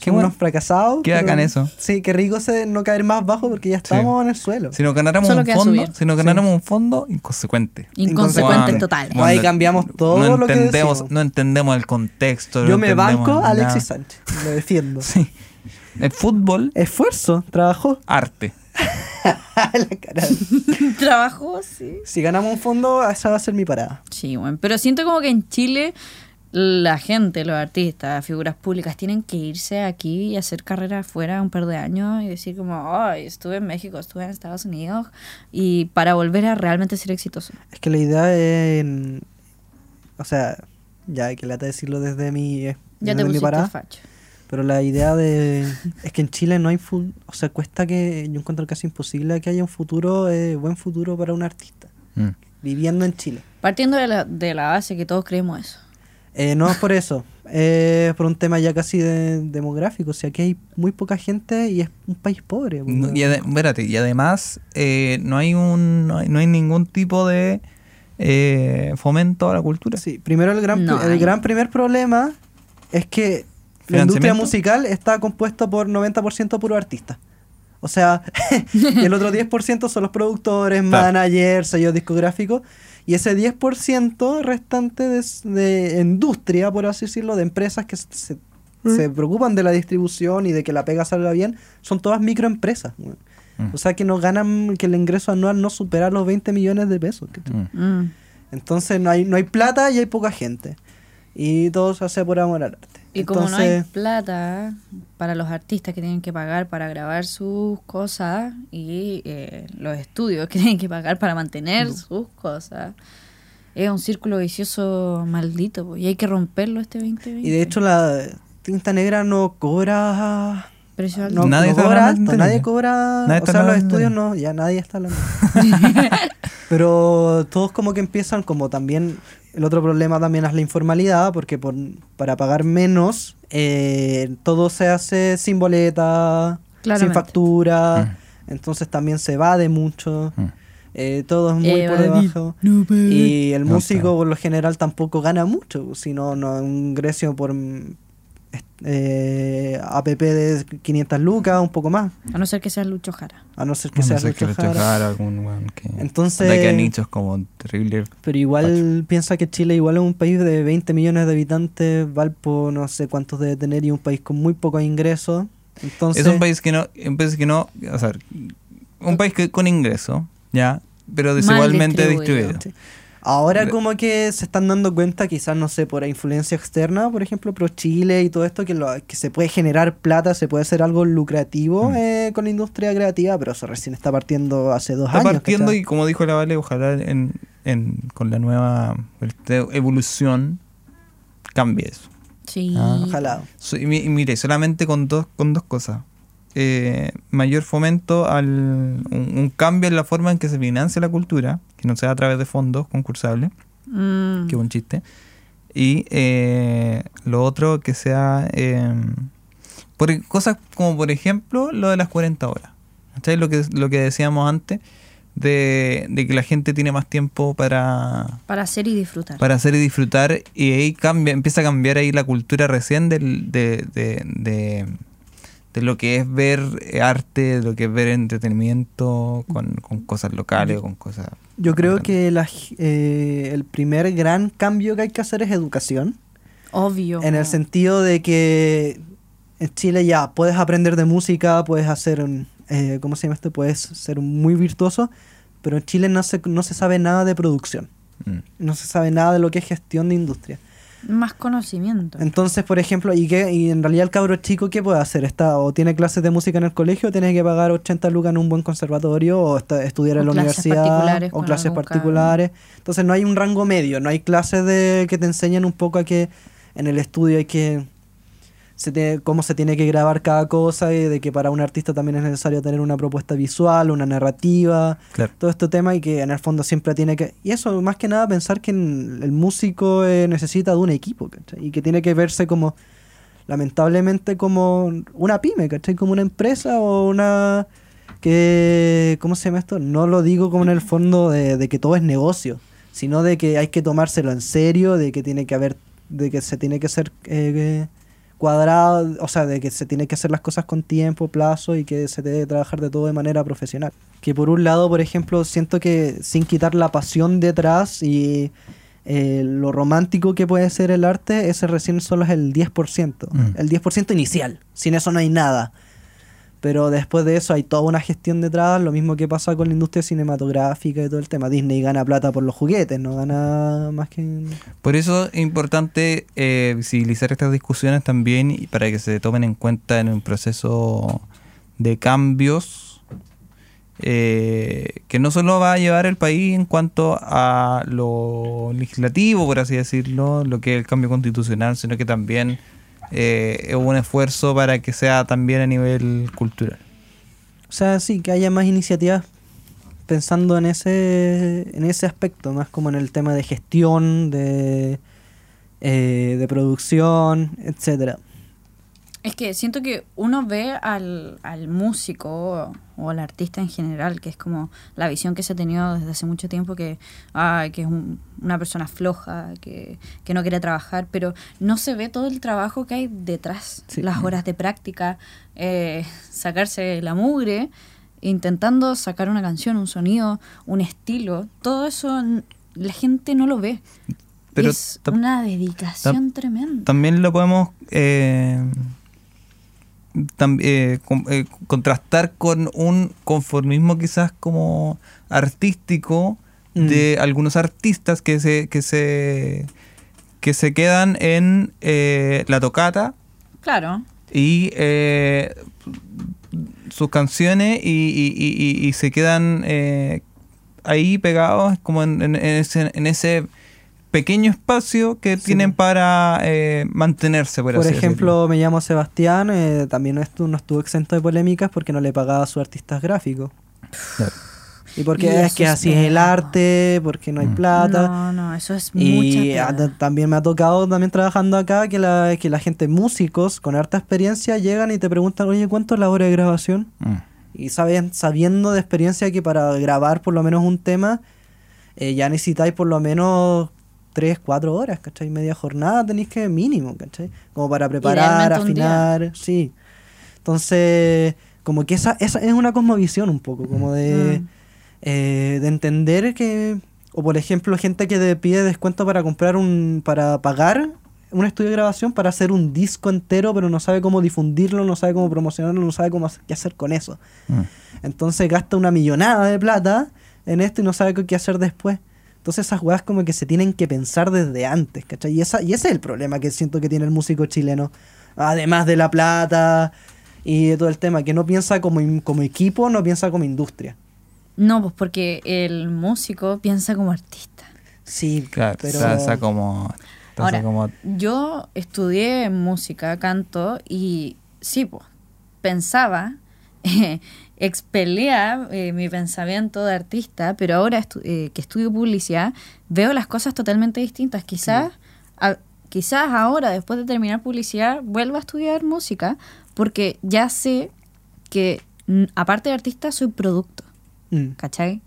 S1: Qué
S3: Somos
S1: bueno.
S3: unos fracasados.
S1: Qué
S3: pero-
S1: bacán eso.
S3: Sí, qué rico se- no caer más bajo porque ya estamos en el suelo.
S1: Si nos ganáramos
S2: Solo
S1: un
S2: queda
S1: fondo,
S2: subir.
S1: si nos ganáramos un fondo, inconsecuente.
S2: Inconsecuentes
S1: Juan,
S2: totales.
S1: Juan,
S3: Ahí
S1: no-
S3: cambiamos todo
S1: no
S3: lo que
S1: entendemos,
S3: decimos.
S1: No entendemos el contexto. no
S3: Yo me
S1: entendemos
S3: banco a
S1: nada.
S3: Alexis Sánchez, lo defiendo.
S1: Sí. El fútbol,
S3: Esfuerzo,
S1: *laughs*
S3: trabajo.
S1: arte.
S3: La cara.
S2: Trabajo, sí.
S3: Si ganamos un fondo, esa va a ser mi parada.
S2: Sí, bueno, pero siento como que en Chile la gente, los artistas, figuras públicas tienen que irse aquí y hacer carrera afuera un par de años y decir como, ay, estuve en México, estuve en Estados Unidos y para volver a realmente ser exitoso.
S3: Es que la idea es. en- o sea, ya que lata decirlo desde mi, eh,
S2: Ya te
S3: desde mi
S2: pusiste
S3: parada.
S2: facho.
S3: Pero la idea de. Es que en Chile no hay. fu- O sea, cuesta que. Yo encuentro casi imposible que haya un futuro, eh, buen futuro para un artista.
S1: Mm.
S3: viviendo en Chile.
S2: Partiendo de la, de la base que todos creemos eso.
S3: Eh, no es por eso, eh, es por un tema ya casi de- demográfico. O sea, aquí hay muy poca gente y es un país pobre. pues,
S1: No,
S3: weón.
S1: y, ade- espérate, y además eh, no hay un no hay, no hay ningún tipo de eh, fomento a la cultura.
S3: Sí, primero el gran,
S2: No hay.
S3: el gran primer problema es que la industria
S1: ¿Financiamiento?
S3: musical está compuesta por 90% puro artista. O sea, *laughs* y el otro 10% son los productores,
S1: Claro.
S3: managers, sellos discográficos. Y ese 10% restante de, s- de industria, por así decirlo, de empresas que s- se,
S1: Mm.
S3: se preocupan de la distribución y de que la pega salga bien, son todas microempresas. weón.
S1: Mm.
S3: O sea, que no ganan, que el ingreso anual no supera los 20 millones de pesos. ¿cachai?
S1: Mm.
S2: Mm.
S3: Entonces no hay, no hay plata y hay poca gente. Y todo se hace por amor al arte.
S2: Y como no hay plata para los artistas que tienen que pagar para grabar sus cosas y eh, los estudios que *laughs* tienen que pagar para mantener sus cosas, es un círculo vicioso maldito po, y hay que romperlo este 2020.
S3: Y de hecho la tinta negra no cobra...
S2: Pero eso-
S3: No,
S1: Nadie
S3: nadie
S1: está
S3: cobra
S1: hablando de
S3: alto,
S1: tinta
S3: nadie
S1: negra.
S3: cobra...
S1: Nadie
S3: o
S1: está
S3: sea, los
S1: hablando de
S3: estudios
S1: tinta
S3: no, ya nadie está hablando. *laughs* Pero todos como que empiezan como también... El otro problema también es la informalidad, porque por, para pagar menos eh, todo se hace sin boleta, sin
S2: Claramente.
S3: factura, entonces también se va de mucho.
S1: Mm.
S3: Eh, todo es muy
S2: Eh,
S3: por
S2: David,
S3: debajo.
S2: no, pero-
S3: y el
S1: No,
S3: músico
S1: claro.
S3: por lo general tampoco gana mucho, sino no, un ingreso por mm, est- eh, APP de 500 lucas, un poco más,
S2: *laughs* A no ser que seas Lucho Jara.
S3: a no ser que
S1: No
S3: sea
S1: sé
S3: Lucho
S1: que le
S3: Jara.
S1: tocara algún weón que-
S3: Entonces-
S1: Anda, que han hecho es como terrible.
S3: Pero igual piensa que Chile igual es un país de 20 millones de habitantes, Valpo no sé cuántos debe tener y un país con muy pocos ingresos. Entonces,
S1: es un país que no, un país que no, o sea, un país que con ingreso, ya, pero desigualmente
S2: distribuido.
S1: distribuido.
S3: Sí. Ahora
S1: De-
S3: como que se están dando cuenta, quizás, no sé, por la influencia externa, por ejemplo, pero Chile y todo esto, que, lo- que se puede generar plata, se puede hacer algo lucrativo
S1: Mm.
S3: eh, con la industria creativa, pero eso recién está partiendo hace dos
S1: Está
S3: años.
S1: partiendo
S3: ¿cachai?
S1: y como dijo la Vale, ojalá en, en- con la nueva evolución cambie eso.
S2: Sí.
S1: Ah,
S3: Ojalá.
S1: So- y mi- y mire, solamente con dos, con dos cosas. Eh, mayor fomento al un, un cambio en la forma en que se financia la cultura, que no sea a través de fondos concursables,
S2: Mm.
S1: que es un chiste. Y eh, lo otro que sea eh, por e, cosas como por ejemplo lo de las 40 horas. ¿Cachai? Lo que, lo que decíamos antes, de, de que la gente tiene más tiempo para,
S2: Para hacer y disfrutar.
S1: para hacer y disfrutar y ahí cambia, empieza a cambiar ahí la cultura recién del- de, de, de- de lo que es ver eh, arte, de lo que es ver entretenimiento con, con cosas locales, con cosas...
S3: Yo creo
S1: Bastante.
S3: que la g- eh, el primer gran cambio que hay que hacer es educación.
S2: Obvio.
S3: En el
S2: po.
S3: sentido de que en Chile ya puedes aprender de música, puedes hacer un, eh, ¿cómo se llama esto? Puedes ser un muy virtuoso, pero en Chile no se, no se sabe nada de producción,
S1: Mm.
S3: no se sabe nada de lo que es gestión de industria.
S2: Más conocimiento.
S3: Entonces, por ejemplo, ¿y, qué, y en realidad el cabro chico qué puede hacer? ¿Está o tiene clases de música en el colegio, o tiene que pagar 80 lucas en un buen conservatorio, o está- estudiar
S2: O
S3: en la
S2: clases
S3: universidad,
S2: particulares
S3: o
S2: con
S3: clases
S2: algún cabro.
S3: particulares? Entonces no hay un rango medio, no hay clases de que te enseñen un poco a que en el estudio hay que... Se te- cómo se tiene que grabar cada cosa y de que para un artista también es necesario tener una propuesta visual, una narrativa,
S1: Claro.
S3: todo este tema y que en el fondo siempre tiene que... Y eso, más que nada, pensar que en- el músico eh, necesita de un equipo, ¿cachai? Y que tiene que verse como, lamentablemente, como una pyme, ¿cachai? Como una empresa o una... que ¿Cómo se llama esto? No lo digo como en el fondo de, de que todo es negocio, sino de que hay que tomárselo en serio, de que tiene que haber... de que se tiene que ser... eh, cuadrado, o sea, de que se tiene que hacer las cosas con tiempo, plazo y que se debe trabajar de todo de manera profesional. Que por un lado, por ejemplo, siento que sin quitar la pasión detrás y eh, lo romántico que puede ser el arte, ese recién solo es el 10%,
S1: Mm.
S3: el 10% inicial, sin eso no hay nada. Pero después de eso hay toda una gestión detrás, lo mismo que pasa con la industria cinematográfica y todo el tema. Disney gana plata por los juguetes, no gana más que...
S1: Por eso es importante eh, visibilizar estas discusiones también y para que se tomen en cuenta en un proceso de cambios eh, que no solo va a llevar el país en cuanto a lo legislativo, por así decirlo, lo que es el cambio constitucional, sino que también eh, es un esfuerzo para que sea también a nivel cultural.
S3: O sea, sí, que haya más iniciativas pensando en ese, en ese aspecto, más como en el tema de gestión, de, eh, de producción, etcétera.
S2: Es que siento que uno ve al, al músico o al artista en general, que es como la visión que se ha tenido desde hace mucho tiempo, que, ay, que es un- una persona floja, que, que no quiere trabajar, pero no se ve todo el trabajo que hay detrás,
S3: Sí.
S2: las horas de práctica, eh, sacarse la mugre, intentando sacar una canción, un sonido, un estilo, todo eso n- la gente no lo ve.
S1: Pero
S2: es
S1: tam-
S2: una dedicación tremenda.
S1: También lo podemos eh, tam- eh, com- eh, contrastar con un conformismo quizás como artístico de algunos artistas que se, que se, que se quedan en eh, la tocata
S2: Claro.
S1: y eh, sus canciones y, y- y- y- y se quedan eh, ahí pegados como en, en- en ese, en ese pequeño espacio que tienen para eh, mantenerse, por,
S3: Por
S1: así
S3: ejemplo, me llamo Sebastián, eh, también esto no estuvo exento de polémicas porque no le pagaba a sus artistas gráficos.
S1: Claro.
S3: Y porque
S2: Y
S3: es
S2: eso
S3: que
S2: es
S3: así es el
S2: bravo.
S3: arte, porque no hay
S1: Mm.
S3: plata.
S2: No, no, eso es mucha
S3: Y
S2: plata.
S3: a- también me ha tocado, también trabajando acá, que la, que la gente, músicos con harta experiencia, llegan y te preguntan, oye, ¿cuánto es la hora de grabación?
S1: decirlo. Mm.
S3: Y saben, sabiendo de experiencia que para grabar por lo menos un tema, eh, ya necesitáis por lo menos 3, 4 horas, ¿cachai? Media jornada tenéis que mínimo, ¿cachai? Como para preparar,
S2: Idealmente un día.
S3: afinar, sí. Entonces, como que esa, esa es una cosmovisión un poco, como de,
S2: Mm.
S3: eh, de entender que, o por ejemplo, gente que te pide descuento para comprar un, para pagar un estudio de grabación para hacer un disco entero, pero no sabe cómo difundirlo, no sabe cómo promocionarlo, no sabe cómo hacer- qué hacer con eso.
S1: Mm.
S3: Entonces gasta una millonada de plata en esto y no sabe qué- qué hacer después. Entonces esas weas como que se tienen que pensar desde antes, ¿cachai? Y, esa, y ese es el problema que siento que tiene el músico chileno. Además de la plata y de todo el tema, que no piensa como, in- como equipo, no piensa como industria.
S2: No, pues porque el músico piensa como artista.
S3: Sí,
S1: Claro,
S3: pero...
S1: se hace como... se hace
S2: Ahora,
S1: como-
S2: yo estudié música, canto y sí, pues, pensaba, *laughs* expelía eh, mi pensamiento de artista, pero ahora estu- eh, que estudio publicidad, veo las cosas totalmente distintas. Quizás, a- quizás ahora, después de terminar publicidad, vuelva a estudiar música porque ya sé que, mm, aparte de artista, soy producto.
S3: Mm.
S2: ¿cachai?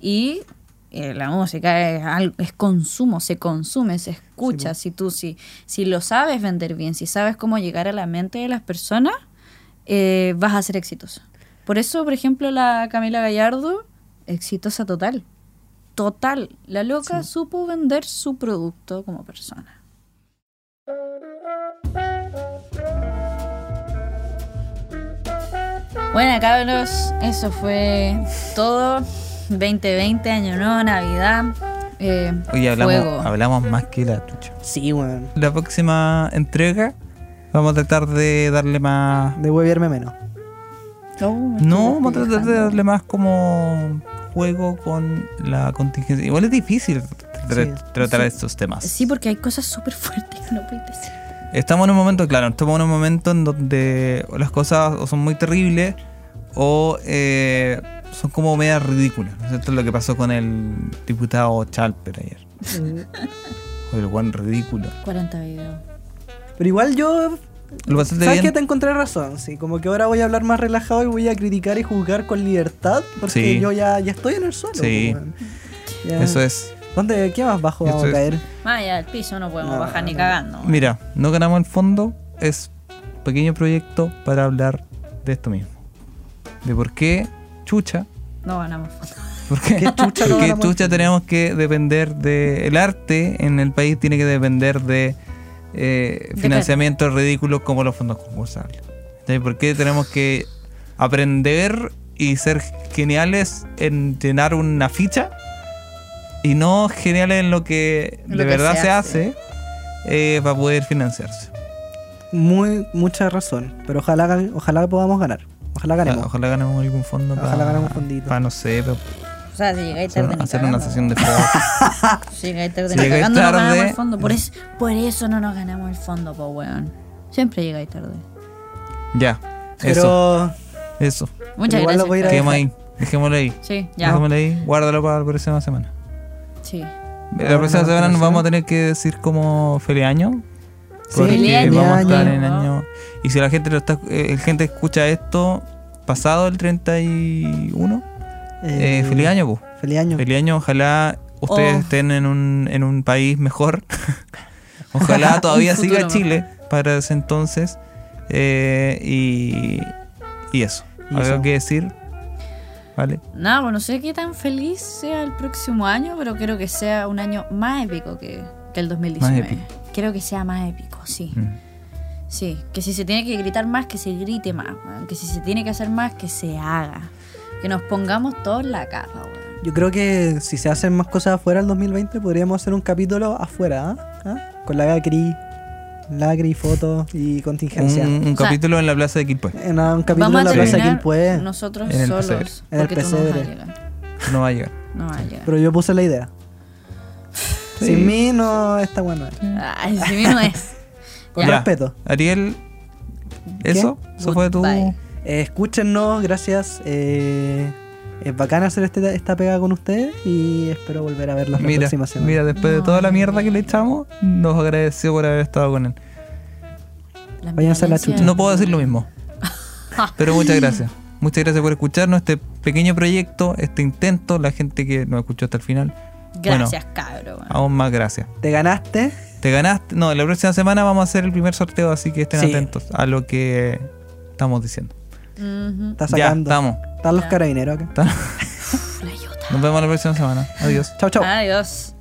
S2: Y eh, la música es, al- es consumo, se consume, se escucha. si tú si, si lo sabes vender bien, si sabes cómo llegar a la mente de las personas, eh, vas a ser exitoso. Por eso, por ejemplo, la Camila Gallardo, exitosa total. Total. La loca supo vender su producto como persona. Bueno, cabros, eso fue todo. 2020, año nuevo, Navidad. Eh,
S1: Oye,
S2: fuego.
S1: hablamos, hablamos más que la chucha.
S3: Sí, weón.
S1: La próxima entrega vamos a tratar de darle más...
S3: De hueviarme menos.
S2: Oh,
S1: No, vamos a
S2: estoy
S1: tratar de
S2: dejando.
S1: darle más como juego con la contingencia. Igual es difícil tra-
S3: Sí.
S1: tratar
S2: Sí.
S1: estos temas.
S2: Sí, porque hay cosas súper fuertes que no puedes decir.
S1: Estamos en un momento, claro, estamos en un momento en donde o las cosas o son muy terribles o eh, son como medias ridículas. ¿no es cierto? Lo que pasó con el diputado Chalper ayer. *laughs* O el buen ridículo.
S2: 40 videos.
S3: Pero igual yo...
S1: Lo pasaste
S3: ¿Sabes que
S1: bien.
S3: te encontré razón? Sí, como que ahora voy a hablar más relajado y voy a criticar y juzgar con libertad porque
S1: Sí.
S3: yo ya, ya estoy en el suelo. pues,
S1: Sí.
S3: weón. Ya.
S1: Eso es.
S3: ¿Dónde, ¿Qué más bajo vamos
S1: Esto
S3: a
S1: es-
S3: caer?
S2: Vaya, al piso no podemos
S3: No,
S2: bajar ni
S3: no.
S2: cagando.
S1: Mira, no ganamos el fondo, es un pequeño proyecto para hablar de esto mismo. De por qué chucha
S2: No ganamos fotos.
S1: Porque *laughs*
S3: ¿Qué chucha no
S1: porque
S3: ganamos?
S1: chucha tenemos que depender de el arte en el país tiene que depender de eh,
S2: De
S1: financiamientos ridículos como los fondos concursables. ¿Cachai? ¿Por qué tenemos que aprender y ser geniales en llenar una ficha y no geniales en lo que
S2: En
S1: de
S2: lo que
S1: verdad
S2: se
S1: se,
S2: hace.
S1: hace eh, para poder financiarse?
S3: Muy, mucha razón. Pero ojalá, gan- ojalá podamos ganar. Ojalá ganemos.
S1: Ojalá ganemos algún fondo
S3: Ojalá ganemos un fondito.
S1: para no sé, para
S2: O sea, si llegáis
S1: hacer,
S2: tarde
S1: una-
S2: ni
S1: hacer una
S2: cagando.
S1: sesión de
S3: *laughs*
S1: fotos.
S2: Si llegáis tarde
S1: Si
S2: ni
S1: llegáis
S2: cagando no ganamos
S1: tarde-
S2: el fondo. Por eso, por eso no nos ganamos el fondo, po weón. Siempre llegáis tarde.
S1: ya. Eso,
S3: Pero
S1: eso.
S2: Muchas
S3: igual lo
S2: gracias.
S3: voy a ir a
S2: cabros.
S1: Quedemos ahí. Dejémoslo ahí.
S2: Sí, ya.
S1: Dejémoslo ahí. Guárdalo para la próxima semana.
S2: Sí.
S1: La próxima
S3: la
S1: semana nos
S3: próxima.
S1: vamos a tener que decir como feliz año.
S3: Sí,
S1: Porque
S2: feliz año.
S1: vamos a estar en
S2: ¿no?
S1: año. Y si la gente lo está, eh, la gente escucha esto pasado el 31, eh,
S3: Eh,
S1: feliz año, pues.
S3: Feliz año.
S1: Feliz año, ojalá ustedes
S2: Oh.
S1: estén en un, en un país mejor. *laughs* ojalá todavía
S2: *laughs* Un
S1: siga
S2: futuro
S1: Chile para ese entonces. Eh, y, y eso.
S3: Y
S1: ¿Algo
S3: eso.
S1: que decir? ¿Vale?
S2: Nada, bueno, no sé qué tan feliz sea el próximo año, pero quiero que sea un año más épico que, que el 2019.
S1: Más épico.
S2: Quiero que sea más épico, sí.
S1: Mm.
S2: Sí, que si se tiene que gritar más, que se grite más, weón. que si se tiene que hacer más, que se haga. Que nos pongamos todos la capa, weón.
S3: Yo creo que si se hacen más cosas afuera el 2020, podríamos hacer un capítulo afuera, ¿ah? ¿Ah? Con la Gacri, Lacri, fotos y contingencia.
S1: Un, un
S2: O sea,
S1: capítulo en la plaza de Quilpue.
S3: En un capítulo
S2: Vamos
S3: en
S2: a
S3: la plaza
S2: terminar
S3: quien puede.
S2: nosotros
S1: En el pesebre.
S2: solos,
S3: En el
S2: porque tú no vas a
S3: pesebre.
S2: llegar.
S1: No va a llegar.
S2: No vas a llegar.
S3: Pero yo puse la idea.
S1: Sí.
S3: Sin mí no está bueno.
S2: Ay, si bien no *laughs* es.
S3: Con
S1: Ya.
S3: respeto.
S1: Ariel, eso, eso fue tu.
S2: Goodbye.
S3: Eh, escúchennos, gracias. eh, es bacán hacer este- esta pega con ustedes y espero volver a verlos la
S1: Mira,
S3: próxima semana.
S1: mira, después de toda la mierda que le echamos, nos agradeció por haber estado con él.
S2: La
S3: Váyanse a la
S2: violencia-
S3: chucha.
S1: No puedo decir lo mismo. Pero muchas gracias. Muchas gracias por escucharnos este pequeño proyecto, este intento, la gente que nos escuchó hasta el final.
S2: Gracias, cabro.
S3: Ah.
S2: weón.
S1: Aún más gracias.
S3: Te ganaste.
S1: Te ganaste. No, la próxima semana vamos a hacer el primer sorteo, así que estén
S3: Sí.
S1: atentos a lo que estamos diciendo.
S2: Ujú.
S3: Estás
S1: Ya,
S3: sacando.
S1: estamos.
S3: Están los
S2: Ya.
S3: carabineros acá.
S1: Estamos.
S2: Uf, la iota.
S1: Nos vemos la próxima semana. Adiós.
S2: Ah.
S3: Chau, chau.
S2: Adiós.